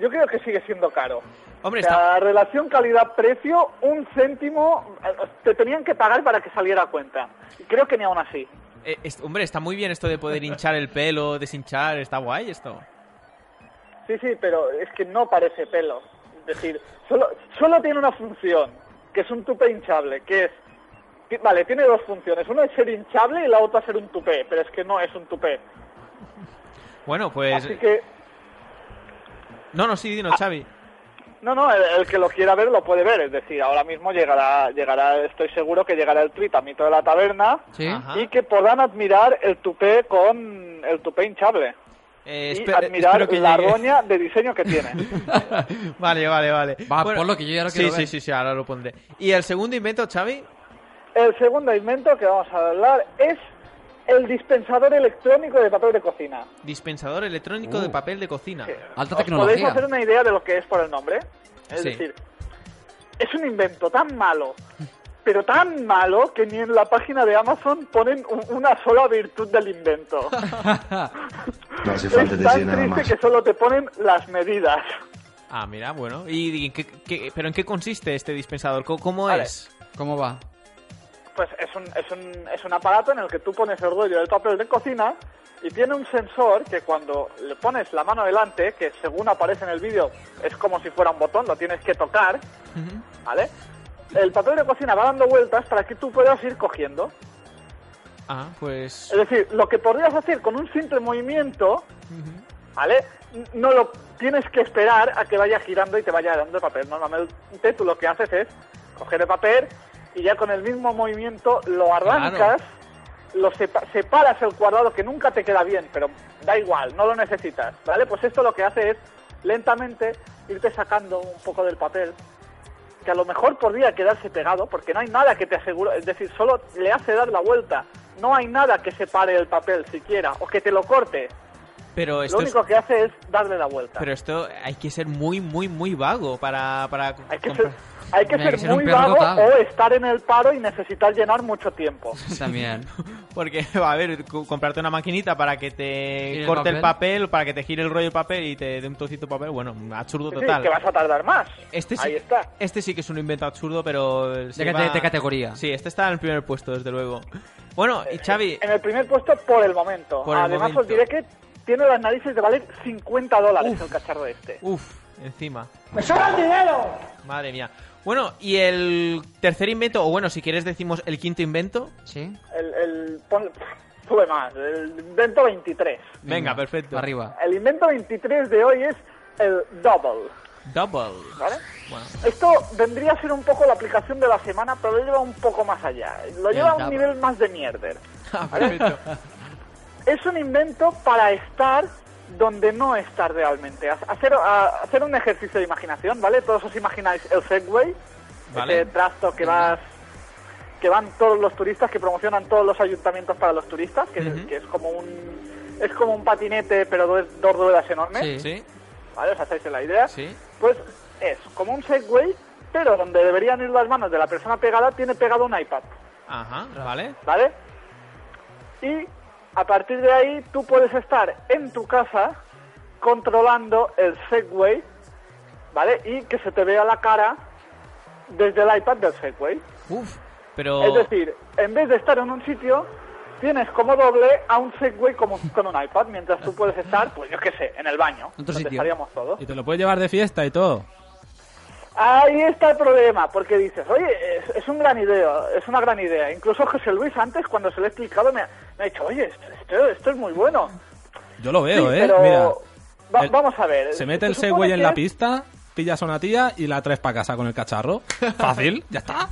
P: yo creo que sigue siendo caro.
C: Hombre,
P: La relación calidad-precio, un céntimo, eh, te tenían que pagar para que saliera a cuenta. Y creo que ni aún así.
C: Eh, es- hombre, está muy bien esto de poder hinchar el pelo, deshinchar, está guay esto.
P: Sí, sí, pero es que no parece pelo. Es decir, solo, solo tiene una función, que es un tupé hinchable, que es... ti- Vale, tiene dos funciones. Una es ser hinchable y la otra ser un tupé, pero es que no es un tupé.
C: Bueno, pues...
P: Así que,
C: No, no, sí, dino, Xavi.
D: Ah,
P: no, no, el, el que lo quiera ver lo puede ver. Es decir, ahora mismo llegará, llegará estoy seguro que llegará el tweet a mito de la taberna
C: Sí. Ajá.
P: y que podrán admirar el tupé con el tupé hinchable.
C: Eh,
P: y
C: espe-
P: admirar
C: espero que
P: la
C: llegue.
P: roña de diseño que tiene.
C: Vale, vale, vale.
D: Va,
C: Bueno,
D: ponlo que yo ya lo
C: sí,
D: quiero
C: sí,
D: ver.
C: sí, sí, ahora lo pondré. ¿Y el segundo invento, Xavi?
P: El segundo invento que vamos a hablar es el dispensador electrónico de papel de cocina.
C: Dispensador electrónico de papel de cocina.
D: Uh. Alta
P: ¿Os podéis hacer una idea de lo que es por el nombre? Es
C: Sí.
P: decir, es un invento tan malo, pero tan malo que ni en la página de Amazon ponen u- una sola virtud del invento.
H: No hace falta
P: es
H: decir
P: tan
H: nada
P: triste
H: más.
P: que solo te ponen las medidas.
C: Ah, mira, bueno. ¿Y, y qué- qué- pero en qué consiste este dispensador? ¿Cómo, cómo
P: Vale.
C: es?
D: ¿Cómo va?
P: Pues es un, es, un, es un aparato en el que tú pones el rollo del papel de cocina y tiene un sensor que cuando le pones la mano delante, que según aparece en el vídeo es como si fuera un botón, lo tienes que tocar, ¿vale? El papel de cocina va dando vueltas para que tú puedas ir cogiendo.
C: Ah, pues...
P: Es decir, lo que podrías hacer con un simple movimiento, ¿vale? N- No lo tienes que esperar a que vaya girando y te vaya dando el papel. Normalmente tú lo que haces es coger el papel y ya con el mismo movimiento lo arrancas, lo sepa- separas el cuadrado que nunca te queda bien, pero da igual, no lo necesitas, ¿vale? Pues esto lo que hace es lentamente irte sacando un poco del papel que a lo mejor podría quedarse pegado, porque no hay nada que te asegure, es decir, solo le hace dar la vuelta. No hay nada que separe el papel siquiera, o que te lo corte.
C: Pero
P: lo
C: esto, es-
P: único que hace es darle la vuelta.
C: pero esto hay que ser muy, muy, muy vago para... para
P: Hay que
C: comprar-
P: ser, hay que
C: Hay que
P: ser
C: ser un
P: muy
C: perro
P: vago
C: total.
P: o estar en el paro y necesitar llenar mucho tiempo.
D: También.
C: Porque, a ver, co- comprarte una maquinita para que te
D: el
C: corte el
D: papel.
C: papel, para que te gire el rollo de papel y te dé un trocito de papel, bueno, un absurdo
P: Sí,
C: total.
P: que vas a tardar más.
C: Este sí,
P: Ahí
C: que-
P: está.
C: este sí que es un invento absurdo, pero... el- se
D: De cate- de categoría.
C: Sí, este está en el primer puesto, desde luego. Bueno, y Xavi...
P: Eh, En el primer puesto por el momento.
C: Por el
P: Además
C: momento.
P: os diré que tiene las narices de valer 50 dólares el cacharro este.
C: Uf, encima.
P: ¡Me sobra el dinero!
C: Madre mía. Bueno, y el tercer invento, o bueno, si quieres decimos el quinto invento.
D: Sí.
P: El, el, pon- sube más, el invento 23.
C: Venga, perfecto.
D: Arriba.
P: El invento 23 de hoy es el Double,
C: Double.
P: ¿vale?
C: Bueno.
P: Esto vendría a ser un poco la aplicación de la semana, pero lo lleva un poco más allá. Lo
C: El
P: lleva a un
C: double.
P: nivel más de mierder.
C: Ah, perfecto.
P: Es un invento para estar donde no estar realmente. Ha- Hacer, a- hacer un ejercicio de imaginación, ¿vale? Todos os imagináis el Segway,
C: Vale.
P: ese trasto que vas que van todos los turistas, que promocionan todos los ayuntamientos para los turistas, que,
C: Ujú.
P: que es como un es como un patinete pero dos, dos ruedas enormes.
C: Sí,
P: ¿Vale? ¿Os hacéis la idea?
C: sí.
P: Pues es como un Segway, pero donde deberían ir las manos de la persona pegada, tiene pegado un iPad,
C: Ajá, vale.
P: ¿vale? Y a partir de ahí tú puedes estar en tu casa controlando el Segway, ¿vale? Y que se te vea la cara desde el iPad del Segway.
C: Uf, pero...
P: Es decir, en vez de estar en un sitio, tienes como doble a un Segway como con un iPad, mientras tú puedes estar, pues yo qué sé, en el baño, donde
K: sitio.
P: estaríamos todos.
K: Y te lo puedes llevar de fiesta y todo.
P: Ahí está el problema, porque dices, oye, es, es un gran idea, es una gran idea. Incluso José Luis antes, cuando se lo he explicado, me ha, me ha dicho, oye, esto, esto es muy bueno.
K: Yo lo veo,
P: Sí,
K: ¿eh?
P: pero
K: Mira,
P: va-
K: el-
P: vamos a ver.
K: se mete el
P: supone
K: Segway en
P: que
K: la
P: es-
K: pista, pillas a una tía y la traes para casa con el cacharro. Fácil, ya está.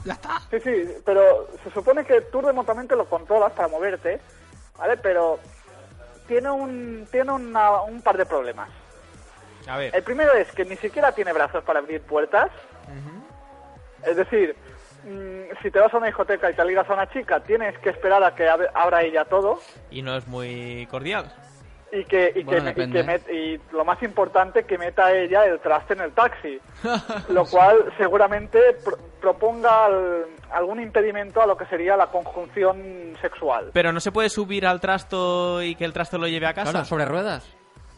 P: Sí, sí, pero se supone que tú remotamente lo controlas para moverte, ¿vale? Pero tiene un, tiene una- un par de problemas.
C: A ver.
P: El primero es que ni siquiera tiene brazos para abrir puertas. Es decir, mm, si te vas a una discoteca y te ligas a una chica, tienes que esperar a que ab- abra ella todo.
C: Y no es muy cordial.
P: y que, y
D: Bueno,
P: que, me- y
D: depende.
P: que met- y lo más importante que meta ella el traste en el taxi lo cual seguramente pro- proponga al- algún impedimento a lo que sería la conjunción sexual
C: Pero no se puede subir al trasto y que el trasto lo lleve a casa.
D: Claro, sobre ruedas.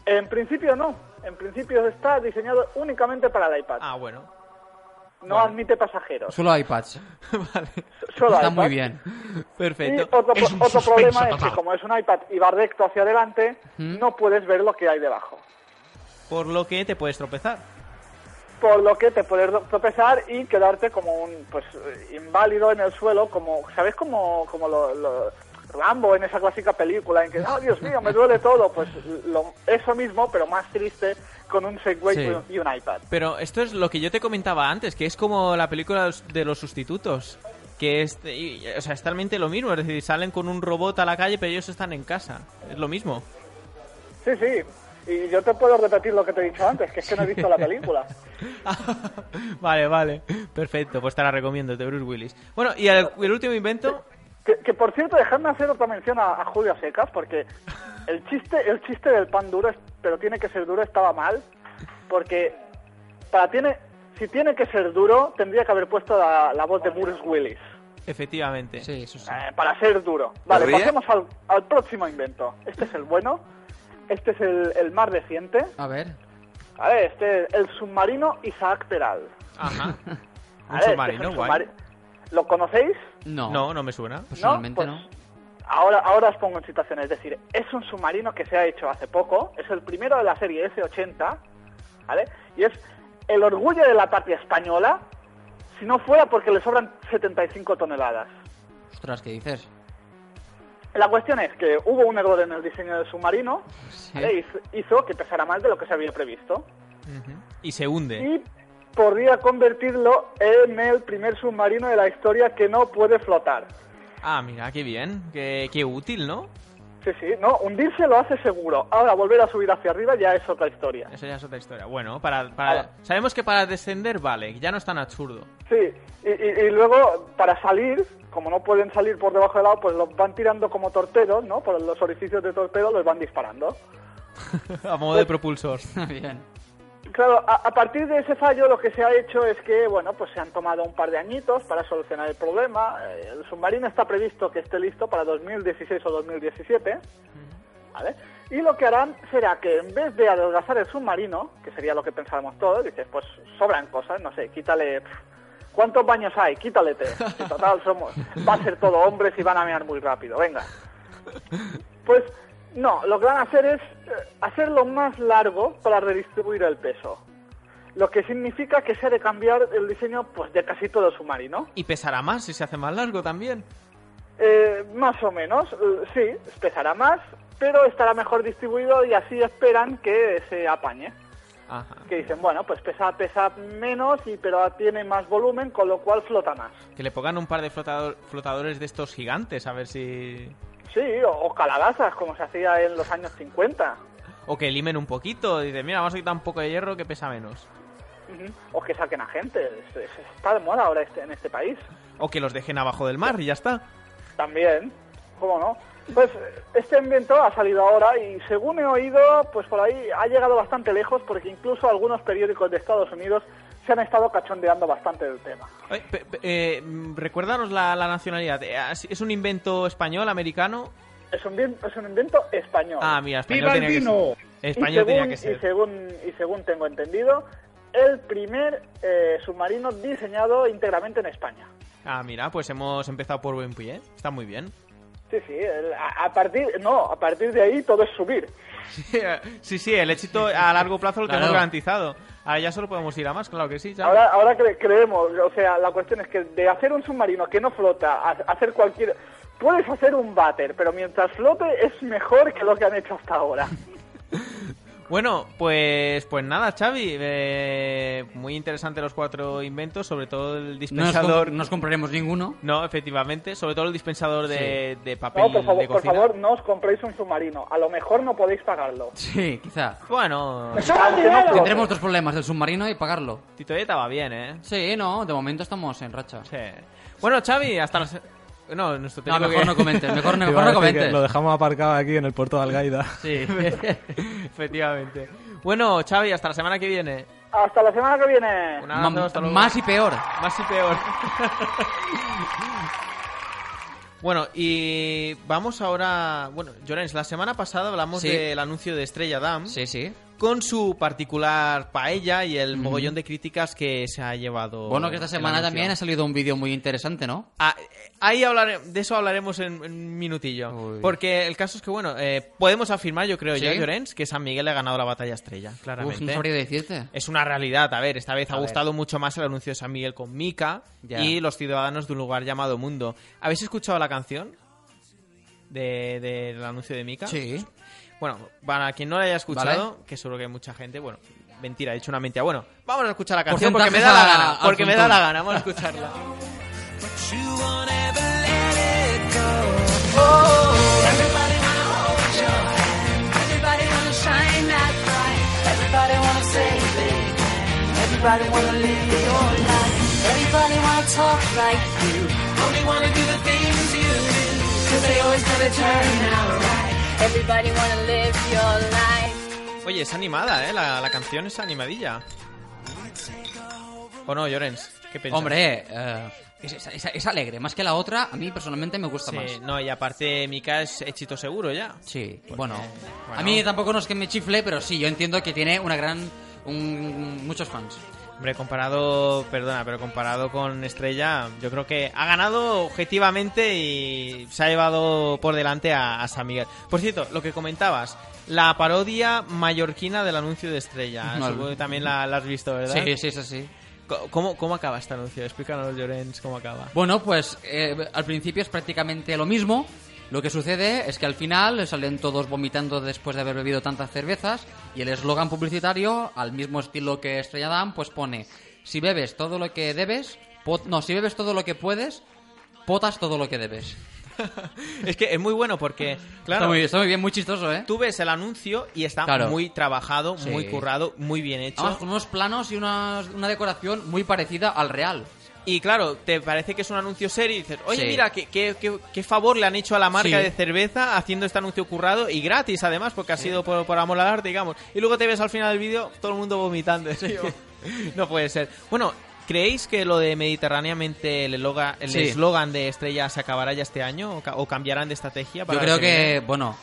P: en principio no en principio está diseñado únicamente para el iPad
C: ah bueno
P: no admite pasajeros
D: Solo iPads.
P: Solo
D: Está
P: iPad.
D: muy bien.
P: Y otro, pro- otro problema es que como es un iPad y va recto hacia adelante,
C: Ujú.
P: no puedes ver lo que hay debajo.
C: Por lo que te puedes tropezar.
P: Por lo que te puedes do- tropezar y quedarte como un pues eh, inválido en el suelo, como, ¿sabes? Como, como lo, lo- Rambo en esa clásica película en que, oh Dios mío, me duele todo. Pues lo- eso mismo, pero más triste, con un Segway
C: Sí.
P: y un iPad.
C: Pero esto es lo que yo te comentaba antes, que es como la película de los sustitutos. Que es, y- o sea, es totalmente lo mismo. Es decir, salen con un robot a la calle, pero ellos están en casa. Es lo mismo.
P: Sí, sí. Y yo te puedo repetir lo que te he dicho antes, que es que no he visto la película.
C: Vale, vale. Perfecto, pues te la recomiendo, de Bruce Willis. Bueno, y el, el último invento.
P: Que, que, por cierto, dejadme hacer otra mención a, a Julio Secas, porque el chiste, el chiste del pan duro, es- pero tiene que ser duro, estaba mal, porque para tiene, si tiene que ser duro, tendría que haber puesto la, la voz de Bruce Willis,
C: Efectivamente.
D: Sí, eso sí.
P: eh, para ser duro. Vale,
C: ¿Ríe?
P: pasemos al, al próximo invento. Este es el bueno, este es el, el más reciente.
D: A ver.
P: A ver, este el submarino Isaac Peral.
C: Ajá.
P: A
C: Un
P: ver,
C: submarino,
P: este es un
C: guay.
P: submari- ¿Lo conocéis?
D: No.
C: No, no me suena.
D: Personalmente
P: No, Pues
D: no.
P: Ahora, ahora os pongo en situación, es decir, es un submarino que se ha hecho hace poco, es el primero de la serie S80, ¿vale? Y es el orgullo de la patria española, si no fuera porque le sobran 75 toneladas.
D: Ostras, ¿qué dices?
P: La cuestión es que hubo un error en el diseño del submarino, ¿vale? Hizo- hizo que pesara más de lo que se había previsto.
C: Y se hunde.
P: Y podría convertirlo en el primer submarino de la historia que no puede flotar.
C: Ah, mira, qué bien. Qué, qué útil, ¿no?
P: Sí, sí, no, hundirse lo hace seguro. Ahora, volver a subir hacia arriba ya es otra historia.
C: Eso ya es otra historia. Bueno, para, para... sabemos que para descender vale, ya no es tan absurdo.
P: Sí, y, y- y luego para salir, como no pueden salir por debajo del agua, pues los van tirando como torpedos, ¿no? Por los orificios de torpedo los van disparando.
C: A modo de propulsor.
D: bien.
P: Claro, a, a partir de ese fallo lo que se ha hecho es que, bueno, pues se han tomado un par de añitos para solucionar el problema. Eh, El submarino está previsto que esté listo para 2016 o 2017, ¿vale? Y lo que harán será que en vez de adelgazar el submarino, que sería lo que pensábamos todos, dices, pues sobran cosas, no sé, quítale... pf, ¿Cuántos baños hay? Quítale tres. Si total somos... Va a ser todo hombres y van a mear muy rápido, venga. Pues no, lo que van a hacer es eh, hacerlo más largo para redistribuir el peso. Lo que significa que se ha de cambiar el diseño pues de casi todo el submarino.
C: Y pesará más si se hace más largo también.
P: Eh, más o menos, eh, sí, pesará más, pero estará mejor distribuido y así esperan que se apañe.
C: Ajá.
P: Que dicen, bueno, pues pesa, pesa menos, y, pero tiene más volumen, con lo cual flota más.
C: Que le pongan un par de flotador- flotadores de estos gigantes, a ver si...
P: Sí, o, o calabazas, como se hacía en los años 50.
C: O que limen un poquito. Dice, mira, vamos a quitar un poco de hierro que pesa menos.
P: Ujú. O que saquen a gente. Es- es- Está de moda ahora este, en este país.
C: O que los dejen abajo del mar y ya está.
P: También, ¿cómo no? Pues este invento ha salido ahora y según he oído, pues por ahí ha llegado bastante lejos porque incluso algunos periódicos de Estados Unidos se han estado cachondeando bastante del tema.
C: Oye, pe- pe- eh, mm, recuérdanos la, la nacionalidad. Eh, as- ¿Es un invento español, americano?
P: Es un, bien- es un invento español.
C: Ah, mira, español tenía que ser. Español
P: y según,
C: tenía que
P: Y
C: ser.
P: según, y según tengo entendido, el primer eh, submarino diseñado íntegramente en España.
C: Ah, mira, pues hemos empezado por buen pie. ¿eh? Está muy bien.
P: Sí, sí, el- a, a partir, no, a partir de ahí todo es subir.
C: sí, sí, el éxito a largo plazo lo
P: Claro.
C: tenemos garantizado. Ahora ya solo podemos ir a más, claro que sí. ya.
P: Ahora, ahora cre- creemos, o sea, la cuestión es que de hacer un submarino que no flota, a- hacer cualquier... Puedes hacer un váter, pero mientras flote es mejor que lo que han hecho hasta ahora.
C: Bueno, pues, pues nada, Xavi. eh, muy interesante los cuatro inventos, sobre todo el
D: No nos,
C: dispensador.
D: comp- no nos compraremos ninguno.
C: No, efectivamente, sobre todo el dispensador de, de papel
P: No, por favor,
C: de
P: por
C: cocina.
P: favor, no os compréis un submarino. A lo mejor no podéis pagarlo.
D: Sí, quizá.
C: Bueno,
D: Tendremos dos problemas, el submarino y pagarlo.
C: Titoeta va bien, ¿eh?
D: Sí, no, de momento estamos en racha.
C: Sí. Bueno, Xavi, hasta la... se- No, nuestro
D: No,
C: técnico
D: mejor
C: que-
D: no comentes, mejor no,
K: Te
D: mejor
K: iba a
D: no
K: decir que
D: comentes.
K: Lo dejamos aparcado aquí en el puerto de Algaida.
C: Sí, efectivamente. Bueno, Xavi, hasta la semana que viene.
P: Hasta la semana que viene.
C: Un abrazo, hasta luego.
D: más y peor.
C: Más y peor. Bueno, y vamos ahora. Bueno, Llorens, la semana pasada hablamos
D: Sí.
C: del anuncio de Estrella Damm.
D: Sí, sí.
C: Con su particular paella y el
D: Ujú.
C: mogollón de críticas que se ha llevado. Ah,
D: Bueno, que esta semana también ha salido un vídeo muy interesante, ¿no?
C: eh, Ahí hablare- de eso hablaremos en, en un minutillo. Porque el caso es que, bueno, eh, podemos afirmar, yo creo,
D: Sí.
C: ya, Llorens, que San Miguel ha ganado la batalla estrella, claramente.
D: Uf, no sabría decirte.
C: Es una realidad, a ver, esta vez ha
D: A ver.
C: gustado mucho más el anuncio de San Miguel con Mika
D: Ya.
C: y los ciudadanos de un lugar llamado Mundo. ¿Habéis escuchado la canción de- del anuncio de Mika?
D: Sí.
C: Bueno, para quien no la haya escuchado, que seguro que hay mucha gente, bueno, mentira, he hecho una mentira. Bueno, vamos a escuchar la canción porque me da la
D: Porcentajes a-
C: gana,
D: al
C: porque me da
D: frontón.
C: la gana, vamos a escucharla.
E: Everybody wanna shine that bright. Everybody wanna say big. Everybody wanna live your life. Everybody wanna talk like you. Only wanna do the things you do. Cause they always gonna turn out right. Everybody wanna live your life.
C: Oye, es animada, ¿eh? La, la canción es animadilla. ¿O no, Llorens? ¿Qué piensas?
D: Hombre, eh, es, es- es- es alegre. Más que la otra, a mí personalmente me gusta
C: Sí,
D: más.
C: no, y aparte Mika es éxito seguro ya.
D: Sí,
C: Porque-
D: bueno.
C: bueno.
D: A mí tampoco no es que me chifle, pero sí, yo entiendo que tiene una gran... un- muchos fans.
C: Hombre, comparado, perdona, pero comparado con Estrella, yo creo que ha ganado objetivamente y se ha llevado por delante a, a San Miguel. Por cierto, lo que comentabas, la parodia mallorquina del anuncio de Estrella.
D: Mal.
C: Supongo que también la, la has visto, ¿verdad?
D: Sí, sí, sí, sí.
C: Co- ¿Cómo, ¿Cómo acaba este anuncio? Explícanos, Llorens, cómo acaba.
D: Bueno, pues eh, al principio es prácticamente lo mismo. Lo que sucede es que al final salen todos vomitando después de haber bebido tantas cervezas y el eslogan publicitario, al mismo estilo que Estrella Damm, pues pone si bebes todo lo que debes, pot- no, si bebes todo lo que puedes, potas todo lo que debes.
C: Es que es muy bueno porque, claro,
D: Está, muy, está muy bien, muy chistoso, ¿eh?
C: tú ves el anuncio y está
D: Claro.
C: muy trabajado,
D: Sí.
C: muy currado, muy bien hecho.
D: Además, con unos planos y una, una decoración muy parecida al real.
C: Y claro, te parece que es un anuncio serio y dices, oye,
D: Sí.
C: mira, qué, qué- qué- qué favor le han hecho a la marca
D: Sí.
C: de cerveza haciendo este anuncio currado y gratis además, porque ha sido por, por amor al arte, digamos. Y luego te ves al final del vídeo todo el mundo vomitando. tío. no puede ser. Bueno, ¿creéis que lo de mediterráneamente el esloga- el
D: Sí.
C: eslogan de Estrella se acabará ya este año o, ca- o cambiarán de estrategia? Para
D: yo
C: el
D: creo
C: viene?
D: que, bueno,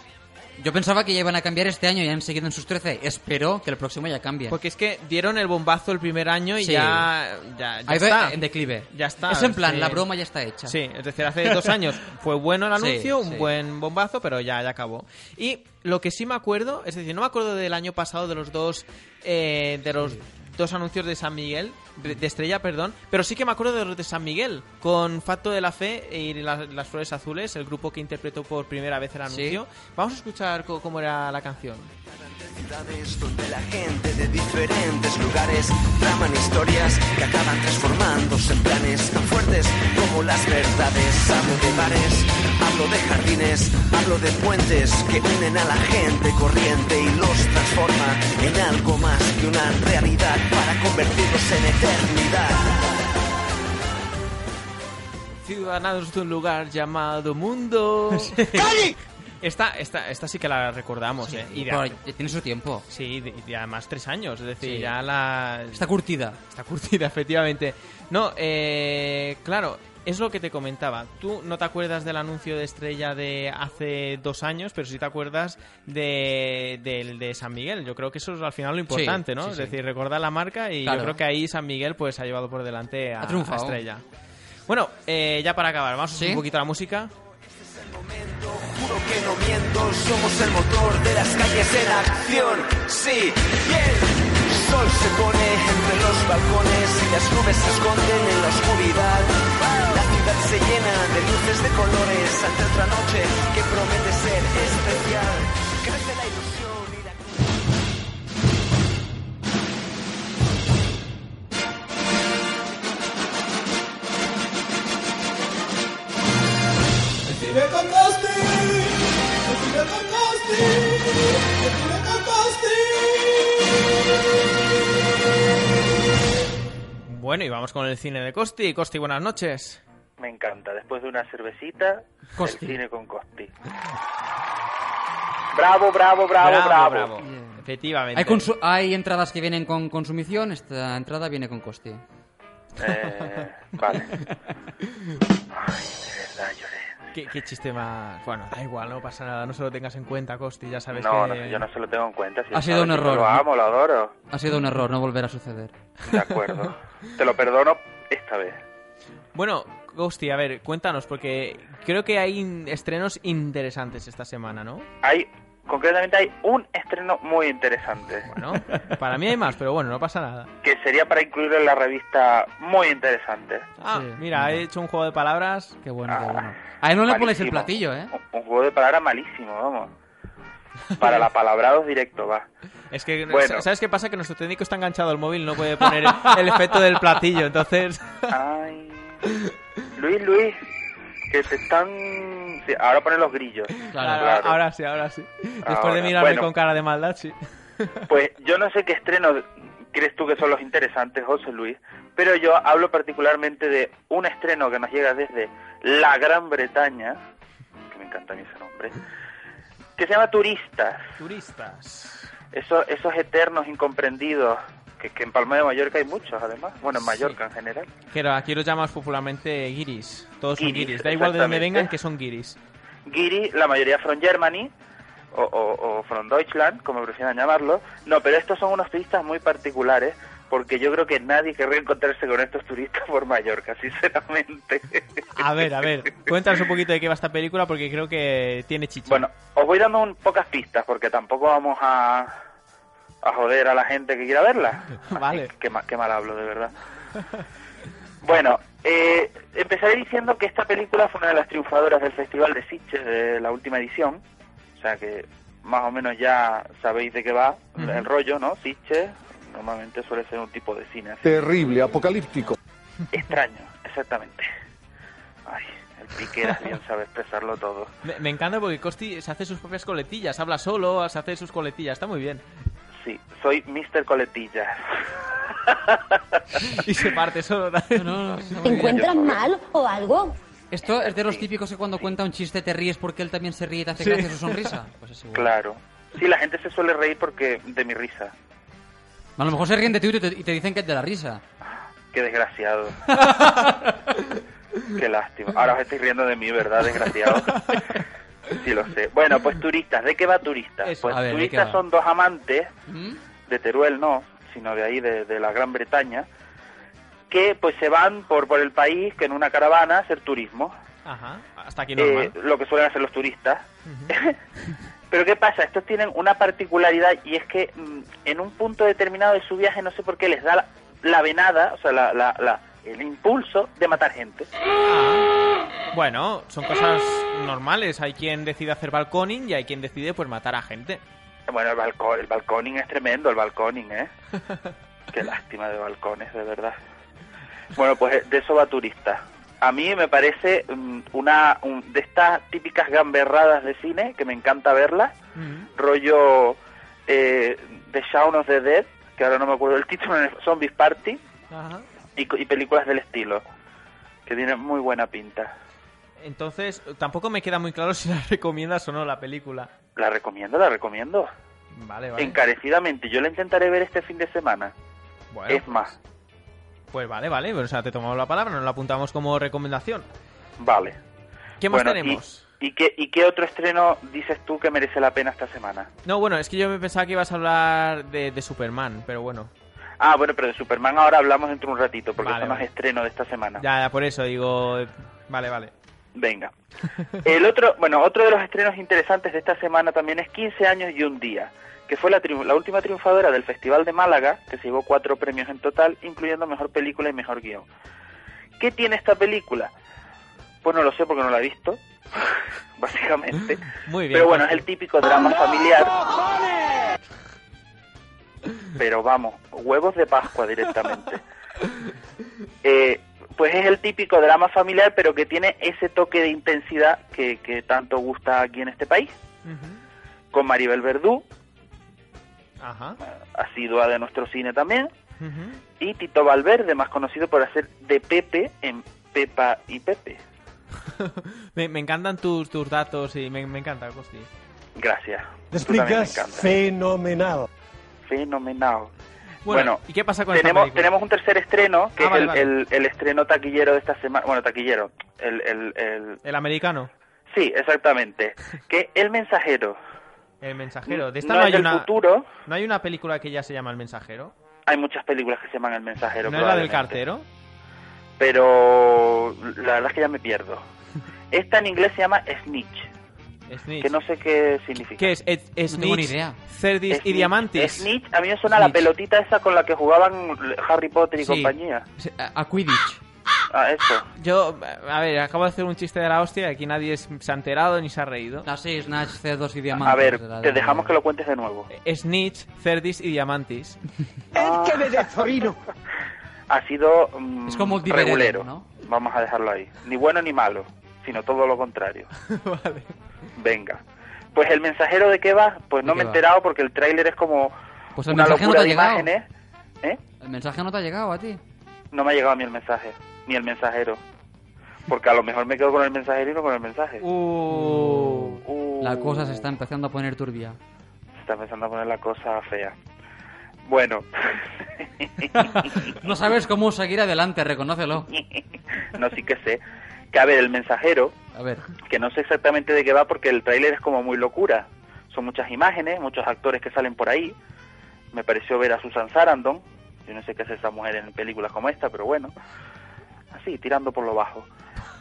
D: yo pensaba que ya iban a cambiar este año y han seguido en sus 13. Espero que el próximo ya cambie.
C: Porque es que dieron el bombazo el primer año y
D: Sí.
C: ya, ya, ya
D: Ahí va
C: está.
D: en declive.
C: Ya está.
D: Es en plan,
C: sí.
D: la broma ya está hecha.
C: Sí, es decir, hace dos años fue bueno el
D: Sí,
C: anuncio, un
D: sí.
C: buen bombazo, pero ya, ya acabó. Y lo que sí me acuerdo, es decir, no me acuerdo del año pasado de los dos, eh, de los dos anuncios de San Miguel, de de Estrella, perdón, pero sí que me acuerdo de los de San Miguel, con Facto de la Fe y la- las Flores Azules, el grupo que interpretó por primera vez
D: Sí.
C: el anuncio. Vamos a escuchar co- cómo era la canción.
J: ciudades donde la gente de diferentes lugares traman historias que acaban transformándose en planes tan fuertes como las verdades. Hablo de bares, hablo de jardines, hablo de puentes que unen a la gente corriente y los transforma en algo más que una realidad para convertirlos en eternidad.
C: Ciudadanos de un lugar llamado Mundo. Esta, esta, esta sí que la recordamos, ¿eh? Y de-
D: Pero ya tiene su tiempo.
C: Sí, y y además tres años, es decir,
D: Sí.
C: ya la...
D: Está curtida.
C: Está curtida, efectivamente. No, eh, claro, es lo que te comentaba. Tú no te acuerdas del anuncio de Estrella de hace dos años, pero sí te acuerdas de, del de San Miguel. Yo creo que eso es al final lo importante, ¿no?
D: sí,
C: es
D: sí.
C: decir, recordar la marca y
D: Claro.
C: yo creo que ahí San Miguel pues ha llevado por delante a,
D: Ha triunfado.
C: a Estrella. Bueno, eh, ya para acabar, vamos a subir un poquito la música.
J: Juro que no miento, somos el motor de las calles en acción. Sí, y el sol se pone entre los balcones y las nubes se esconden en la oscuridad. La ciudad se llena de luces de colores ante otra noche que promete ser especial. Crece la ilusión y la
E: Vive con Costi, vive con Costi, vive con Costi.
C: Bueno, y vamos con el cine de Costi. Costi, buenas noches.
Q: me encanta. Después de una cervecita,
D: Costi.
Q: el cine con Costi. Bravo, bravo, bravo, bravo.
C: Efectivamente.
D: Hay, consu- hay entradas que vienen con consumición, esta entrada viene con coste.
Q: Eh, vale. Ay, de verdad, lloré.
C: ¿Qué, qué chiste más. Bueno, da igual, no pasa nada, no se lo tengas en cuenta, Costi, ya sabes
Q: No,
C: que.
Q: no sé, yo no se lo tengo en cuenta. si
D: Ha
Q: él
D: sido
Q: sabe
D: un
Q: que yo
D: error.
Q: Lo amo, lo adoro.
D: Ha sido un error, no volverá a suceder.
Q: De acuerdo. Te lo perdono esta vez.
C: Bueno, Costi, a ver, cuéntanos, porque creo que hay in- estrenos interesantes esta semana, ¿no?
Q: Hay, concretamente hay un estreno muy interesante.
C: Bueno. Para mí hay más, pero bueno, no pasa nada.
Q: Que sería para incluirlo en la revista muy interesante.
C: Ah, mira, he hecho un juego de palabras.
D: Qué bueno, qué bueno.
C: Ah,
D: A él no le ponéis el platillo, ¿eh?
Q: Un juego de palabras malísimo, vamos. Para la palabrados directo, va.
C: Es que,
Q: Bueno.
C: ¿sabes qué pasa? Que nuestro técnico está enganchado al móvil, no puede poner el, el efecto del platillo, entonces.
Q: Ay. Luis, Luis, que te están... sí, ahora ponen los grillos.
C: Ahora, ahora sí, ahora sí. Después
Q: Ahora,
C: de mirarme
Q: bueno.
C: con cara de maldad, sí.
Q: Pues yo no sé qué estreno crees tú que son los interesantes, José Luis, pero yo hablo particularmente de un estreno que nos llega desde la Gran Bretaña, que me encanta a mí ese nombre, que se llama Turistas.
C: Turistas.
Q: Esos, esos eternos incomprendidos, que, que en Palma de Mallorca hay muchos además, bueno, en
C: Sí.
Q: Mallorca en general.
C: Que era- aquí los llamas popularmente guiris. Todos son
Q: Guiris,
C: guiris. Da igual de dónde
Q: exactamente.
C: vengan, que son guiris.
Q: Giri, la mayoría from Germany o, o- o from Deutschland, como prefieran llamarlo. No, pero estos son unos turistas muy particulares porque yo creo que nadie querría encontrarse con estos turistas por Mallorca, sinceramente.
C: A ver, a ver, cuéntanos un poquito de qué va esta película porque creo que tiene chicha. Bueno,
Q: Os voy dando un, pocas pistas porque tampoco vamos a, a joder a la gente que quiera verla.
C: vale.
Q: Qué, ma- qué mal hablo, de verdad. Bueno, eh, empezaré diciendo que esta película fue una de las triunfadoras del Festival de Sitges de la última edición. O sea que más o menos ya sabéis de qué va el rollo, ¿no? Sitges normalmente suele ser un tipo de cine así.
R: Terrible, apocalíptico.
Q: Extraño, exactamente. Ay, el piqueras bien sabe expresarlo todo.
C: Me, me encanta porque Costi se hace sus propias coletillas, habla solo, se hace sus coletillas, está muy bien.
Q: Sí, soy Mr. Coletilla.
C: Y se parte solo.
D: ¿Te encuentras
G: mal o algo?
D: Esto es de los típicos que cuando cuenta un chiste te ríes porque él también se ríe y te hace
Q: Sí.
D: gracia su sonrisa. Pues es igual.
Q: Claro. Sí, la gente se suele reír porque de mi risa.
D: A lo mejor se ríen de ti y te, y te dicen que es de la risa.
Q: Qué desgraciado. Qué lástima. Ahora os estáis riendo de mí, ¿verdad, desgraciado? Sí, lo sé. Bueno, pues turistas. ¿De qué va turistas?
D: Eso.
Q: Pues
D: Eh, A ver, ¿de qué
Q: turistas
D: va? ¿Mm?
Q: son dos amantes, de Teruel no, sino de ahí, de, de la Gran Bretaña, que pues se van por, por el país que en una caravana a hacer turismo.
C: Ajá, hasta aquí normal.
Q: Eh, lo que suelen hacer los turistas. Pero ¿qué pasa? Estos tienen una particularidad y es que mm, en un punto determinado de su viaje, no sé por qué, les da la, la venada, o sea, la- la- la- el impulso de matar gente.
C: Bueno, son cosas normales. Hay quien decide hacer balconing y hay quien decide pues matar a gente.
Q: Bueno, el, balcón, el balconing es tremendo, el balconing, ¿eh? Qué lástima de balcones, de verdad. Bueno, pues eh, de eso va turista. A mí me parece mm, una un- de estas típicas gamberradas de cine, que me encanta verlas, rollo eh, The Shaun of the Dead, que ahora no me acuerdo el título, Zombies Party,
C: Ajá.
Q: y, co- y películas del estilo, que tienen muy buena pinta.
C: Entonces, tampoco me queda muy claro si la recomiendas o no la película.
Q: La recomiendo, la recomiendo.
C: Vale, vale.
Q: Encarecidamente, yo la intentaré ver este fin de semana.
C: Bueno,
Q: es más,
C: Pues vale, vale. Pero, o sea, te tomamos la palabra, nos la apuntamos como recomendación.
Q: vale.
C: ¿Qué más
Q: Bueno,
C: tenemos?
Q: Y, y qué, ¿Y qué otro estreno dices tú que merece la pena esta semana?
C: No, bueno, es que yo me pensaba que ibas a hablar de, de Superman, pero bueno.
Q: Ah, bueno, pero de Superman ahora hablamos dentro de un ratito, porque
C: Vale,
Q: eso no es
C: vale.
Q: estreno de esta semana.
C: Ya, ya, por eso digo. eh, Vale, vale.
Q: Venga. El otro, bueno, otro de los estrenos interesantes de esta semana también es 15 años y un día, que fue la, triun- la última triunfadora del Festival de Málaga, que se llevó cuatro premios en total, incluyendo Mejor Película y Mejor Guión. ¿Qué tiene esta película? Pues no lo sé porque no la he visto, básicamente.
C: Muy bien.
Q: Pero bueno, es el típico drama familiar. Pero vamos, huevos de Pascua directamente. Eh, pues es el típico drama familiar, pero que tiene ese toque de intensidad que, que tanto gusta aquí en este país. Con Maribel Verdú,
C: Ajá.
Q: asidua de nuestro cine también,
C: Ujú.
Q: y Tito Valverde, más conocido por hacer de Pepe en Pepa y Pepe.
C: Me, me encantan tus, tus datos y me, me encanta, Costi.
Q: Gracias.
R: Te
Q: Tú también me
R: explicas
Q: encantas.
R: fenomenal.
Q: Fenomenal.
C: Bueno,
Q: Bueno,
C: ¿y qué pasa con esta
Q: Tenemos,
C: película?
Q: tenemos un tercer estreno, que
C: Ah,
Q: es
C: vale,
Q: el,
C: vale.
Q: el- el estreno taquillero de esta semana. Bueno, taquillero. El, el, el-
C: El americano,
Q: Sí, exactamente. Que El Mensajero.
C: el mensajero. De esta no,
Q: No es
C: hay
Q: del
C: una,
Q: futuro.
C: ¿No hay una película que ya se llama El mensajero?
Q: Hay muchas películas que se llaman El Mensajero.
C: ¿No es la del
Q: probablemente.
C: cartero?
Q: Pero la verdad es que ya me pierdo. Esta en inglés se llama Snitch.
C: Snitch.
Q: Que no sé qué significa.
C: ¿Qué es? Ed- Snitch,
Q: tengo ni idea.
C: Cerdis y
Q: Snitch.
C: Diamantis.
Q: Snitch, a mí me suena la pelotita esa con la que jugaban Harry Potter y compañía.
D: A Quidditch.
Q: Ah, eso.
C: Yo, a ver, acabo de hacer un chiste de la hostia y aquí nadie es- se ha enterado ni se ha reído.
D: Así, Snatch, Cerdos y
Q: A ver, te dejamos que lo cuentes de nuevo.
C: Eh, Snitch, Cerdis y Diamantis.
Q: Ha sido mm,
C: Es como un Divergent,
Q: regulero.
C: ¿no?
Q: Vamos a dejarlo ahí. Ni bueno ni malo, sino todo lo contrario. Venga. Pues el mensajero de qué va, pues no
D: ¿De
Q: me
D: qué
Q: he
D: va?
Q: enterado porque el tráiler es como
D: Pues el
Q: una
D: mensaje no te
Q: locura
D: ha
Q: de
D: llegado.
Q: imágenes. ¿Eh?
D: El mensaje no te ha llegado a ti.
Q: No me ha llegado a mí el mensaje, ni el mensajero. Porque a lo mejor me quedo con el mensajero y no con el mensaje.
D: Uh.
Q: Uh,
D: La cosa se está empezando a poner turbia.
Q: Se está empezando a poner la cosa fea. Bueno,
D: No sabes cómo seguir adelante, reconócelo.
Q: no sí que sé. Que a ver, el mensajero,
D: A ver.
Q: que no sé exactamente de qué va porque el tráiler es como muy locura. Son muchas imágenes, muchos actores que salen por ahí. Me pareció ver a Susan Sarandon. Yo no sé qué hace esa mujer en películas como esta, pero bueno. Así, tirando por lo bajo.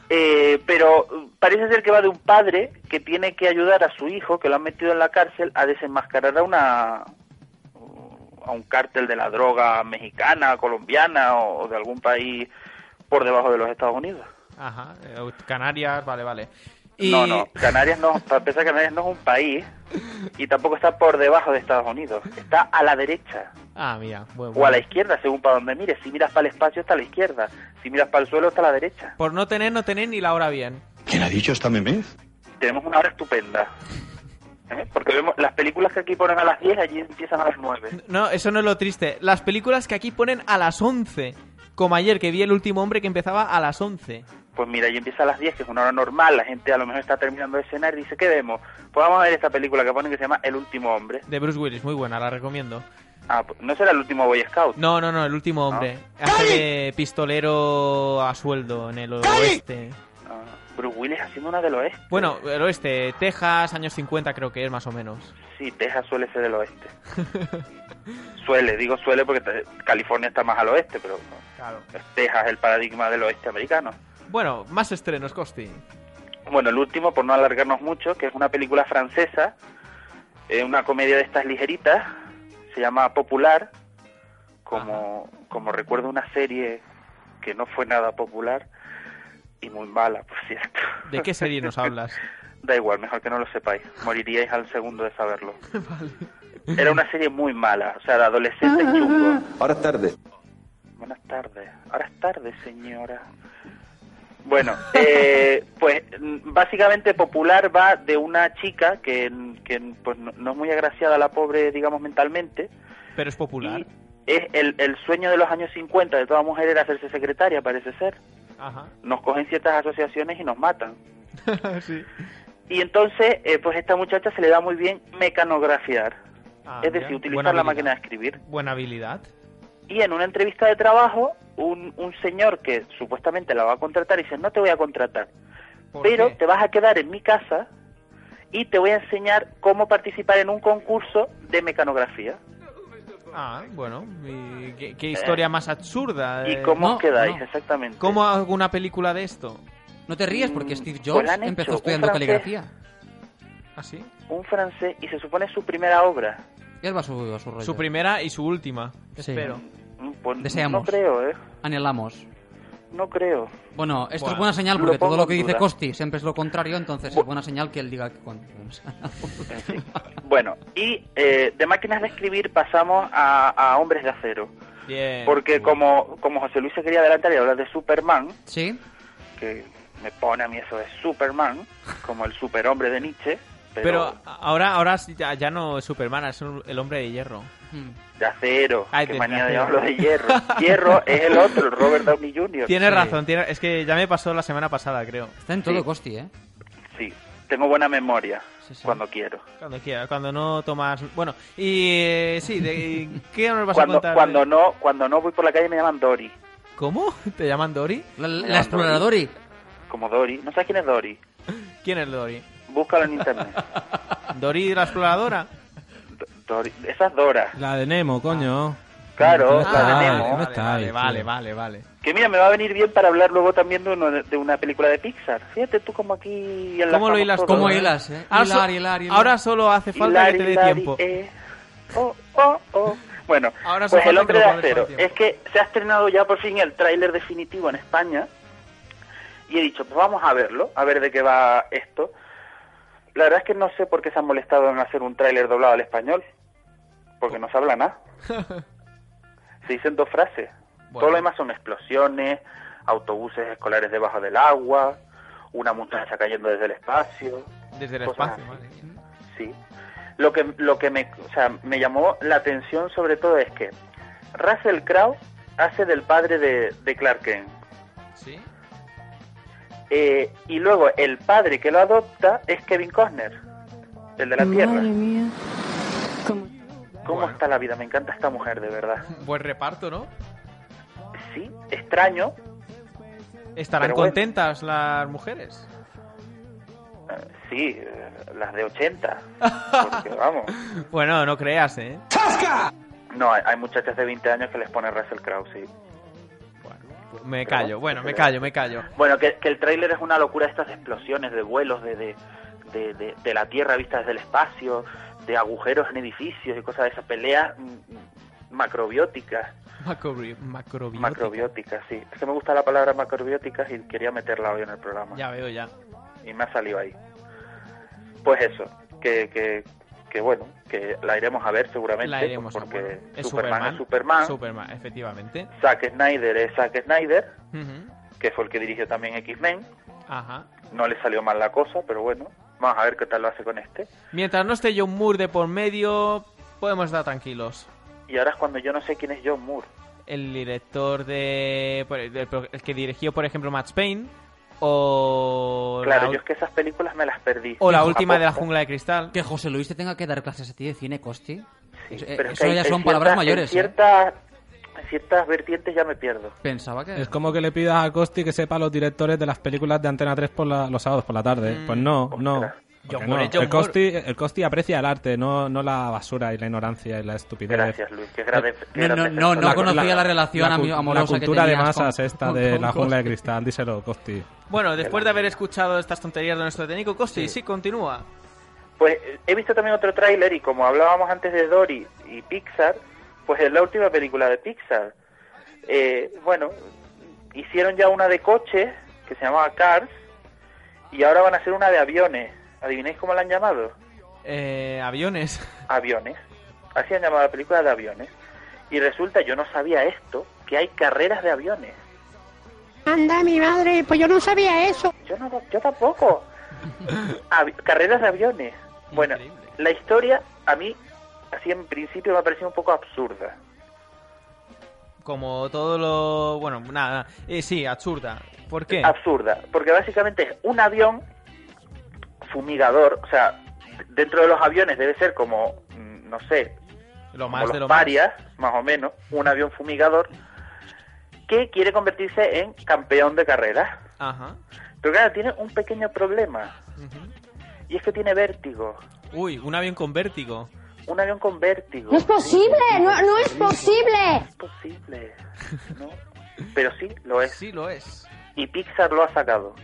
Q: Eh, pero eh, parece ser que va de un padre que tiene que ayudar a su hijo, que lo han metido en la cárcel, a desenmascarar a una uh, a un cártel de la droga mexicana, colombiana o o de algún país por debajo de los Estados Unidos.
C: Ajá, eh, Canarias, vale, vale. Y...
Q: No, no, Canarias no, para empezar Canarias no es un país y tampoco está por debajo de Estados Unidos, está a la derecha
C: Ah, mira, bueno,
Q: o a
C: bueno.
Q: la izquierda según para donde mires, si miras para el espacio está a la izquierda, si miras para el suelo está a la derecha.
C: Por no tener, no tener ni la hora bien.
O: ¿Quién ha dicho esta memez?
Q: Tenemos una hora estupenda, ¿eh? porque vemos las películas que aquí ponen a las 10 allí empiezan a las 9.
C: No, eso no es lo triste. Las películas que aquí ponen a las 11. Como ayer que vi El último hombre que empezaba a las 11.
Q: Pues mira, allí empieza a las 10, que es una hora normal, la gente a lo mejor está terminando de cenar y dice, ¿qué vemos? Pues vamos a ver esta película que ponen que se llama El Último Hombre.
C: De Bruce Willis, muy buena, la recomiendo.
Q: Ah, pues, ¿no será El Último Boy Scout?
C: No, no, no, El último hombre. Hace de pistolero a sueldo en el oeste.
Q: Ah, Bruce Willis haciendo una del oeste.
C: Bueno, el oeste, Texas, años 50 creo que es más o menos.
Q: Sí, Texas suele ser del oeste. suele, digo suele porque te- California está más al oeste, pero
C: Claro.
Q: Texas es el paradigma del oeste americano.
C: Bueno, más estrenos, Costi.
Q: Bueno, el último, por no alargarnos mucho, que es una película francesa, eh, una comedia de estas ligeritas, se llama Popular, como, como recuerdo una serie que no fue nada popular y muy mala, por cierto.
C: ¿De qué serie nos hablas?
Q: Da igual, mejor que no lo sepáis. Moriríais al segundo de saberlo. Era una serie muy mala, o sea, de
C: Ah,
Q: adolescentes chungos.
O: Ahora es tarde.
Q: Buenas tardes. Ahora es tarde, señora. Bueno, eh, pues mm, básicamente Popular va de una chica que, que, pues, no, no es muy agraciada la pobre, digamos, mentalmente.
C: Pero es popular.
Q: Es el, el sueño de los años 50 de toda mujer era hacerse secretaria, parece ser.
C: Ajá.
Q: Nos cogen ciertas asociaciones y nos matan.
C: sí.
Q: Y entonces, eh, pues esta muchacha se le da muy bien mecanografiar,
C: Ah,
Q: es decir,
C: mira,
Q: utilizar la
C: habilidad.
Q: máquina de escribir.
C: Buena habilidad.
Q: Y en una entrevista de trabajo, un, un señor que supuestamente la va a contratar dice, no te voy a contratar,
C: ¿Por
Q: pero
C: qué?
Q: te vas a quedar en mi casa y te voy a enseñar cómo participar en un concurso de mecanografía.
C: Ah, bueno. ¿y qué, qué historia más absurda?
Q: Eh, ¿Y
C: eh?
Q: cómo
C: No,
Q: os quedáis
C: no.
Q: exactamente?
C: ¿Cómo hago una película de esto?
D: No te rías porque Steve
Q: pues
D: Jobs
Q: la han hecho,
D: empezó
Q: un
D: estudiando
Q: francés.
D: caligrafía.
C: ¿Ah, sí?
Q: Un francés, y se supone su primera obra.
D: Y él va a su, a su rollo.
C: Su primera y su última,
D: Pues Sí.
C: espero.
Q: Mm, pues,
D: Deseamos.
Q: No creo, ¿eh?
D: Anhelamos.
Q: No creo.
D: Bueno, esto
Q: Bueno,
D: es buena señal
Q: lo
D: porque todo
Q: pongo
D: lo que
Q: en
D: dice
Q: duda.
D: Costi siempre es lo contrario, entonces es buena señal que él diga que cuando
Q: Bueno, y eh, de máquinas de escribir pasamos a, a hombres de acero.
C: Bien.
Q: Porque como, como José Luis se quería adelantar y hablar de Superman,
D: Sí.
Q: que me pone a mí eso de Superman, como el superhombre de Nietzsche,
C: Pero, ahora, ahora ya, ya no es Superman, es un- el hombre de hierro.
D: Hmm.
Q: De acero.
C: Ay,
Q: que
C: de
Q: mañana
C: acero.
Q: llamarlo de hierro. Hierro es el otro, el Robert Downey Jr.
C: Tienes
Q: Sí.
C: razón, tiene- es que ya me pasó la semana pasada, creo.
D: Está en todo Costi, ¿eh?
Q: Sí, tengo buena memoria cuando quiero.
C: Cuando quiera, cuando no tomas... Bueno, y eh, sí, de, ¿qué nos vas a
Q: Cuando,
C: contar?
Q: cuando no cuando no voy por la calle me llaman Dory.
C: ¿Cómo? ¿Te llaman Dory? La,
Q: Me llaman
C: exploradori.
Q: Como Dory. ¿No sabes quién es Dory?
C: ¿Quién es Dory?
Q: Búscalo en internet.
C: ¿Dory la exploradora?
Q: Dory. Esa es Dora.
K: La de Nemo, coño.
Q: Claro,
K: Ah,
Q: la de
K: vale,
Q: Nemo.
K: no está
C: vale,
K: ahí,
C: vale,
K: tío.
C: vale, vale.
Q: Que mira, me va a venir bien para hablar luego también de, uno- de una película de Pixar. Fíjate tú como aquí...
C: ¿Cómo lo
Q: enlazamos
C: hilas?
Q: todo,
C: todo,
Q: ¿eh?
C: eh? Ahora, so- ahora solo hace falta
Q: Hilar,
C: que te dé
Q: hilar,
C: tiempo.
Q: eh. Oh, oh, oh. Bueno,
C: Ahora
Q: pues
C: solo
Q: el
C: falta
Q: hombre
C: que
Q: de
C: lo pongas
Q: acero.
C: con tiempo.
Q: Es que se ha estrenado ya por fin el tráiler definitivo en España. Y he dicho, pues vamos a verlo, a ver de qué va esto. La verdad es que no sé por qué se han molestado en hacer un tráiler doblado al español. Porque no se habla nada. Se dicen dos frases. Todo lo demás son explosiones, autobuses escolares debajo del agua, una montaña cayendo desde el espacio.
C: Desde el
Q: cosas
C: espacio,
Q: así. Sí. Lo que, lo que me, o sea, me llamó la atención sobre todo es que Russell Crowe hace del padre de, de Clark Kent.
C: ¿Sí?
Q: Eh, y luego el padre que lo adopta es Kevin Costner, el de la Tierra.
N: mía.
Q: ¿Cómo está la vida? Me encanta esta mujer, de verdad.
C: Buen reparto, ¿no?
Q: Sí, extraño.
C: ¿Estarán
Q: Pero bueno.
C: contentas las mujeres?
Q: eh, Sí, eh, las de 80. Porque vamos.
C: Bueno, no creas, ¿eh?
Q: No, hay, hay muchachas de 20 años que les pone Russell Crowe, sí.
C: Me
Q: Pero
C: callo, bueno,
Q: bueno,
C: me
Q: pero-
C: callo, me callo.
Q: Bueno, que, que el tráiler es una locura, estas explosiones de vuelos de, de, de- de- de la Tierra vista desde el espacio, de agujeros en edificios y cosas de esas, peleas mm, macrobióticas.
C: Macrobri- macrobiótica.
Q: Macrobióticas, sí. Es que me gusta la palabra macrobióticas y quería meterla hoy en el programa.
C: Ya veo, ya.
Q: Y me ha salido ahí. Pues eso, que, que, que bueno, que la iremos a ver seguramente.
C: La
Q: pues,
C: iremos a
Q: porque
C: ver. Es
Q: Superman
C: Superman.
Q: es Superman.
C: Superman, efectivamente.
Q: Zack Snyder es Zack Snyder,
C: Ujú.
Q: que fue el que dirigió también X-Men.
C: Ajá.
Q: No le salió mal la cosa, pero bueno, vamos a ver qué tal lo hace con este.
C: Mientras no esté John Moore de por medio, podemos estar tranquilos.
Q: Y ahora es cuando yo no sé quién es John Moore.
C: El director de. por- del pro- El que dirigió, por ejemplo, Max Payne. O.
Q: claro,
C: la,
Q: yo es que esas películas me las perdí.
C: o la última de la
Q: Aposta.
C: jungla de cristal.
D: Que José Luis te tenga que dar clases a ti de cine, Costi. Eso, eh,
Q: Pero es
D: eso
Q: que hay-
D: ya
Q: en
D: son palabras
Q: ciertas-
D: mayores.
Q: En
D: ¿eh?
Q: ciertas, en ciertas vertientes ya me pierdo.
D: Pensaba que.
K: Es como que le pidas a Costi que sepa los directores de las películas de Antena 3 por la- los sábados por la tarde.
D: Mm.
K: Pues no, no.
C: John
K: Porque
C: Moore
K: no.
C: es John
K: El, Costi, el Costi aprecia el arte, no, no la basura y la ignorancia y la estupidez.
Q: Gracias, Luis, qué grande- qué
D: No, no,
Q: grande
D: no, no
Q: persona.
D: conocía la relación
K: cu-
D: ami- amorosa que
K: La cultura de
D: tenías
K: masas
D: con-
K: esta
D: con-
K: de
D: con
K: la jungla de
D: Costi.
K: cristal, díselo, Costi.
C: Bueno, después de haber escuchado estas tonterías de nuestro técnico, Costi, sí, continúa.
Q: Pues eh, he visto también otro tráiler y como hablábamos antes de Dory y Pixar, pues es la última película de Pixar. Eh, bueno, hicieron ya una de coches que se llamaba Cars y ahora van a hacer una de aviones. ¿Adivináis cómo la han llamado?
C: Eh, aviones.
Q: Aviones. Así han llamado la película de aviones. Y resulta, yo no sabía esto, que hay carreras de aviones.
G: Anda, mi madre, pues yo no sabía eso.
Q: Yo, no, yo tampoco. Avi- carreras de aviones. Bueno, la historia a mí, así en principio, me ha parecido un poco absurda.
C: Como todo lo. Bueno, nada. nada. Eh, sí, absurda. ¿Por qué?
Q: absurda, porque básicamente es un avión fumigador, o sea, dentro de los aviones debe ser como, mm, no sé,
C: Lo
Q: como
C: más de
Q: los
C: lo más.
Q: parias, más o menos, un avión fumigador que quiere convertirse en campeón de carreras.
C: Ajá.
Q: Pero claro, tiene un pequeño problema, y es que tiene vértigo,
C: Uy, un avión con vértigo.
Q: un avión con vértigo.
G: No es posible, no, no es posible.
Q: posible, ¿no? Pero sí, lo es.
C: Sí, lo es.
Q: Y Pixar lo ha sacado.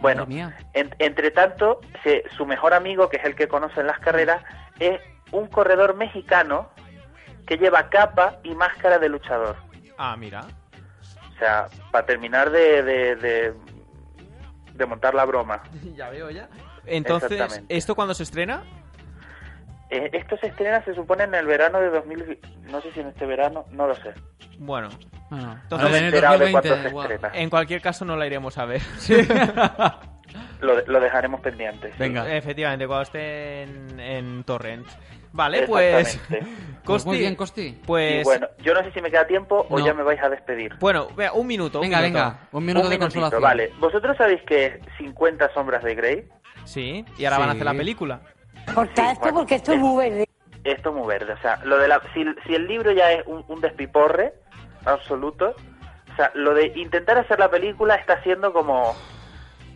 Q: Bueno,
D: Madre mía.
Q: En- entre tanto, se- su mejor amigo, que es el que conoce en las carreras, es un corredor mexicano que lleva capa y máscara de luchador.
C: Ah, mira.
Q: O sea, para terminar de, de, de- de montar la broma.
C: ya veo, ya. Entonces,
Q: Exactamente.
C: ¿esto cuándo se estrena?
Q: Eh, esto se estrena, se supone, en el verano de 2000... No sé si en este verano, no lo sé.
C: Bueno.
D: Bueno,
C: Ah.
Q: Ahora en el 2020, guau.
C: en cualquier caso no la iremos a ver.
Q: Lo, de- lo dejaremos pendiente. sí.
C: Efectivamente, cuando esté en, en Torrent. Vale, pues.
Q: Exactamente.
C: Costi.
D: Muy bien, Costi.
C: Pues.
Q: Y bueno, yo no sé si me queda tiempo o
C: No.
Q: ya me vais a despedir.
C: Bueno, vea, un minuto. un
D: Venga,
C: minuto.
D: venga, un minuto de
Q: minutito,
D: consolación.
Q: Vale, vosotros sabéis que es 50 sombras de Grey.
C: Sí, y ahora van a hacer la película.
Q: Corta esto porque esto es muy verde. Esto es muy verde, o sea, lo de la, si, si el libro ya es un, un despiporre absoluto, o sea, lo de intentar hacer la película está siendo como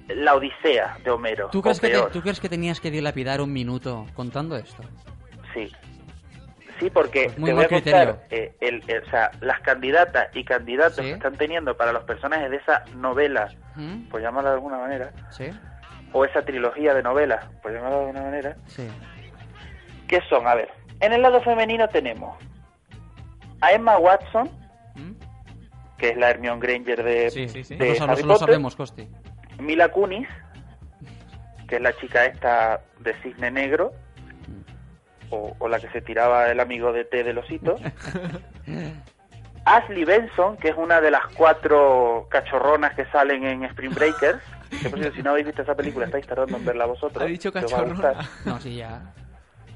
Q: la odisea de Homero.
D: ¿Tú
Q: o
D: crees, que te-
Q: peor.
D: ¿Tú crees que tenías que dilapidar un minuto contando esto?
Q: Sí. Sí, porque
D: Pues muy
Q: te voy
D: mal
Q: a contar, eh, el- el- o sea, las candidatas y candidatos que están teniendo para los personajes de esa novela,
D: ¿Mm?
Q: por llamarla de alguna manera,
D: ¿Sí?
Q: o esa trilogía de novelas, por llamarla de alguna manera,
D: Sí.
Q: ¿qué son? A ver, en el lado femenino tenemos a Emma Watson,
D: ¿Mm?
Q: que es la Hermione Granger de, de
D: Lo sa- lo,
Q: Harry
D: lo
Q: Potter,
D: sabemos, Costi.
Q: Mila Kunis, que es la chica esta de Cisne Negro, o, o la que se tiraba el amigo de té del osito. Ashley Benson, que es una de las cuatro cachorronas que salen en Spring Breakers. Que, por cierto, si no habéis visto esa película, estáis tardando en verla vosotros.
D: Ha dicho
Q: que os va a
D: cachorrona.
Q: gustar.
D: No, sí, ya.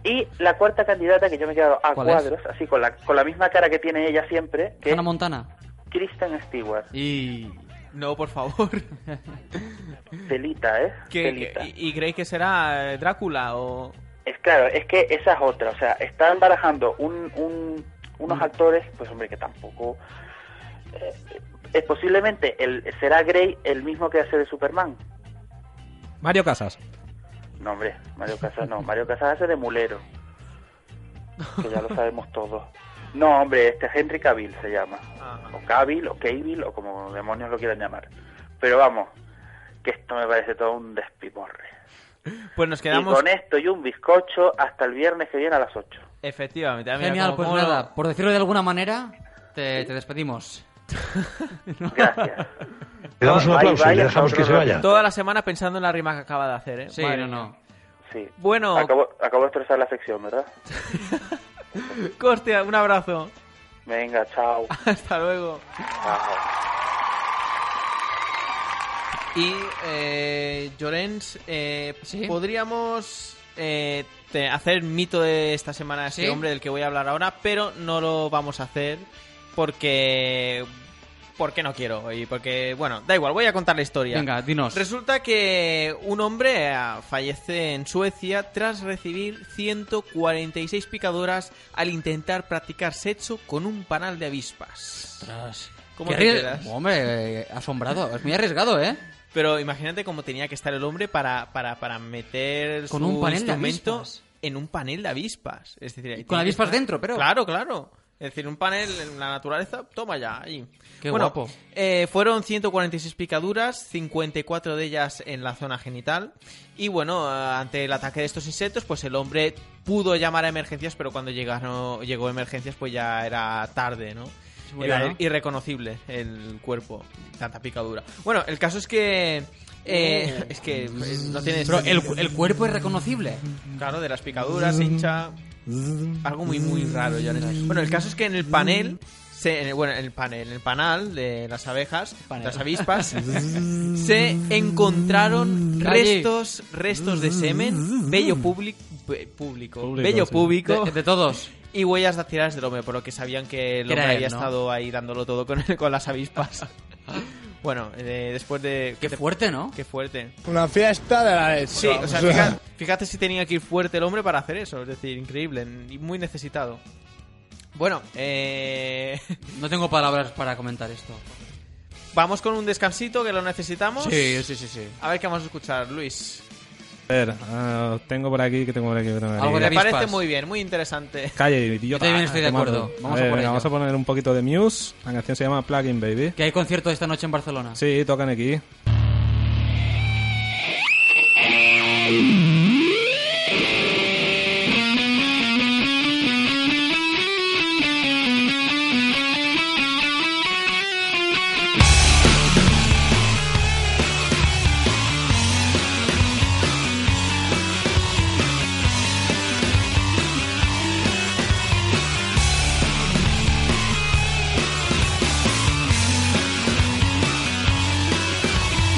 Q: Y la cuarta candidata, que yo me he quedado a
D: ¿Cuál es?
Q: cuadros, así con la, con la misma cara que tiene ella siempre, que
D: Hannah Montana.
Q: es Kristen Stewart.
C: Y. No, por favor.
Q: Pelita, ¿eh?
C: ¿Qué-
Q: Pelita.
C: y, y creéis que será eh, Drácula o.?
Q: Es claro, es que esa es otra. O sea, están barajando un, un- unos actores, pues hombre, que tampoco. eh, es posiblemente el será Grey el mismo que hace de Superman.
K: Mario Casas.
Q: No, hombre, Mario Casas no. Mario Casas hace de Mulero. Que ya lo sabemos todos. No, hombre, este Henry Cavill se llama. O Cavill, o Cavill, o como demonios lo quieran llamar. Pero vamos, que esto me parece todo un despiporre.
C: Pues nos
Q: Y
C: quedamos.
Q: con esto y un bizcocho hasta el viernes que viene a las 8.
C: Efectivamente. ah, mira,
D: Genial,
C: cómo-
D: pues
C: cómo lo-
D: nada, por decirlo de alguna manera, te, te despedimos.
Q: Gracias.
H: Le damos un
C: Bye,
H: aplauso
C: bye,
H: y le dejamos
C: hasta
H: que se
C: otro
H: vaya.
C: rato. Toda la semana pensando en la rima que acaba de hacer, ¿eh?
D: Sí, no, no.
Q: Sí.
C: Bueno.
Q: Acabo, acabo de estresar la sección, ¿verdad?
C: Costia, un abrazo.
Q: Venga, chao.
C: Hasta luego.
Q: Chao.
C: Y, eh, Llorens, eh, podríamos eh, te- hacer mito de esta semana a este
D: ¿Sí?
C: hombre del que voy a hablar ahora, pero no lo vamos a hacer porque... Porque no quiero y porque, bueno, da igual, voy a contar la historia.
D: Venga, dinos.
C: Resulta que un hombre eh, fallece en Suecia tras recibir 146 picaduras al intentar practicar sexo con un panal de avispas. ¿Cómo
D: Qué
C: te
D: arries-
C: quedas?
D: Hombre, eh, asombrado. Es muy arriesgado, ¿eh?
C: Pero imagínate cómo tenía que estar el hombre para, para, para meter
D: Con
C: su
D: un panel de
C: instrumento
D: avispas.
C: en un panel de avispas. Es decir, ahí
D: con
C: tiene que
D: avispas
C: estar-
D: dentro, pero-
C: Claro, claro. Es decir, un panel en la naturaleza, toma ya, ahí.
D: Qué
C: bueno,
D: guapo.
C: eh, fueron 146 picaduras, 54 de ellas en la zona genital. Y bueno, eh, ante el ataque de estos insectos, pues el hombre pudo llamar a emergencias, pero cuando llegaron, llegó a emergencias, pues ya era tarde, ¿no?
D: murió,
C: era
D: ¿no?
C: irreconocible el cuerpo, tanta picadura. Bueno, el caso es que. eh, es que pues, no tiene.
D: Pero el, el cuerpo es reconocible.
C: Claro, de las picaduras, hincha. Algo muy, muy raro, Jones. Bueno, el caso es que en el panel. se- en el- bueno, en el panel, en el panal de las abejas, las avispas, se encontraron
D: Calle.
C: restos, restos de semen, vello público, público, vello
D: sí.
C: público,
D: De- de todos.
C: y huellas dactilares del hombre, por lo que sabían que el
D: Era
C: hombre
D: él,
C: había
D: ¿no?
C: estado ahí dándolo todo con, con las avispas. bueno, eh, después de qué
D: fuerte, ¿no?
C: Qué fuerte.
R: Una fiesta de la leche.
C: Sí, o sea, fija- fíjate, si tenía que ir fuerte el hombre para hacer eso. Es decir, increíble n- y muy necesitado. Bueno, eh,
D: No tengo palabras para comentar esto.
C: vamos con un descansito que lo necesitamos.
D: Sí, sí, sí, sí.
C: A ver qué vamos a escuchar, Luis.
K: A ver, ah, tengo por aquí, que tengo por aquí, que tengo por aquí.
C: Me parece muy bien, muy interesante.
K: Calle, idiota.
D: Yo también estoy de
K: Te mato.
D: acuerdo. Vamos a
K: ver,
D: por
K: venga,
D: ello.
K: vamos a poner un poquito de Muse. La canción se llama Plugin Baby.
D: Que hay concierto esta noche en Barcelona.
K: Sí, tocan aquí.
N: Thank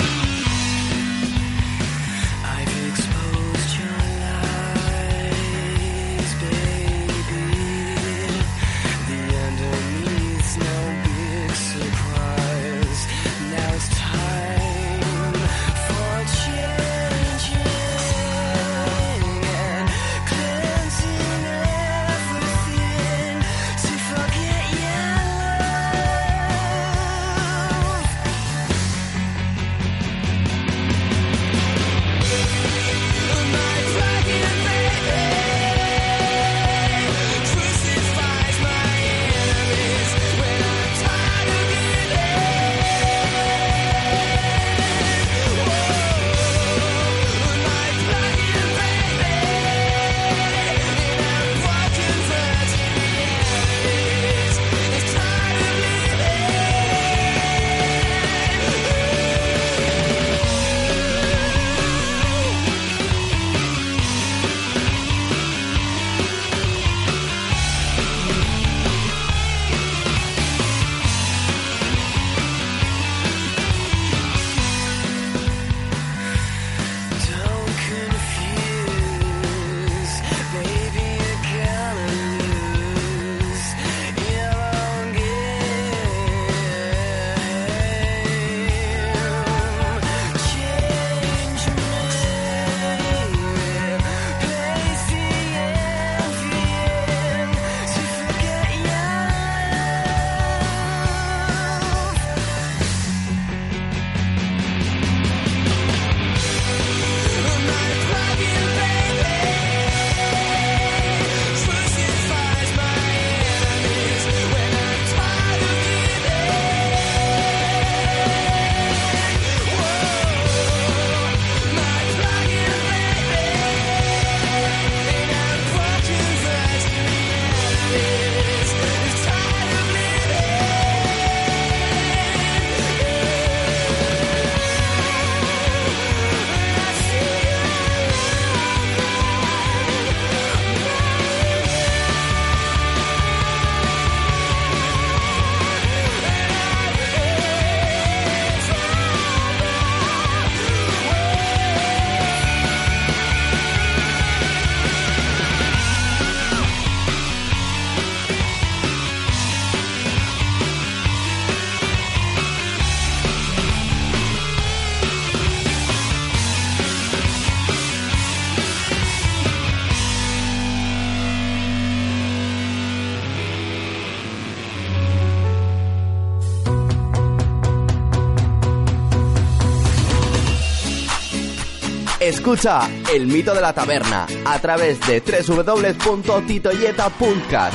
S: Escucha El mito de la taberna a través de www.titoyeta.cat.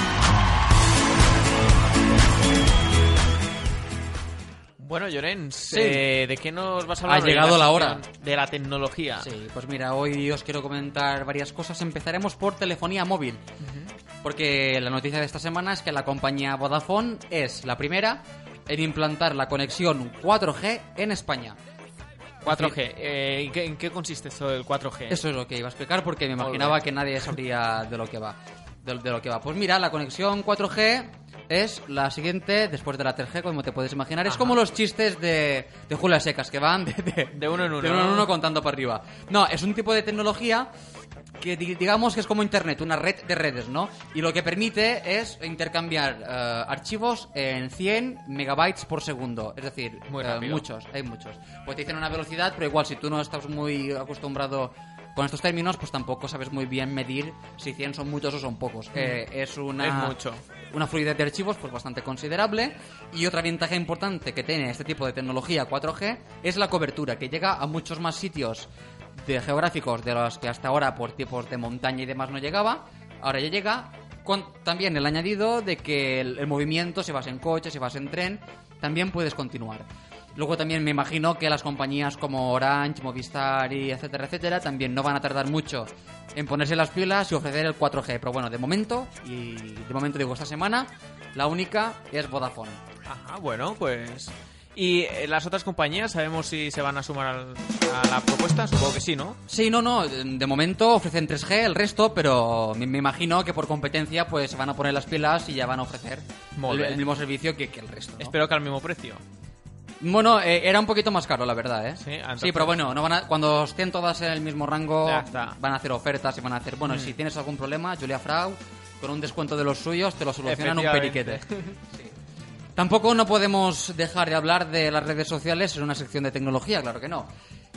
C: Bueno, Llorens,
D: Sí.
C: eh, ¿de qué nos vas a hablar?
D: Ha llegado
C: hoy?
D: la hora.
C: De la tecnología.
D: Sí, pues mira, hoy os quiero comentar varias cosas. Empezaremos por telefonía móvil. Porque la noticia de esta semana es que la compañía Vodafone es la primera en implantar la conexión 4G en España.
C: 4G. Eh, ¿en qué- ¿En qué consiste esto del 4G?
D: Eso es lo que iba a explicar porque me imaginaba que nadie sabría de lo que va. De, de lo que va. Pues mira, la conexión 4G es la siguiente, después de la 3G, como te puedes imaginar. Es como los chistes de, de Julia Secas, que van de, de-
C: uno en uno.
D: de uno en uno contando para arriba. No, es un tipo de tecnología que di- digamos que es como Internet, una red de redes, ¿no? Y lo que permite es intercambiar eh, archivos en 100 megabytes por segundo. Es decir,
C: Muy
D: eh,
C: rápido.
D: muchos, hay muchos. Pues te dicen una velocidad, pero igual si tú no estás muy acostumbrado con estos términos, pues tampoco sabes muy bien medir si 100 son muchos o son pocos. Eh, es una...
C: Es mucho.
D: Una fluidez de archivos pues bastante considerable y otra ventaja importante que tiene este tipo de tecnología 4G es la cobertura que llega a muchos más sitios de geográficos de los que hasta ahora por tipos de montaña y demás no llegaba, ahora ya llega con también el añadido de que el, el movimiento, si vas en coche, si vas en tren, también puedes continuar. Luego también me imagino que las compañías como Orange, Movistar y etcétera, etcétera, también no van a tardar mucho en ponerse las pilas y ofrecer el 4G. Pero bueno, de momento, y de momento digo esta semana, la única es Vodafone.
C: Ajá, bueno, pues. ¿Y eh, las otras compañías sabemos si se van a sumar al- a la propuesta? Supongo que sí, ¿no?
D: Sí, no, no, de momento ofrecen 3G, el resto, pero me, me imagino que por competencia pues se van a poner las pilas y ya van a ofrecer
C: Molt
D: el,
C: bé.
D: el mismo servicio que, que el resto. ¿no?
C: Espero que al mismo precio.
D: Bueno, eh, era un poquito más caro, la verdad, ¿eh? Sí,
C: entonces-
D: pero bueno, no van a- cuando estén todas en el mismo rango,
C: pues. Ya está.
D: van a hacer ofertas y van a hacer... Bueno,
C: Mm.
D: si tienes algún problema, Julia Frau, con un descuento de los suyos, te lo solucionan un periquete.
C: Efectivamente.
D: Tampoco no podemos dejar de hablar de las redes sociales en una sección de tecnología, claro que no.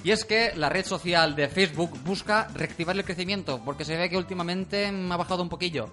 D: Y es que la red social de Facebook busca reactivar el crecimiento, porque se ve que últimamente mm, ha bajado un poquillo.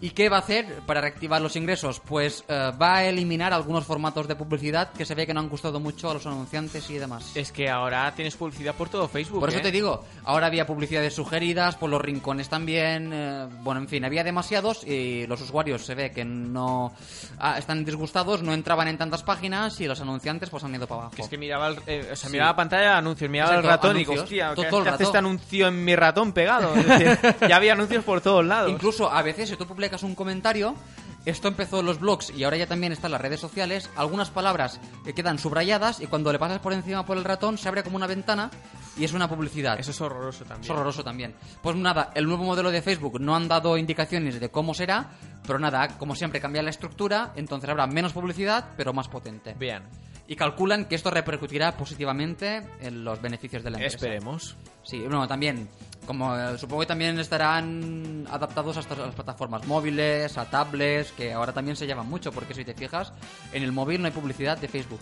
D: ¿Y qué va a hacer para reactivar los ingresos? Pues eh, va a eliminar algunos formatos de publicidad que se ve que no han gustado mucho a los anunciantes y demás.
C: Es que ahora tienes publicidad por todo Facebook.
D: Por eso
C: ¿eh?
D: te digo, ahora había publicidades sugeridas, por los rincones también, eh, bueno, en fin, había demasiados y los usuarios se ve que no ah, están disgustados, no entraban en tantas páginas y los anunciantes pues han ido para abajo.
C: Que es que miraba, el- eh, o sea,
D: Sí.
C: miraba la pantalla de anuncios, miraba
D: Exacto,
C: el ratón y digo,
D: anuncios. Todo
C: hostia, ¿qué,
D: el
C: qué hace
D: rato.
C: este anuncio en mi ratón pegado? Es decir, ya había anuncios por todos lados.
D: Incluso a veces si tú publicas un comentario, esto empezó en los blogs y ahora ya también están las redes sociales, algunas palabras que quedan subrayadas y cuando le pasas por encima por el ratón se abre como una ventana y es una publicidad. Eso
C: es horroroso también.
D: Es horroroso también. Pues nada, el nuevo modelo de Facebook no han dado indicaciones de cómo será, pero nada, como siempre cambia la estructura, entonces habrá menos publicidad pero más potente.
C: Bien.
D: Y calculan que esto repercutirá positivamente en los beneficios de la empresa.
C: Esperemos.
D: Sí, bueno, también. Como eh, supongo que también estarán adaptados a, estas- a las plataformas móviles, a tablets, que ahora también se llevan mucho, porque si te fijas, en el móvil no hay publicidad de Facebook.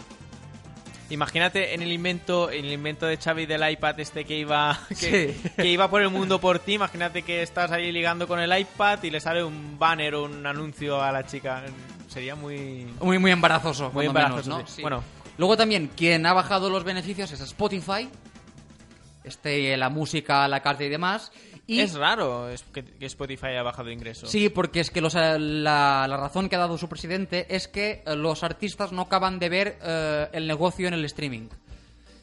C: Imagínate en el invento, en el invento de Xavi del iPad este que iba que,
D: Sí.
C: que iba por el mundo por ti. Imagínate que estás ahí ligando con el iPad y le sale un banner o un anuncio a la chica. Sería muy
D: Muy, muy embarazoso.
C: Muy
D: cuando
C: embarazoso,
D: menos, ¿no?
C: sí.
D: Sí.
C: Bueno,
D: Luego también, quien ha bajado los beneficios es Spotify. Este, eh, la música, la carta y demás. Y
C: es raro es que, que Spotify haya bajado ingresos.
D: Sí, porque es que los, eh, la, la razón que ha dado su presidente es que eh, los artistas no acaban de ver eh, el negocio en el streaming.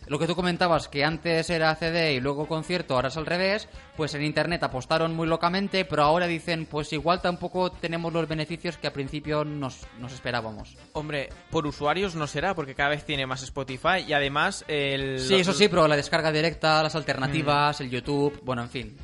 D: Lo que tú comentabas, que antes era CD y luego concierto, ahora es al revés, pues en Internet apostaron muy locamente, pero ahora dicen, pues igual tampoco tenemos los beneficios que al principio nos, nos esperábamos.
C: Hombre, por usuarios no será, porque cada vez tiene más Spotify y además el... Mm.
D: Sí, eso sí, pero la descarga directa, las alternativas, el YouTube, bueno, en fin.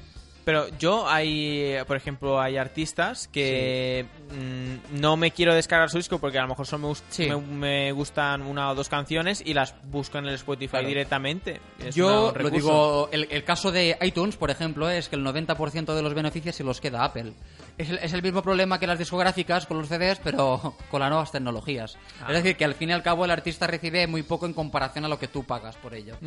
C: Pero yo hay, por ejemplo, hay artistas que mm, no me quiero descargar su disco porque a lo mejor solo me, gust- me- me gustan una o dos canciones y las busco en el Spotify
D: Claro.
C: directamente. Es
D: Yo
C: un
D: lo
C: recurso.
D: digo, el, el caso de iTunes, por ejemplo, es que el 90% de los beneficios se los queda Apple. Es el, es el mismo problema que las discográficas con los CDs, pero con las nuevas tecnologías.
C: Ah.
D: Es decir, que al fin y al cabo el artista recibe muy poco en comparación a lo que tú pagas por ello.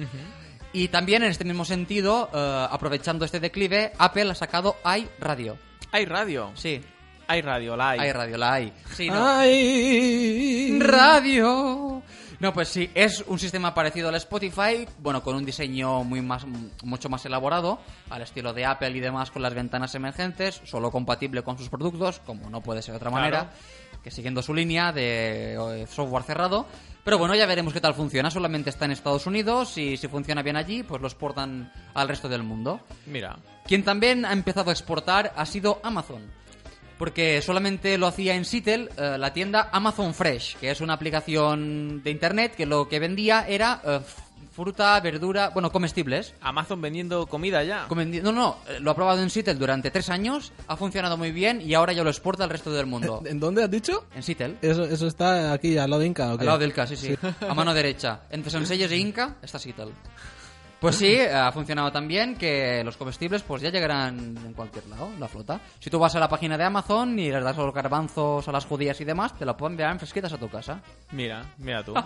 D: Y también en este mismo sentido, eh, aprovechando este declive, Apple ha sacado iRadio.
C: radio?
D: Sí.
C: Hay radio, la hay.
D: iRadio, la hay. Sí, no.
N: Ay,
D: Radio. No, pues sí, es un sistema parecido al Spotify, bueno, con un diseño muy más, mucho más elaborado, al estilo de Apple y demás, con las ventanas emergentes, solo compatible con sus productos, como no puede ser de otra
C: Claro.
D: manera, que siguiendo su línea de eh, software cerrado. Pero bueno, ya veremos qué tal funciona. Solamente está en Estados Unidos y si funciona bien allí, pues lo exportan al resto del mundo.
C: Mira.
D: Quien también ha empezado a exportar ha sido Amazon. Porque solamente lo hacía en Seattle eh, la tienda Amazon Fresh, que es una aplicación de internet que lo que vendía era eh, f- fruta, verdura, bueno, comestibles.
C: Amazon vendiendo comida ya.
D: Comendi- No, no, eh, lo ha probado en Seattle durante tres años, ha funcionado muy bien y ahora ya lo exporta al resto del mundo.
R: ¿En dónde has dicho?
D: En Seattle.
R: Eso, eso está aquí, al lado de Inca. ¿o qué?
D: Al lado del K, sí, sí. A mano derecha. Entre Sonselles e Inca está Seattle. Pues sí, ha funcionado también que los comestibles pues ya llegarán en cualquier lado, la flota. Si tú vas a la página de Amazon y les das los garbanzos a las judías y demás, te la pueden enviar en fresquitas a tu casa.
C: Mira, mira tú.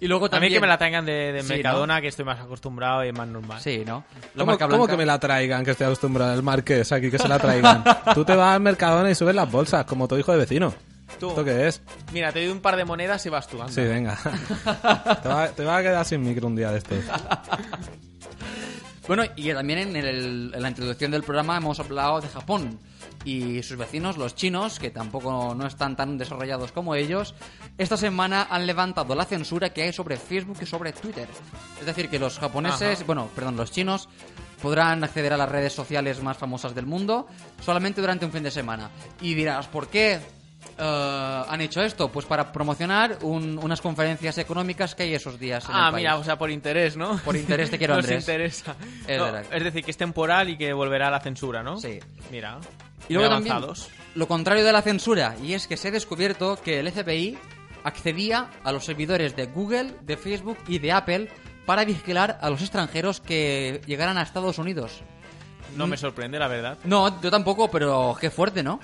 D: Y luego
C: A
D: también...
C: mí que me la tengan de, de
D: Sí,
C: Mercadona, que estoy más acostumbrado y más normal.
D: Sí, ¿no?
R: ¿Cómo, cómo que me la traigan? Que estoy acostumbrado al marqués aquí, que se la traigan. Tú te vas al Mercadona y subes las bolsas, como tu hijo de vecino.
C: Tú.
R: ¿Esto qué es?
C: Mira, te doy un par de monedas y vas tú. anda.
R: Sí, venga. te, va- te vas a quedar sin micro un día de estos.
D: Bueno, y también en, el- en la introducción del programa hemos hablado de Japón y sus vecinos, los chinos, que tampoco no están tan desarrollados como ellos, esta semana han levantado la censura que hay sobre Facebook y sobre Twitter. Es decir, que los japoneses,
C: Ajá.
D: bueno, perdón, los chinos podrán acceder a las redes sociales más famosas del mundo solamente durante un fin de semana. Y dirás, ¿por qué? eh, han hecho esto pues para promocionar un- unas conferencias económicas que hay esos días en
C: Ah,
D: el país.
C: mira, o sea, por interés, ¿no?
D: Por interés te quiero,
C: Nos
D: Andrés.
C: interesa.
D: Es
C: No,
D: verdad.
C: es decir, que es temporal y que volverá a la censura, ¿no? Sí. Mira.
D: Y luego
C: muy
D: también,
C: avanzados.
D: lo contrario de la censura, y es que se ha descubierto que el FBI accedía a los servidores de Google, de Facebook y de Apple para vigilar a los extranjeros que llegaran a Estados Unidos.
C: No
D: Mm.
C: me sorprende, la verdad.
D: No, yo tampoco, pero qué fuerte, ¿no?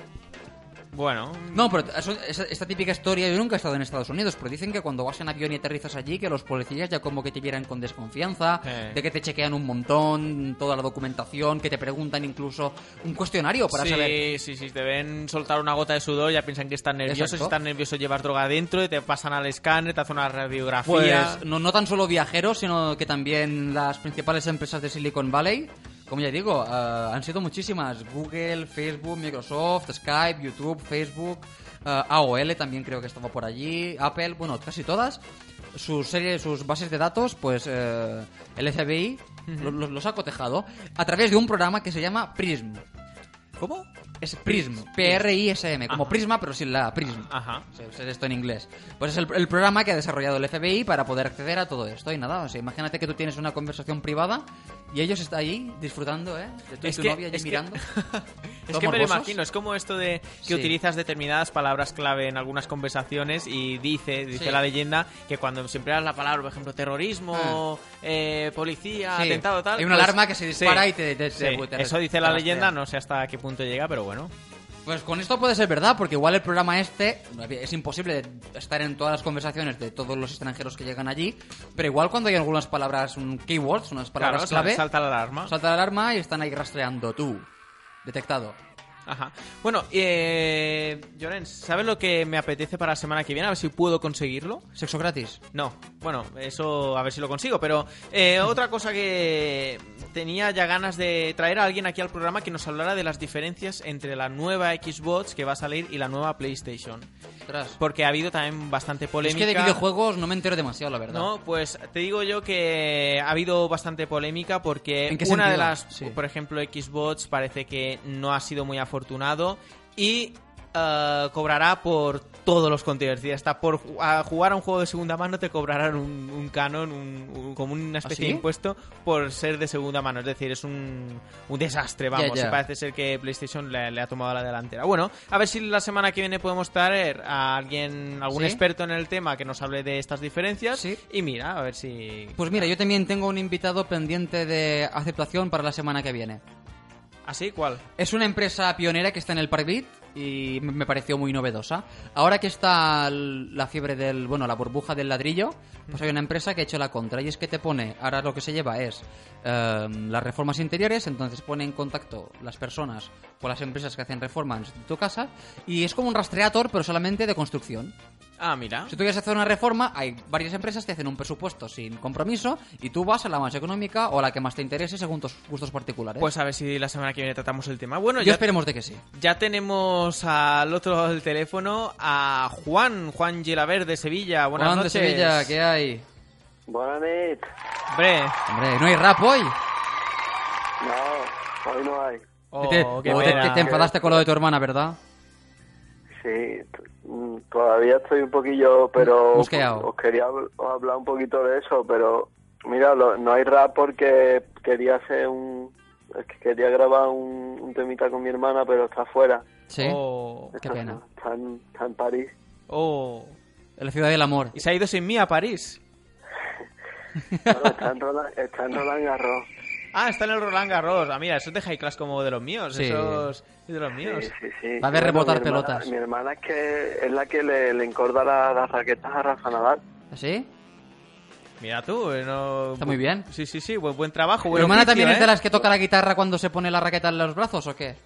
C: Bueno,
D: No, pero eso- esa- esta típica historia, yo nunca he estado en Estados Unidos, pero dicen que cuando vas en avión y aterrizas allí, que los policías ya como que te vieran con desconfianza,
C: Eh.
D: de que te chequean un montón, toda la documentación, que te preguntan incluso un cuestionario para
C: sí,
D: saber
C: Sí, sí, te ven soltar una gota de sudor, ya piensan que están nerviosos,
D: Exacto.
C: si están nerviosos llevas droga adentro, y te pasan al escáner, te hacen una radiografía.
D: Pues no, no tan solo viajeros, sino que también las principales empresas de Silicon Valley, como ya digo, eh, han sido muchísimas. Google, Facebook, Microsoft, Skype, YouTube, Facebook, eh, AOL también creo que estaba por allí, Apple, bueno, casi todas. Sus series, sus bases de datos, pues eh, el FBI
C: Ujú.
D: lo- lo- los, ha cotejado a través de un programa que se llama Prism. ¿Cómo? Es Prism, P-R-I-S-M, como
C: Ajá.
D: Prisma pero sin la Prism.
C: Ajá.
D: Se- se- esto en inglés. Pues es el, el programa que ha desarrollado el FBI para poder acceder a todo esto. Y nada, o sea, imagínate que tú tienes una conversación privada y ellos están ahí disfrutando, ¿eh? De tú y
C: Es
D: tu
C: que-
D: novia allí
C: es que-
D: mirando.
C: Es que me lo imagino, es como esto de que
D: Sí.
C: utilizas determinadas palabras clave en algunas conversaciones y dice, dice
D: Sí.
C: la leyenda, que cuando se empleas la palabra, por ejemplo, terrorismo, eh, policía,
D: Ah. Sí.
C: atentado, tal... pues
D: Hay una alarma que se dispara y te- te- te- te-
C: Eso dice
D: te
C: la
D: rastrea.
C: leyenda, no sé hasta qué punto llega, pero bueno.
D: Pues con esto puede ser verdad, porque igual el programa este es imposible estar en todas las conversaciones de todos los extranjeros que llegan allí, pero igual cuando hay algunas palabras, un keywords, unas palabras
C: Claro, sal-
D: clave,
C: salta la alarma.
D: salta la alarma y están ahí rastreando tú. Detectado.
C: Ajá. Bueno, eh, Llorens, ¿sabes lo que me apetece para la semana que viene? A ver si puedo conseguirlo.
D: ¿Sexo gratis?
C: No. Bueno, eso a ver si lo consigo. Pero eh, otra cosa que tenía ya ganas de traer a alguien aquí al programa que nos hablara de las diferencias entre la nueva Xbox que va a salir y la nueva PlayStation.
D: Ostras.
C: Porque ha habido también bastante polémica.
D: Es que de videojuegos no me entero demasiado, la verdad.
C: No, pues te digo yo que ha habido bastante polémica porque
D: ¿En qué
C: una de
D: sentido?
C: las, por ejemplo, Xbox parece que no ha sido muy afortunado y eh, cobrará por todos los contenidos. Y Hasta por ju- a jugar a un juego de segunda mano te cobrarán un, un canon, un- un- como una especie
D: ¿Ah, sí?
C: de impuesto por ser de segunda mano. Es decir, es un, un desastre, vamos.
D: ya.
C: y parece ser que PlayStation le, le ha tomado la delantera. Bueno, a ver si la semana que viene podemos traer a alguien, algún
D: ¿Sí?
C: experto en el tema que nos hable de estas diferencias. Y mira, a ver si.
D: Pues mira, yo también tengo un invitado pendiente de aceptación para la semana que viene.
C: ¿Así? ¿Ah, ¿Cuál?
D: Es una empresa pionera que está en el Parvit y me- me pareció muy novedosa. Ahora que está l- la fiebre del, bueno, la burbuja del ladrillo, pues hay una empresa que ha hecho la contra y es que te pone, ahora lo que se lleva es em, las reformas interiores, entonces pone en contacto las personas con las empresas que hacen reformas de tu casa y es como un rastreador pero solamente de construcción.
C: Ah, mira.
D: Si tú quieres hacer una reforma, hay varias empresas que hacen un presupuesto sin compromiso y tú vas a la más económica o a la que más te interese según tus gustos particulares.
C: Pues a ver si la semana que viene tratamos el tema. Bueno,
D: ¿eh? Yo
C: ya
D: esperemos de que sí.
C: Ya tenemos al otro lado del teléfono a Juan, Juan Gilaver de Sevilla. Buenas
D: Juan
C: noches.
D: de Sevilla, ¿qué hay?
T: Buenas
C: eh,
T: noches.
C: Hombre.
D: Hombre, ¿no hay rap hoy?
T: No, hoy no hay.
C: Oh,
D: te,
T: qué
D: o te-
T: pena.
D: te- te enfadaste con lo de tu hermana, ¿verdad?
T: Sí, t- mm, todavía estoy un poquillo, pero os
D: Mosqueado.
T: os quería habl- os hablar un poquito de eso, pero mira, lo- no hay rap porque quería hacer un... Es que quería grabar un, un temita con mi hermana, pero está fuera.
D: Sí.
T: Está,
D: qué pena.
T: Está en, está en París.
C: Oh.
D: La ciudad del amor.
C: Y se ha ido sin mí a París.
T: Bueno, está, en Roland, está en Roland Garros.
C: Ah, está en el Roland Garros. Ah, mira, esos de high class como de los míos.
T: Sí.
C: Esos de los míos.
T: Sí, sí.
D: Va a haber
T: Bueno,
D: rebotar
T: mi hermana-
D: pelotas.
T: Mi hermana es que es la que le, le encorda la- las raquetas a Rafa Nadal.
D: ¿Ah, ¿Sí?
C: Mira tú, eh, no...
D: Está muy bien.
C: Sí, sí, sí, buen, buen trabajo.
D: ¿Tu
C: buen
D: hermana
C: oficio,
D: también es de
C: ¿eh?
D: las que toca la guitarra cuando se pone la raqueta en los brazos o qué?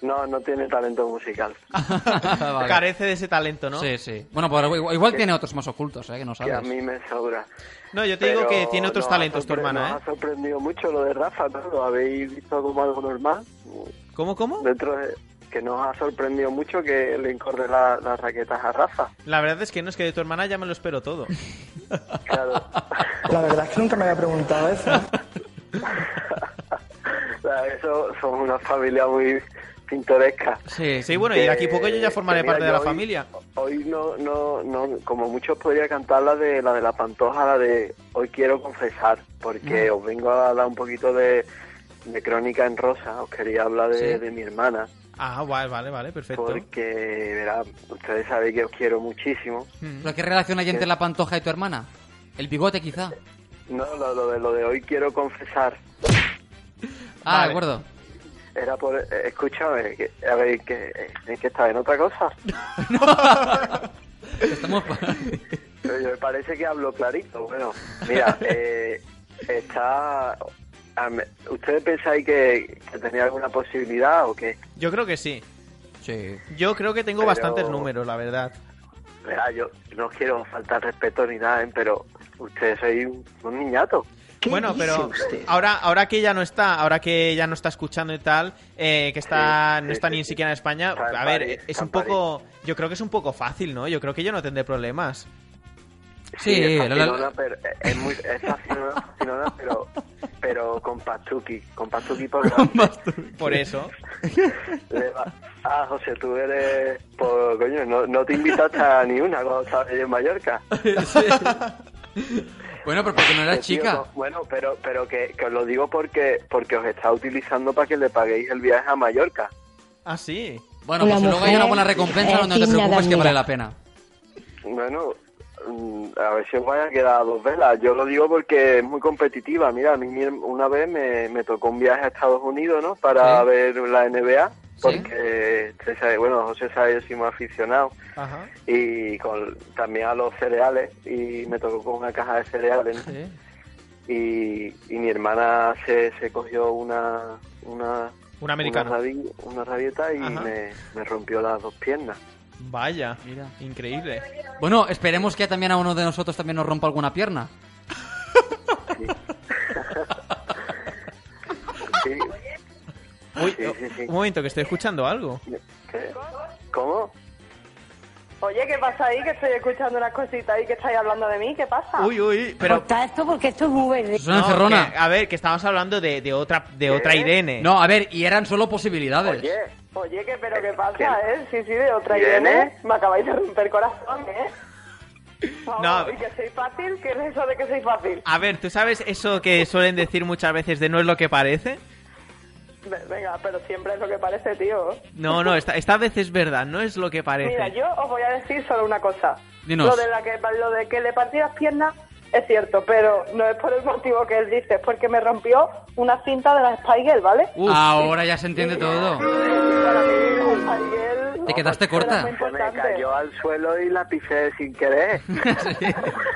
T: No, no tiene talento musical.
C: Ah,
D: Vale.
C: Carece de ese talento, ¿no?
D: Sí, sí. Bueno, pero igual, igual tiene otros más ocultos, ¿eh? Que no
T: Que a
D: sabes.
T: mí me sobra.
C: No, yo te digo que tiene otros
T: nos ha
C: talentos tu
T: sorpre-
C: hermana, ¿eh?
T: nos ha sorprendido mucho lo de Rafa, ¿no? ¿Lo habéis visto como algo normal?
C: ¿Cómo, cómo?
T: Dentro de- que nos ha sorprendido mucho que le encorde la- las raquetas a Rafa.
C: La verdad es que no, es que de tu hermana ya me lo espero todo.
U: La verdad es que nunca me había preguntado eso.
T: O sea, Eso son una familia muy pintoresca.
C: Sí, sí, bueno, y
T: Que-
C: aquí poco yo ya formaré
T: que mira,
C: parte de
T: yo
C: la
T: hoy-
C: familia.
T: Hoy no, no, no, como muchos podría cantar la de la de la pantoja, la de hoy quiero confesar, porque os vengo a dar un poquito de, de crónica en rosa, os quería hablar de,
C: Sí.
T: de mi hermana,
C: Ah, vale, vale, vale, perfecto.
T: porque verá, ustedes saben que os quiero muchísimo.
D: Hmm. ¿Pero qué relación hay entre la pantoja y tu hermana? El bigote, quizá.
T: No, lo, lo de lo de hoy quiero confesar.
D: Ah,
T: Vale.
D: de acuerdo.
T: Era por, eh, escúchame, que- a ver, que, es que estaba en otra cosa.
D: Estamos
T: Pero yo- me parece que hablo clarito. Bueno, mira, eh, está. a me- ¿Ustedes pensáis que, que tenía alguna posibilidad o qué?
C: Yo creo que sí.
D: Sí.
C: Yo creo que tengo
T: Pero-
C: bastantes números, la verdad.
T: Verá, yo no quiero faltar respeto ni nada, ¿eh? pero ustedes sois un, un niñato.
C: Bueno, pero
T: dice usted?
C: ahora, ahora que ya no está, ahora que ya no está escuchando y tal, eh, que está, no está ni siquiera en España, a ver,
T: París,
C: es
T: está
C: un
T: en París.
C: poco, yo creo que es un poco fácil, ¿no? Yo creo que yo no tendré problemas.
T: Sí, es facilona, pero es muy es facilona, facilona, pero, pero con Pastuki, con Pastuki por
C: Por eso.
T: Le va- Ah, José, tú eres... Pues, coño, no, no te invitaste a ni una cuando estabas ahí en Mallorca.
D: Bueno, pero porque no era
T: Eh, tío,
D: chica.
T: no, bueno, pero pero que, que os lo digo porque porque os está utilizando para que le paguéis el viaje a Mallorca.
C: Ah, sí.
D: Bueno, pues si luego hay una buena recompensa, no te preocupes que vale la pena.
T: Bueno, mm, a ver si os vaya a quedar a dos velas. Yo lo digo porque es muy competitiva. Mira, a mí mi- una vez me, me tocó un viaje a Estados Unidos, ¿no? Para
V: Sí.
T: ver la NBA. Porque, usted sabe- bueno, José sabe, yo soy muy aficionado.
C: Ajá.
T: y con también a los cereales y me tocó con una caja de cereales ¿no? y, y mi hermana se, se cogió una una
D: pues,
C: Una americana.
T: una, rabi- una rabieta y
C: Ajá.
T: me, me rompió las dos piernas
C: Vaya, increíble.
D: Bueno, esperemos que también a uno de nosotros también nos rompa alguna pierna.
T: Sí.
C: Uy,
T: Sí, sí, sí.
C: Un momento, que estoy escuchando algo.
T: ¿Qué? ¿Cómo?
J: Oye, ¿qué pasa ahí? Que estoy escuchando unas cositas ahí que estáis hablando de mí. ¿Qué pasa?
C: Uy, uy, pero...
J: esto porque esto es muy verde.
C: No, que- a ver, que estamos hablando de, de otra de otra Irene.
D: No, a ver, y eran solo posibilidades.
J: Oye, que pero ¿qué pasa, eh? Sí, sí, de otra
D: ¿Irene?
J: Irene. Me acabáis de romper corazón, eh.
C: No.
J: ¿Y que soy fácil? ¿Qué es eso de que soy fácil?
C: A ver, ¿tú sabes eso que suelen decir muchas veces de no es lo que parece?
J: Ve- Venga, pero siempre es lo que parece, tío.
C: No, no, esta, esta vez es verdad, no es lo que
J: Mira,
C: parece.
J: yo os voy a decir solo una cosa.
C: Dinos.
J: Lo de, la que, lo de que le partí las piernas es cierto, pero no es por el motivo que él dice, es porque me rompió una cinta de la Spygel, ¿vale?
D: Ahora ya se entiende todo. Te quedaste corta.
T: se me cayó al suelo y la pisé sin querer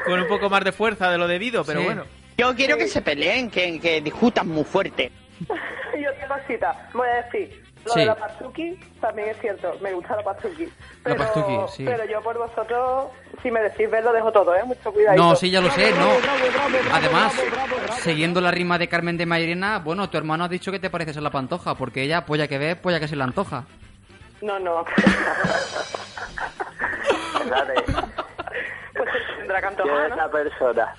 C: Con un poco más de fuerza de lo debido, pero
A: Sí.
C: bueno.
A: Yo quiero que se peleen, que, que discutan muy fuerte.
J: Y otra cosa cosita. Voy a decir, lo
D: Sí.
J: de la Patsuki también es cierto. Me gusta la Patsuki. Pero,
D: Patsuki, sí.
J: pero yo por vosotros, si me decís verlo, dejo todo, ¿eh? Mucho cuidado.
D: No, sí, ya lo sé, no. Además, siguiendo la rima de Carmen de Mairena, bueno, tu hermano ha dicho que te pareces a la pantoja, porque ella, polla que ve, polla que se la antoja.
J: No, no.
T: Dale.
J: Pues se tendrá que
T: ¿Quién
J: antojar,
T: es
J: ¿no?
T: la persona?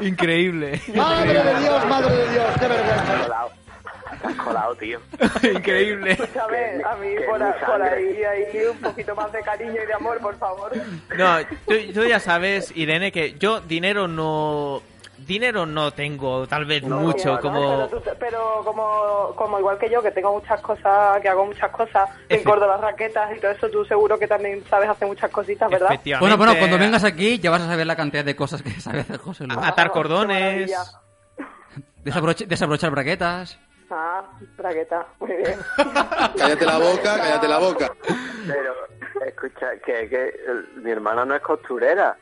C: Increíble.
T: Madre de Dios, madre de
L: Dios, qué vergüenza.
T: Te has colado, tío.
C: Increíble.
J: ¿Sabes? A mí por, a- por ahí, ahí un poquito más de cariño y de amor, por favor.
C: No, tú, tú ya sabes, Irene, que yo dinero no. Dinero no tengo, tal vez mucho,
J: Pero,
C: como.
J: Pero, tú- pero como, como igual que yo, que tengo muchas cosas, que hago muchas cosas, en
C: Efe-
J: Córdoba raquetas y todo eso, tú seguro que también sabes hacer muchas cositas, ¿verdad?
D: Bueno, bueno, cuando vengas aquí ya vas a saber la cantidad de cosas que sabe hacer José Luis.
C: Atar cordones.
D: Desabroche- desabrochar braquetas.
J: Ah, bragueta, muy bien.
H: Cállate la boca, cállate la boca.
T: Pero, escucha, que, que eh, mi hermana no es costurera.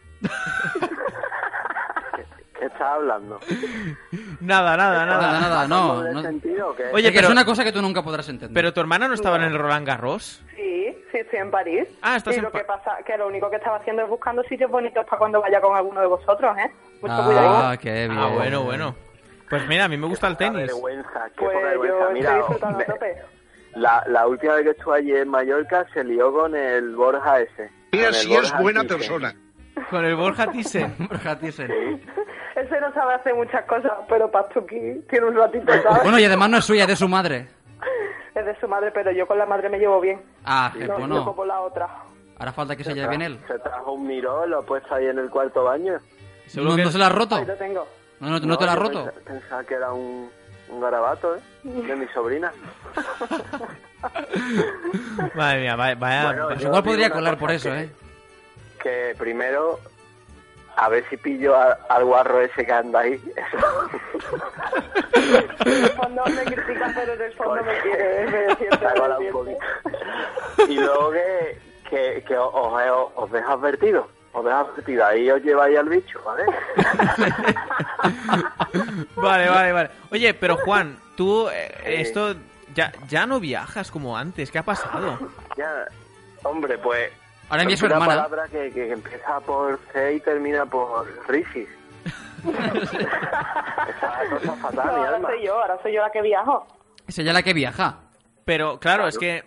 T: ¿Qué, qué estás hablando?
H: Eh,
C: Nada, nada, nada.
D: Nada, nada, no.
T: ¿Doble sentido o qué?
C: Oye,
D: Oye, que
C: pero-
D: es una cosa que tú nunca podrás entender.
C: Pero tu hermana no estaba en el Roland Garros.
J: Sí, sí, estoy en París.
C: Ah, estás
J: y
C: en
J: lo
C: Pa-
J: que pasa que lo único que estaba haciendo es buscando sitios bonitos para cuando vaya con alguno de vosotros, ¿eh? Mucho cuidado.
D: Ah, qué bien.
C: Ah, bueno, bueno. Pues mira, a mí me gusta el tenis.
T: vergüenza, qué
J: Pues
T: poca vergüenza.
J: yo estoy
T: Mira, oh,
J: disfrutando a tope.
T: la, la última vez que estuve allí en Mallorca se lió con el Borja ese. Con el Borja ese.
C: Con el Borja Thyssen.
D: Borja Thyssen.
J: Ese no sabe hacer muchas cosas, pero Pastuki tiene un ratito, Pues, ¿sabes?
D: Bueno, y además no es suya, es de su madre.
J: Es de su madre, pero yo con la madre me llevo bien.
D: Ah,
C: Eh,
D: que
J: No, no pues,
D: bueno.
J: como la otra.
D: Hará falta que se lleve bien él.
T: Se trajo un miró, lo ha puesto ahí en el cuarto baño.
D: ¿No, no se la has roto?
J: Ahí lo tengo.
D: No, no, no te la has
T: yo
D: roto.
T: pensa- Pensaba que era un, un garabato, ¿eh? De mi sobrina.
C: Madre mía, vaya. vaya- pues
T: Bueno,
C: vaya-
T: yo digo una cosa que-
C: ¿eh?
T: Que primero, a ver si pillo a- al guarro ese que anda ahí.
J: No me critica, pero en el fondo me quiere. ¿eh? Me siento
T: Me ha colado un poquito. y luego que, que, que os, os, os dejo advertido. Os dejo advertido. Ahí os lleváis al bicho, ¿vale?
C: Vale, vale, vale. Oye, pero Juan, tú, eh, esto. Ya, ya no viajas como antes, ¿qué ha pasado?
T: Ya, hombre, pues.
C: Ahora envía
T: es
C: su
T: una
C: hermana.
T: palabra que, que empieza por C y termina por Risis. Esa cosa es fatal,
J: No,
T: mi
J: ahora
T: alma.
J: soy yo, ahora soy yo la que viajo.
D: Es ella la que viaja.
C: Pero claro, es que.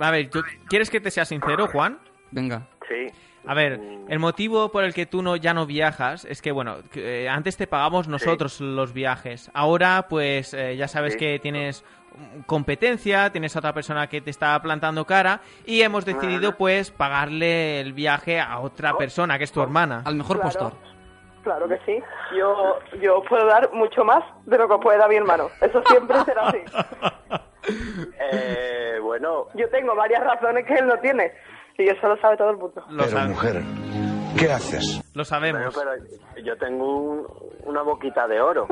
C: A ver, ¿tú ¿quieres que te sea sincero, Juan?
D: Venga.
T: Sí.
C: A ver, el motivo por el que tú no, ya no viajas es que, bueno, que, eh, antes te pagamos nosotros los viajes. Ahora, pues, eh, ya sabes
B: Sí.
C: que tienes mm, competencia, tienes a otra persona que te está plantando cara y hemos decidido, pues, pagarle el viaje a otra persona, que es tu hermana.
D: Al mejor postor.
J: Claro que sí. Yo, yo os puedo dar mucho más de lo que os puede dar mi hermano. Eso siempre será así.
T: Eh, bueno,
J: Yo tengo varias razones que él no tiene. Y eso lo sabe todo el mundo.
C: Pero
T: mujer, ¿qué haces?
C: Lo sabemos.
T: Pero, yo tengo un- una boquita de oro.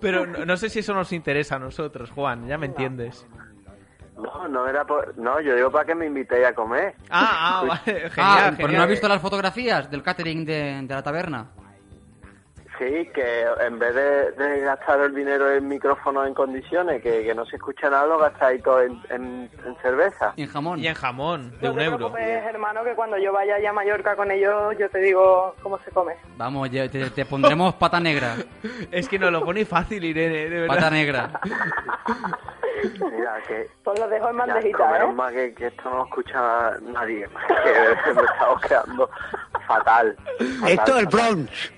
C: Pero no, no sé si eso nos interesa a nosotros, Juan, ya me entiendes.
T: No, no era por... No, yo digo para que me invitéis a comer.
C: Ah, ah, vale,
D: ah, pero no has visto las fotografías del catering de, de la taberna.
T: Sí, que en vez de, de gastar el dinero en micrófonos en condiciones, que, que no se escucha nada, lo gastáis todo en, en- en cerveza.
D: Y en jamón.
C: Y en jamón, Pues de un
J: No te
C: euro.
J: preocupes, Pues, hermano, que cuando yo vaya ya a Mallorca con ellos, yo te digo cómo se come.
D: Vamos, ya te, te pondremos pata negra.
C: Es que nos lo pone fácil, Irene, de verdad.
D: Pata negra.
T: Mira, que...
J: Pues los dejo en
T: ya,
J: bandejita,
T: comeros
J: ¿eh?
T: más que, que esto no lo escucha nadie. Que me estamos quedando fatal. Fatal, fatal.
C: Bronx.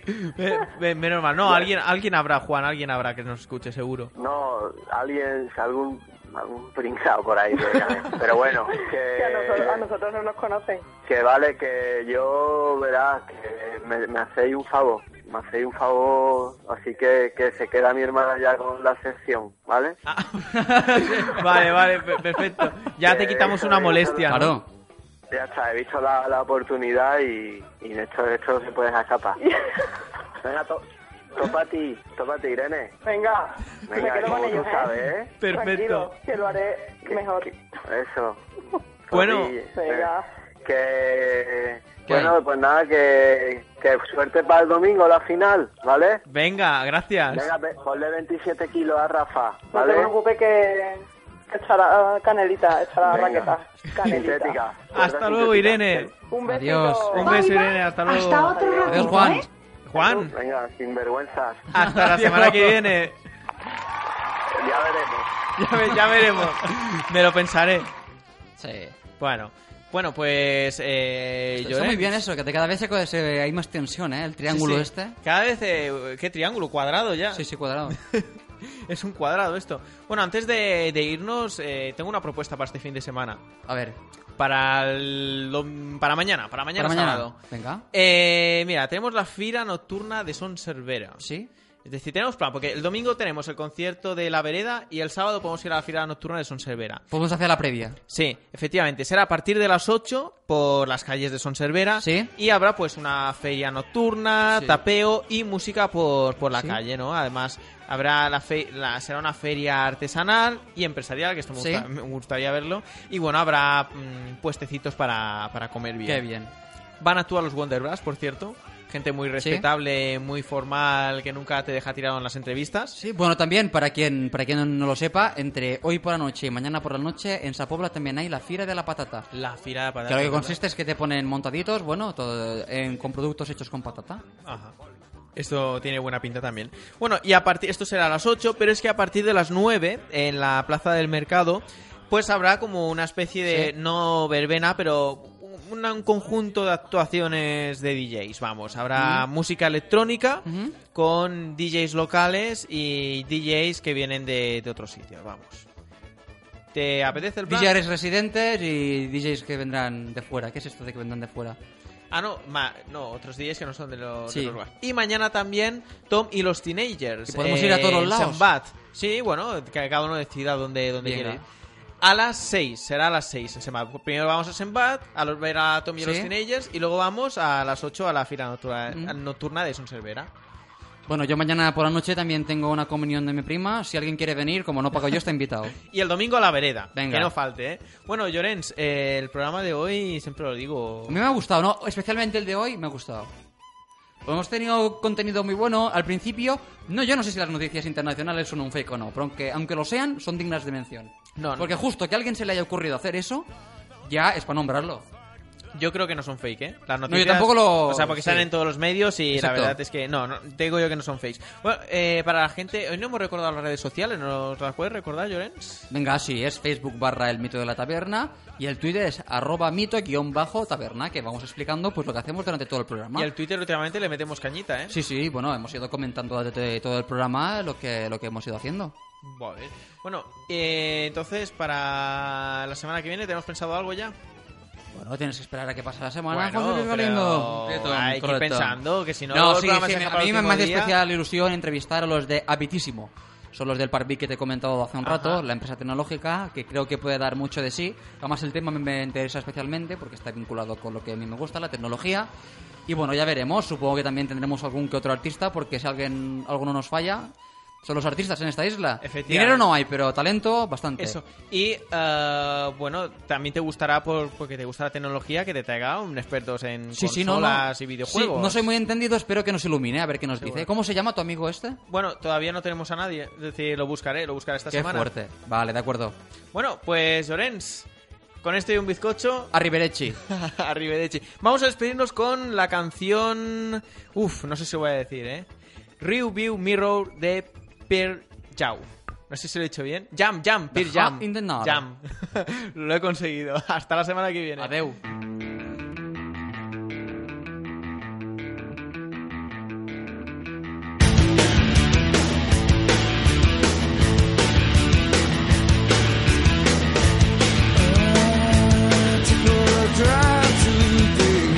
C: Menos mal. No, alguien, alguien habrá, Juan, alguien habrá que nos escuche, seguro.
T: No, alguien, algún, algún pringao por ahí, dígame. pero bueno,
J: Que a nosotros, a
T: que,
J: nosotros no nos conocen.
T: que vale, que yo, verás, que me, me hacéis un favor, me hacéis un favor, así que, que se queda mi hermana ya con la sección, ¿vale?
C: Vale, vale, pe- perfecto. Ah, Ya te
T: Que
C: quitamos
T: eso,
C: una
T: he visto
C: molestia.
T: la-
C: ¿no?
T: Ya está, he visto la, la oportunidad y, y esto, esto se puede dejar escapar. Venga, to, topa a ti, topa a ti, Irene.
J: Venga, me
T: Venga,
J: quedo con
T: como tú
J: ellos, ¿eh?
T: sabes, ¿eh?
J: Tranquilo, que lo haré mejor.
T: Eso.
C: Bueno.
T: Oye,
J: Venga.
T: eh, Que. Bueno, pues nada, que, que suerte para el domingo la final, ¿vale?
C: Venga, gracias.
T: Venga, ve- ponle 27 kilos a Rafa,
J: No te
T: ¿vale?
J: preocupes que que echará canelita, echará
T: Venga.
J: raqueta. Canelita.
T: Sintética.
C: Hasta luego, Irene.
J: Un
C: beso.
J: besito.
C: Adiós. Un beso,
J: Bye, bye.
C: Irene. Hasta luego.
J: Hasta otro
C: Adiós,
J: ratito,
C: Juan.
J: ¿eh?
C: Juan,
T: Venga, sinvergüenzas.
C: hasta la semana que viene.
T: Ya veremos.
C: Ya, ve- ya veremos. Me lo pensaré. Sí. Bueno. Bueno, pues... Eh,
D: Está
C: Llorens.
D: muy bien eso, que te- cada vez se- se- hay más tensión, ¿eh? El triángulo
C: Sí, sí.
D: este.
C: Cada vez, eh, ¿qué triángulo? ¿Cuadrado ya? Sí, sí,
D: cuadrado.
C: es un cuadrado esto. Bueno, antes de, de irnos, eh, tengo una propuesta para este fin de semana.
D: A ver.
C: Para, el dom- para mañana, para mañana,
D: Para mañana.
C: sábado.
D: Venga.
C: Eh, mira, tenemos la fira nocturna de Son Cervera. Sí. Es decir, tenemos plan, porque el domingo tenemos el concierto de La Vereda y el sábado podemos ir a la fira nocturna de Son Cervera.
D: Podemos hacer la previa.
C: Sí, efectivamente. Será a partir de las 8 por las calles de Sonservera. Sí. Y habrá pues una feria nocturna,
D: Sí.
C: tapeo y música por, por la
D: Sí.
C: calle, ¿no? Además, habrá la, fe- la- será una feria artesanal y empresarial, que esto me,
D: Sí.
C: gusta- me gustaría verlo. Y bueno, habrá mm, puestecitos para, para comer bien.
D: Qué bien.
C: Van a actuar los Wonderbras, por cierto. Gente muy respetable, muy formal, que nunca te deja tirado en las entrevistas.
D: Sí, Bueno, también, para quien, para quien no lo sepa, entre hoy por la noche y mañana por la noche, en Sapobla también hay la Fira de la Patata.
C: La fila de
D: Que lo que consiste es que te ponen montaditos, bueno, todo, eh, en- con productos hechos con patata.
C: Ajá. Esto tiene buena pinta también. Bueno, y a partir esto será a las 8, pero es que a partir de las 9 en la plaza del mercado pues habrá como una especie de
D: Sí.
C: no verbena, pero un, un conjunto de actuaciones de DJs, vamos, habrá
D: Ujú.
C: música electrónica con DJs locales y DJs que vienen de, de otros sitios, vamos. ¿Te apetece el plan?
D: DJs residentes y DJs que vendrán de fuera. ¿Qué es esto de que vendrán de fuera?
C: Ah, no, ma- no, otros DJs que no son de los, de
D: Sí.
C: los lugares. Y mañana también Tom y los Teenagers. eh,
D: Y podemos ir a todos
C: en
D: lados.
C: Sambat. Sí, bueno, que cada uno decida dónde, dónde
D: Venga.
C: quiere ir. A las 6, será a las 6 el Sambat. Primero vamos a Sembat, a los- ver a Tom y los
D: Sí.
C: Teenagers, y luego vamos a las 8 a la fila nocturna,
D: Mm.
C: nocturna de Son Cervera.
D: Bueno, yo mañana por la noche también tengo una comunión de mi prima. Si alguien quiere venir, como no pago yo, está invitado.
C: Y el domingo a la vereda,
D: Venga.
C: que no falte, ¿eh? Bueno, Llorens, eh, el programa de hoy siempre lo digo...
D: A mí me ha gustado, ¿no? Especialmente el de hoy me ha gustado. Pues Hemos tenido contenido muy bueno al principio. No, yo no sé si las noticias internacionales son un fake o no, pero aunque, aunque lo sean, son dignas de mención.
C: No, no.
D: Porque justo que a alguien se le haya ocurrido hacer eso, ya es para nombrarlo.
C: Yo creo que no son fake, ¿eh? Las
D: No, yo
C: noticias,
D: tampoco lo-
C: O sea, porque
D: sí.
C: salen en todos los medios y
D: Exacto.
C: la verdad es que no, no, te digo yo que no son fakes. Bueno, eh, para la gente, hoy no hemos recordado las redes sociales, ¿nos las puedes recordar, Llorens?
D: Venga, sí, es Facebook barra el mito de la taberna y el Twitter es arroba mito guión bajo taberna, que vamos explicando pues lo que hacemos durante todo el programa.
C: Y al Twitter últimamente le metemos cañita, ¿eh?
D: Sí, sí, bueno, hemos ido comentando durante todo el programa lo que, lo que hemos ido haciendo.
C: Vale. Bueno, eh, entonces, para la semana que viene, ¿tenemos pensado algo ya?
D: Bueno, tienes que esperar a que pase la semana.
C: Bueno,
D: José Luis
C: pero
D: Galindo.
C: hay que ir pensando, que si no, el
D: No, sí,
C: programa
D: sí,
C: se
D: me-
C: deja
D: a
C: para
D: mí
C: el
D: me
C: último
D: hace
C: día.
D: especial ilusión entrevistar a los de Habitísimo. Son los del Parvi que te he comentado hace un
C: Ajá.
D: rato, la empresa tecnológica, que creo que puede dar mucho de sí. Además, el tema me, me interesa especialmente porque está vinculado con lo que a mí me gusta, la tecnología. Y bueno, ya veremos. Supongo que también tendremos algún que otro artista, porque si alguien alguno nos falla, son los artistas en esta isla.
C: Efectivamente.
D: Dinero no hay, pero talento bastante.
C: Eso. Y eh, bueno, también te gustará por, porque te gusta la tecnología que te traiga un expertos en
D: Sí,
C: consolas
D: sí, no, no.
C: y videojuegos.
D: Sí, no soy muy entendido, espero que nos ilumine, a ver qué nos
C: Seguro.
D: dice. ¿Cómo se llama tu amigo este?
C: Bueno, todavía no tenemos a nadie. Es decir, lo buscaré, lo buscaré esta
D: qué
C: semana.
D: fuerte. Vale, de acuerdo.
C: Bueno, pues Lorenz, con esto y un bizcocho.
D: Arrivederci.
C: Arrivederci. Vamos a despedirnos con la canción. Uf, no sé si voy a decir, ¿eh? Review Mirror de Pearl Jau. No sé si lo he dicho bien. Jam, jam, Pearl
D: The
C: Jam.
D: Hub in the North.
C: Jam. lo he conseguido. Hasta la semana que viene.
D: Adeu.
N: To go a drive today.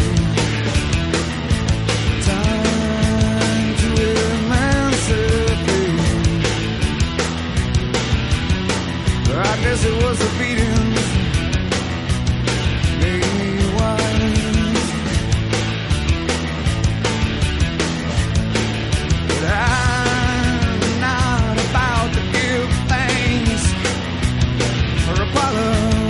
N: Time to emancipate. I guess it was a beating. Made me wise. But I'm not about to give thanks for apologies.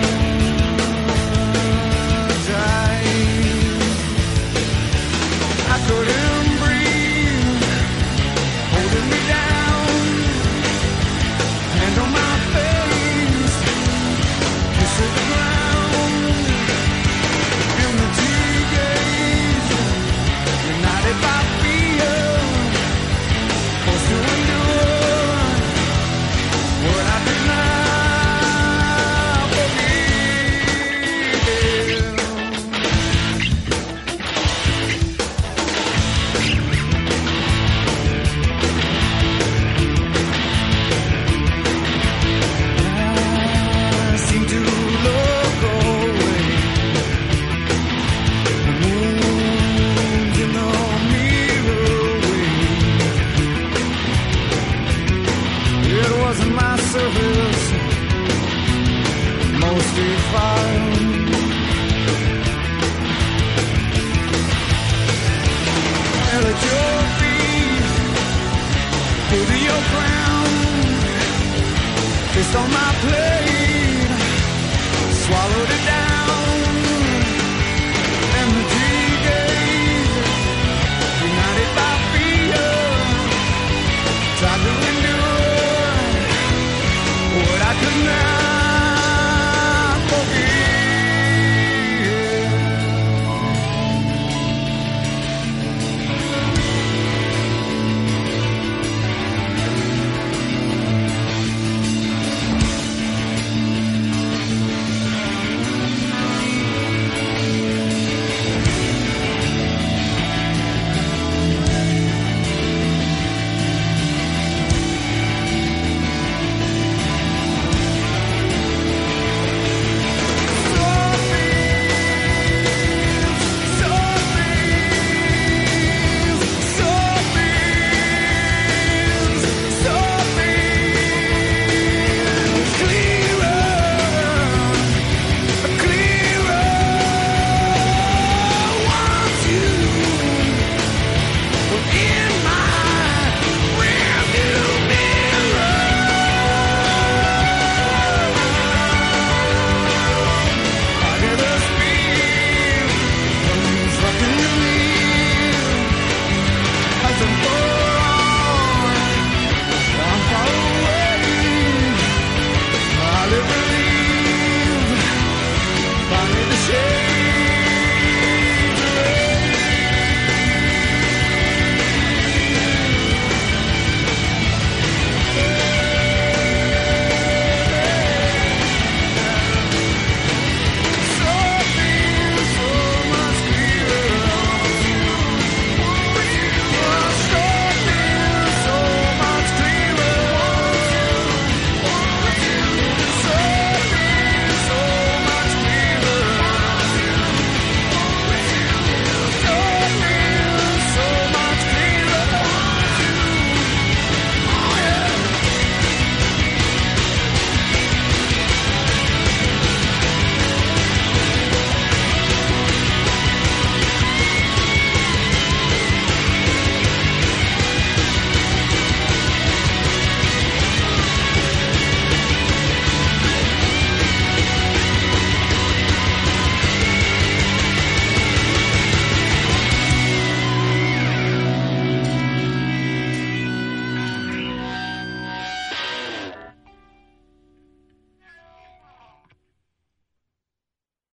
E: as my service most refined. And at your feet, put your crown, kissed on my plate, swallowed it down. Empty gaze, united by fear. Tried to endure what I could now.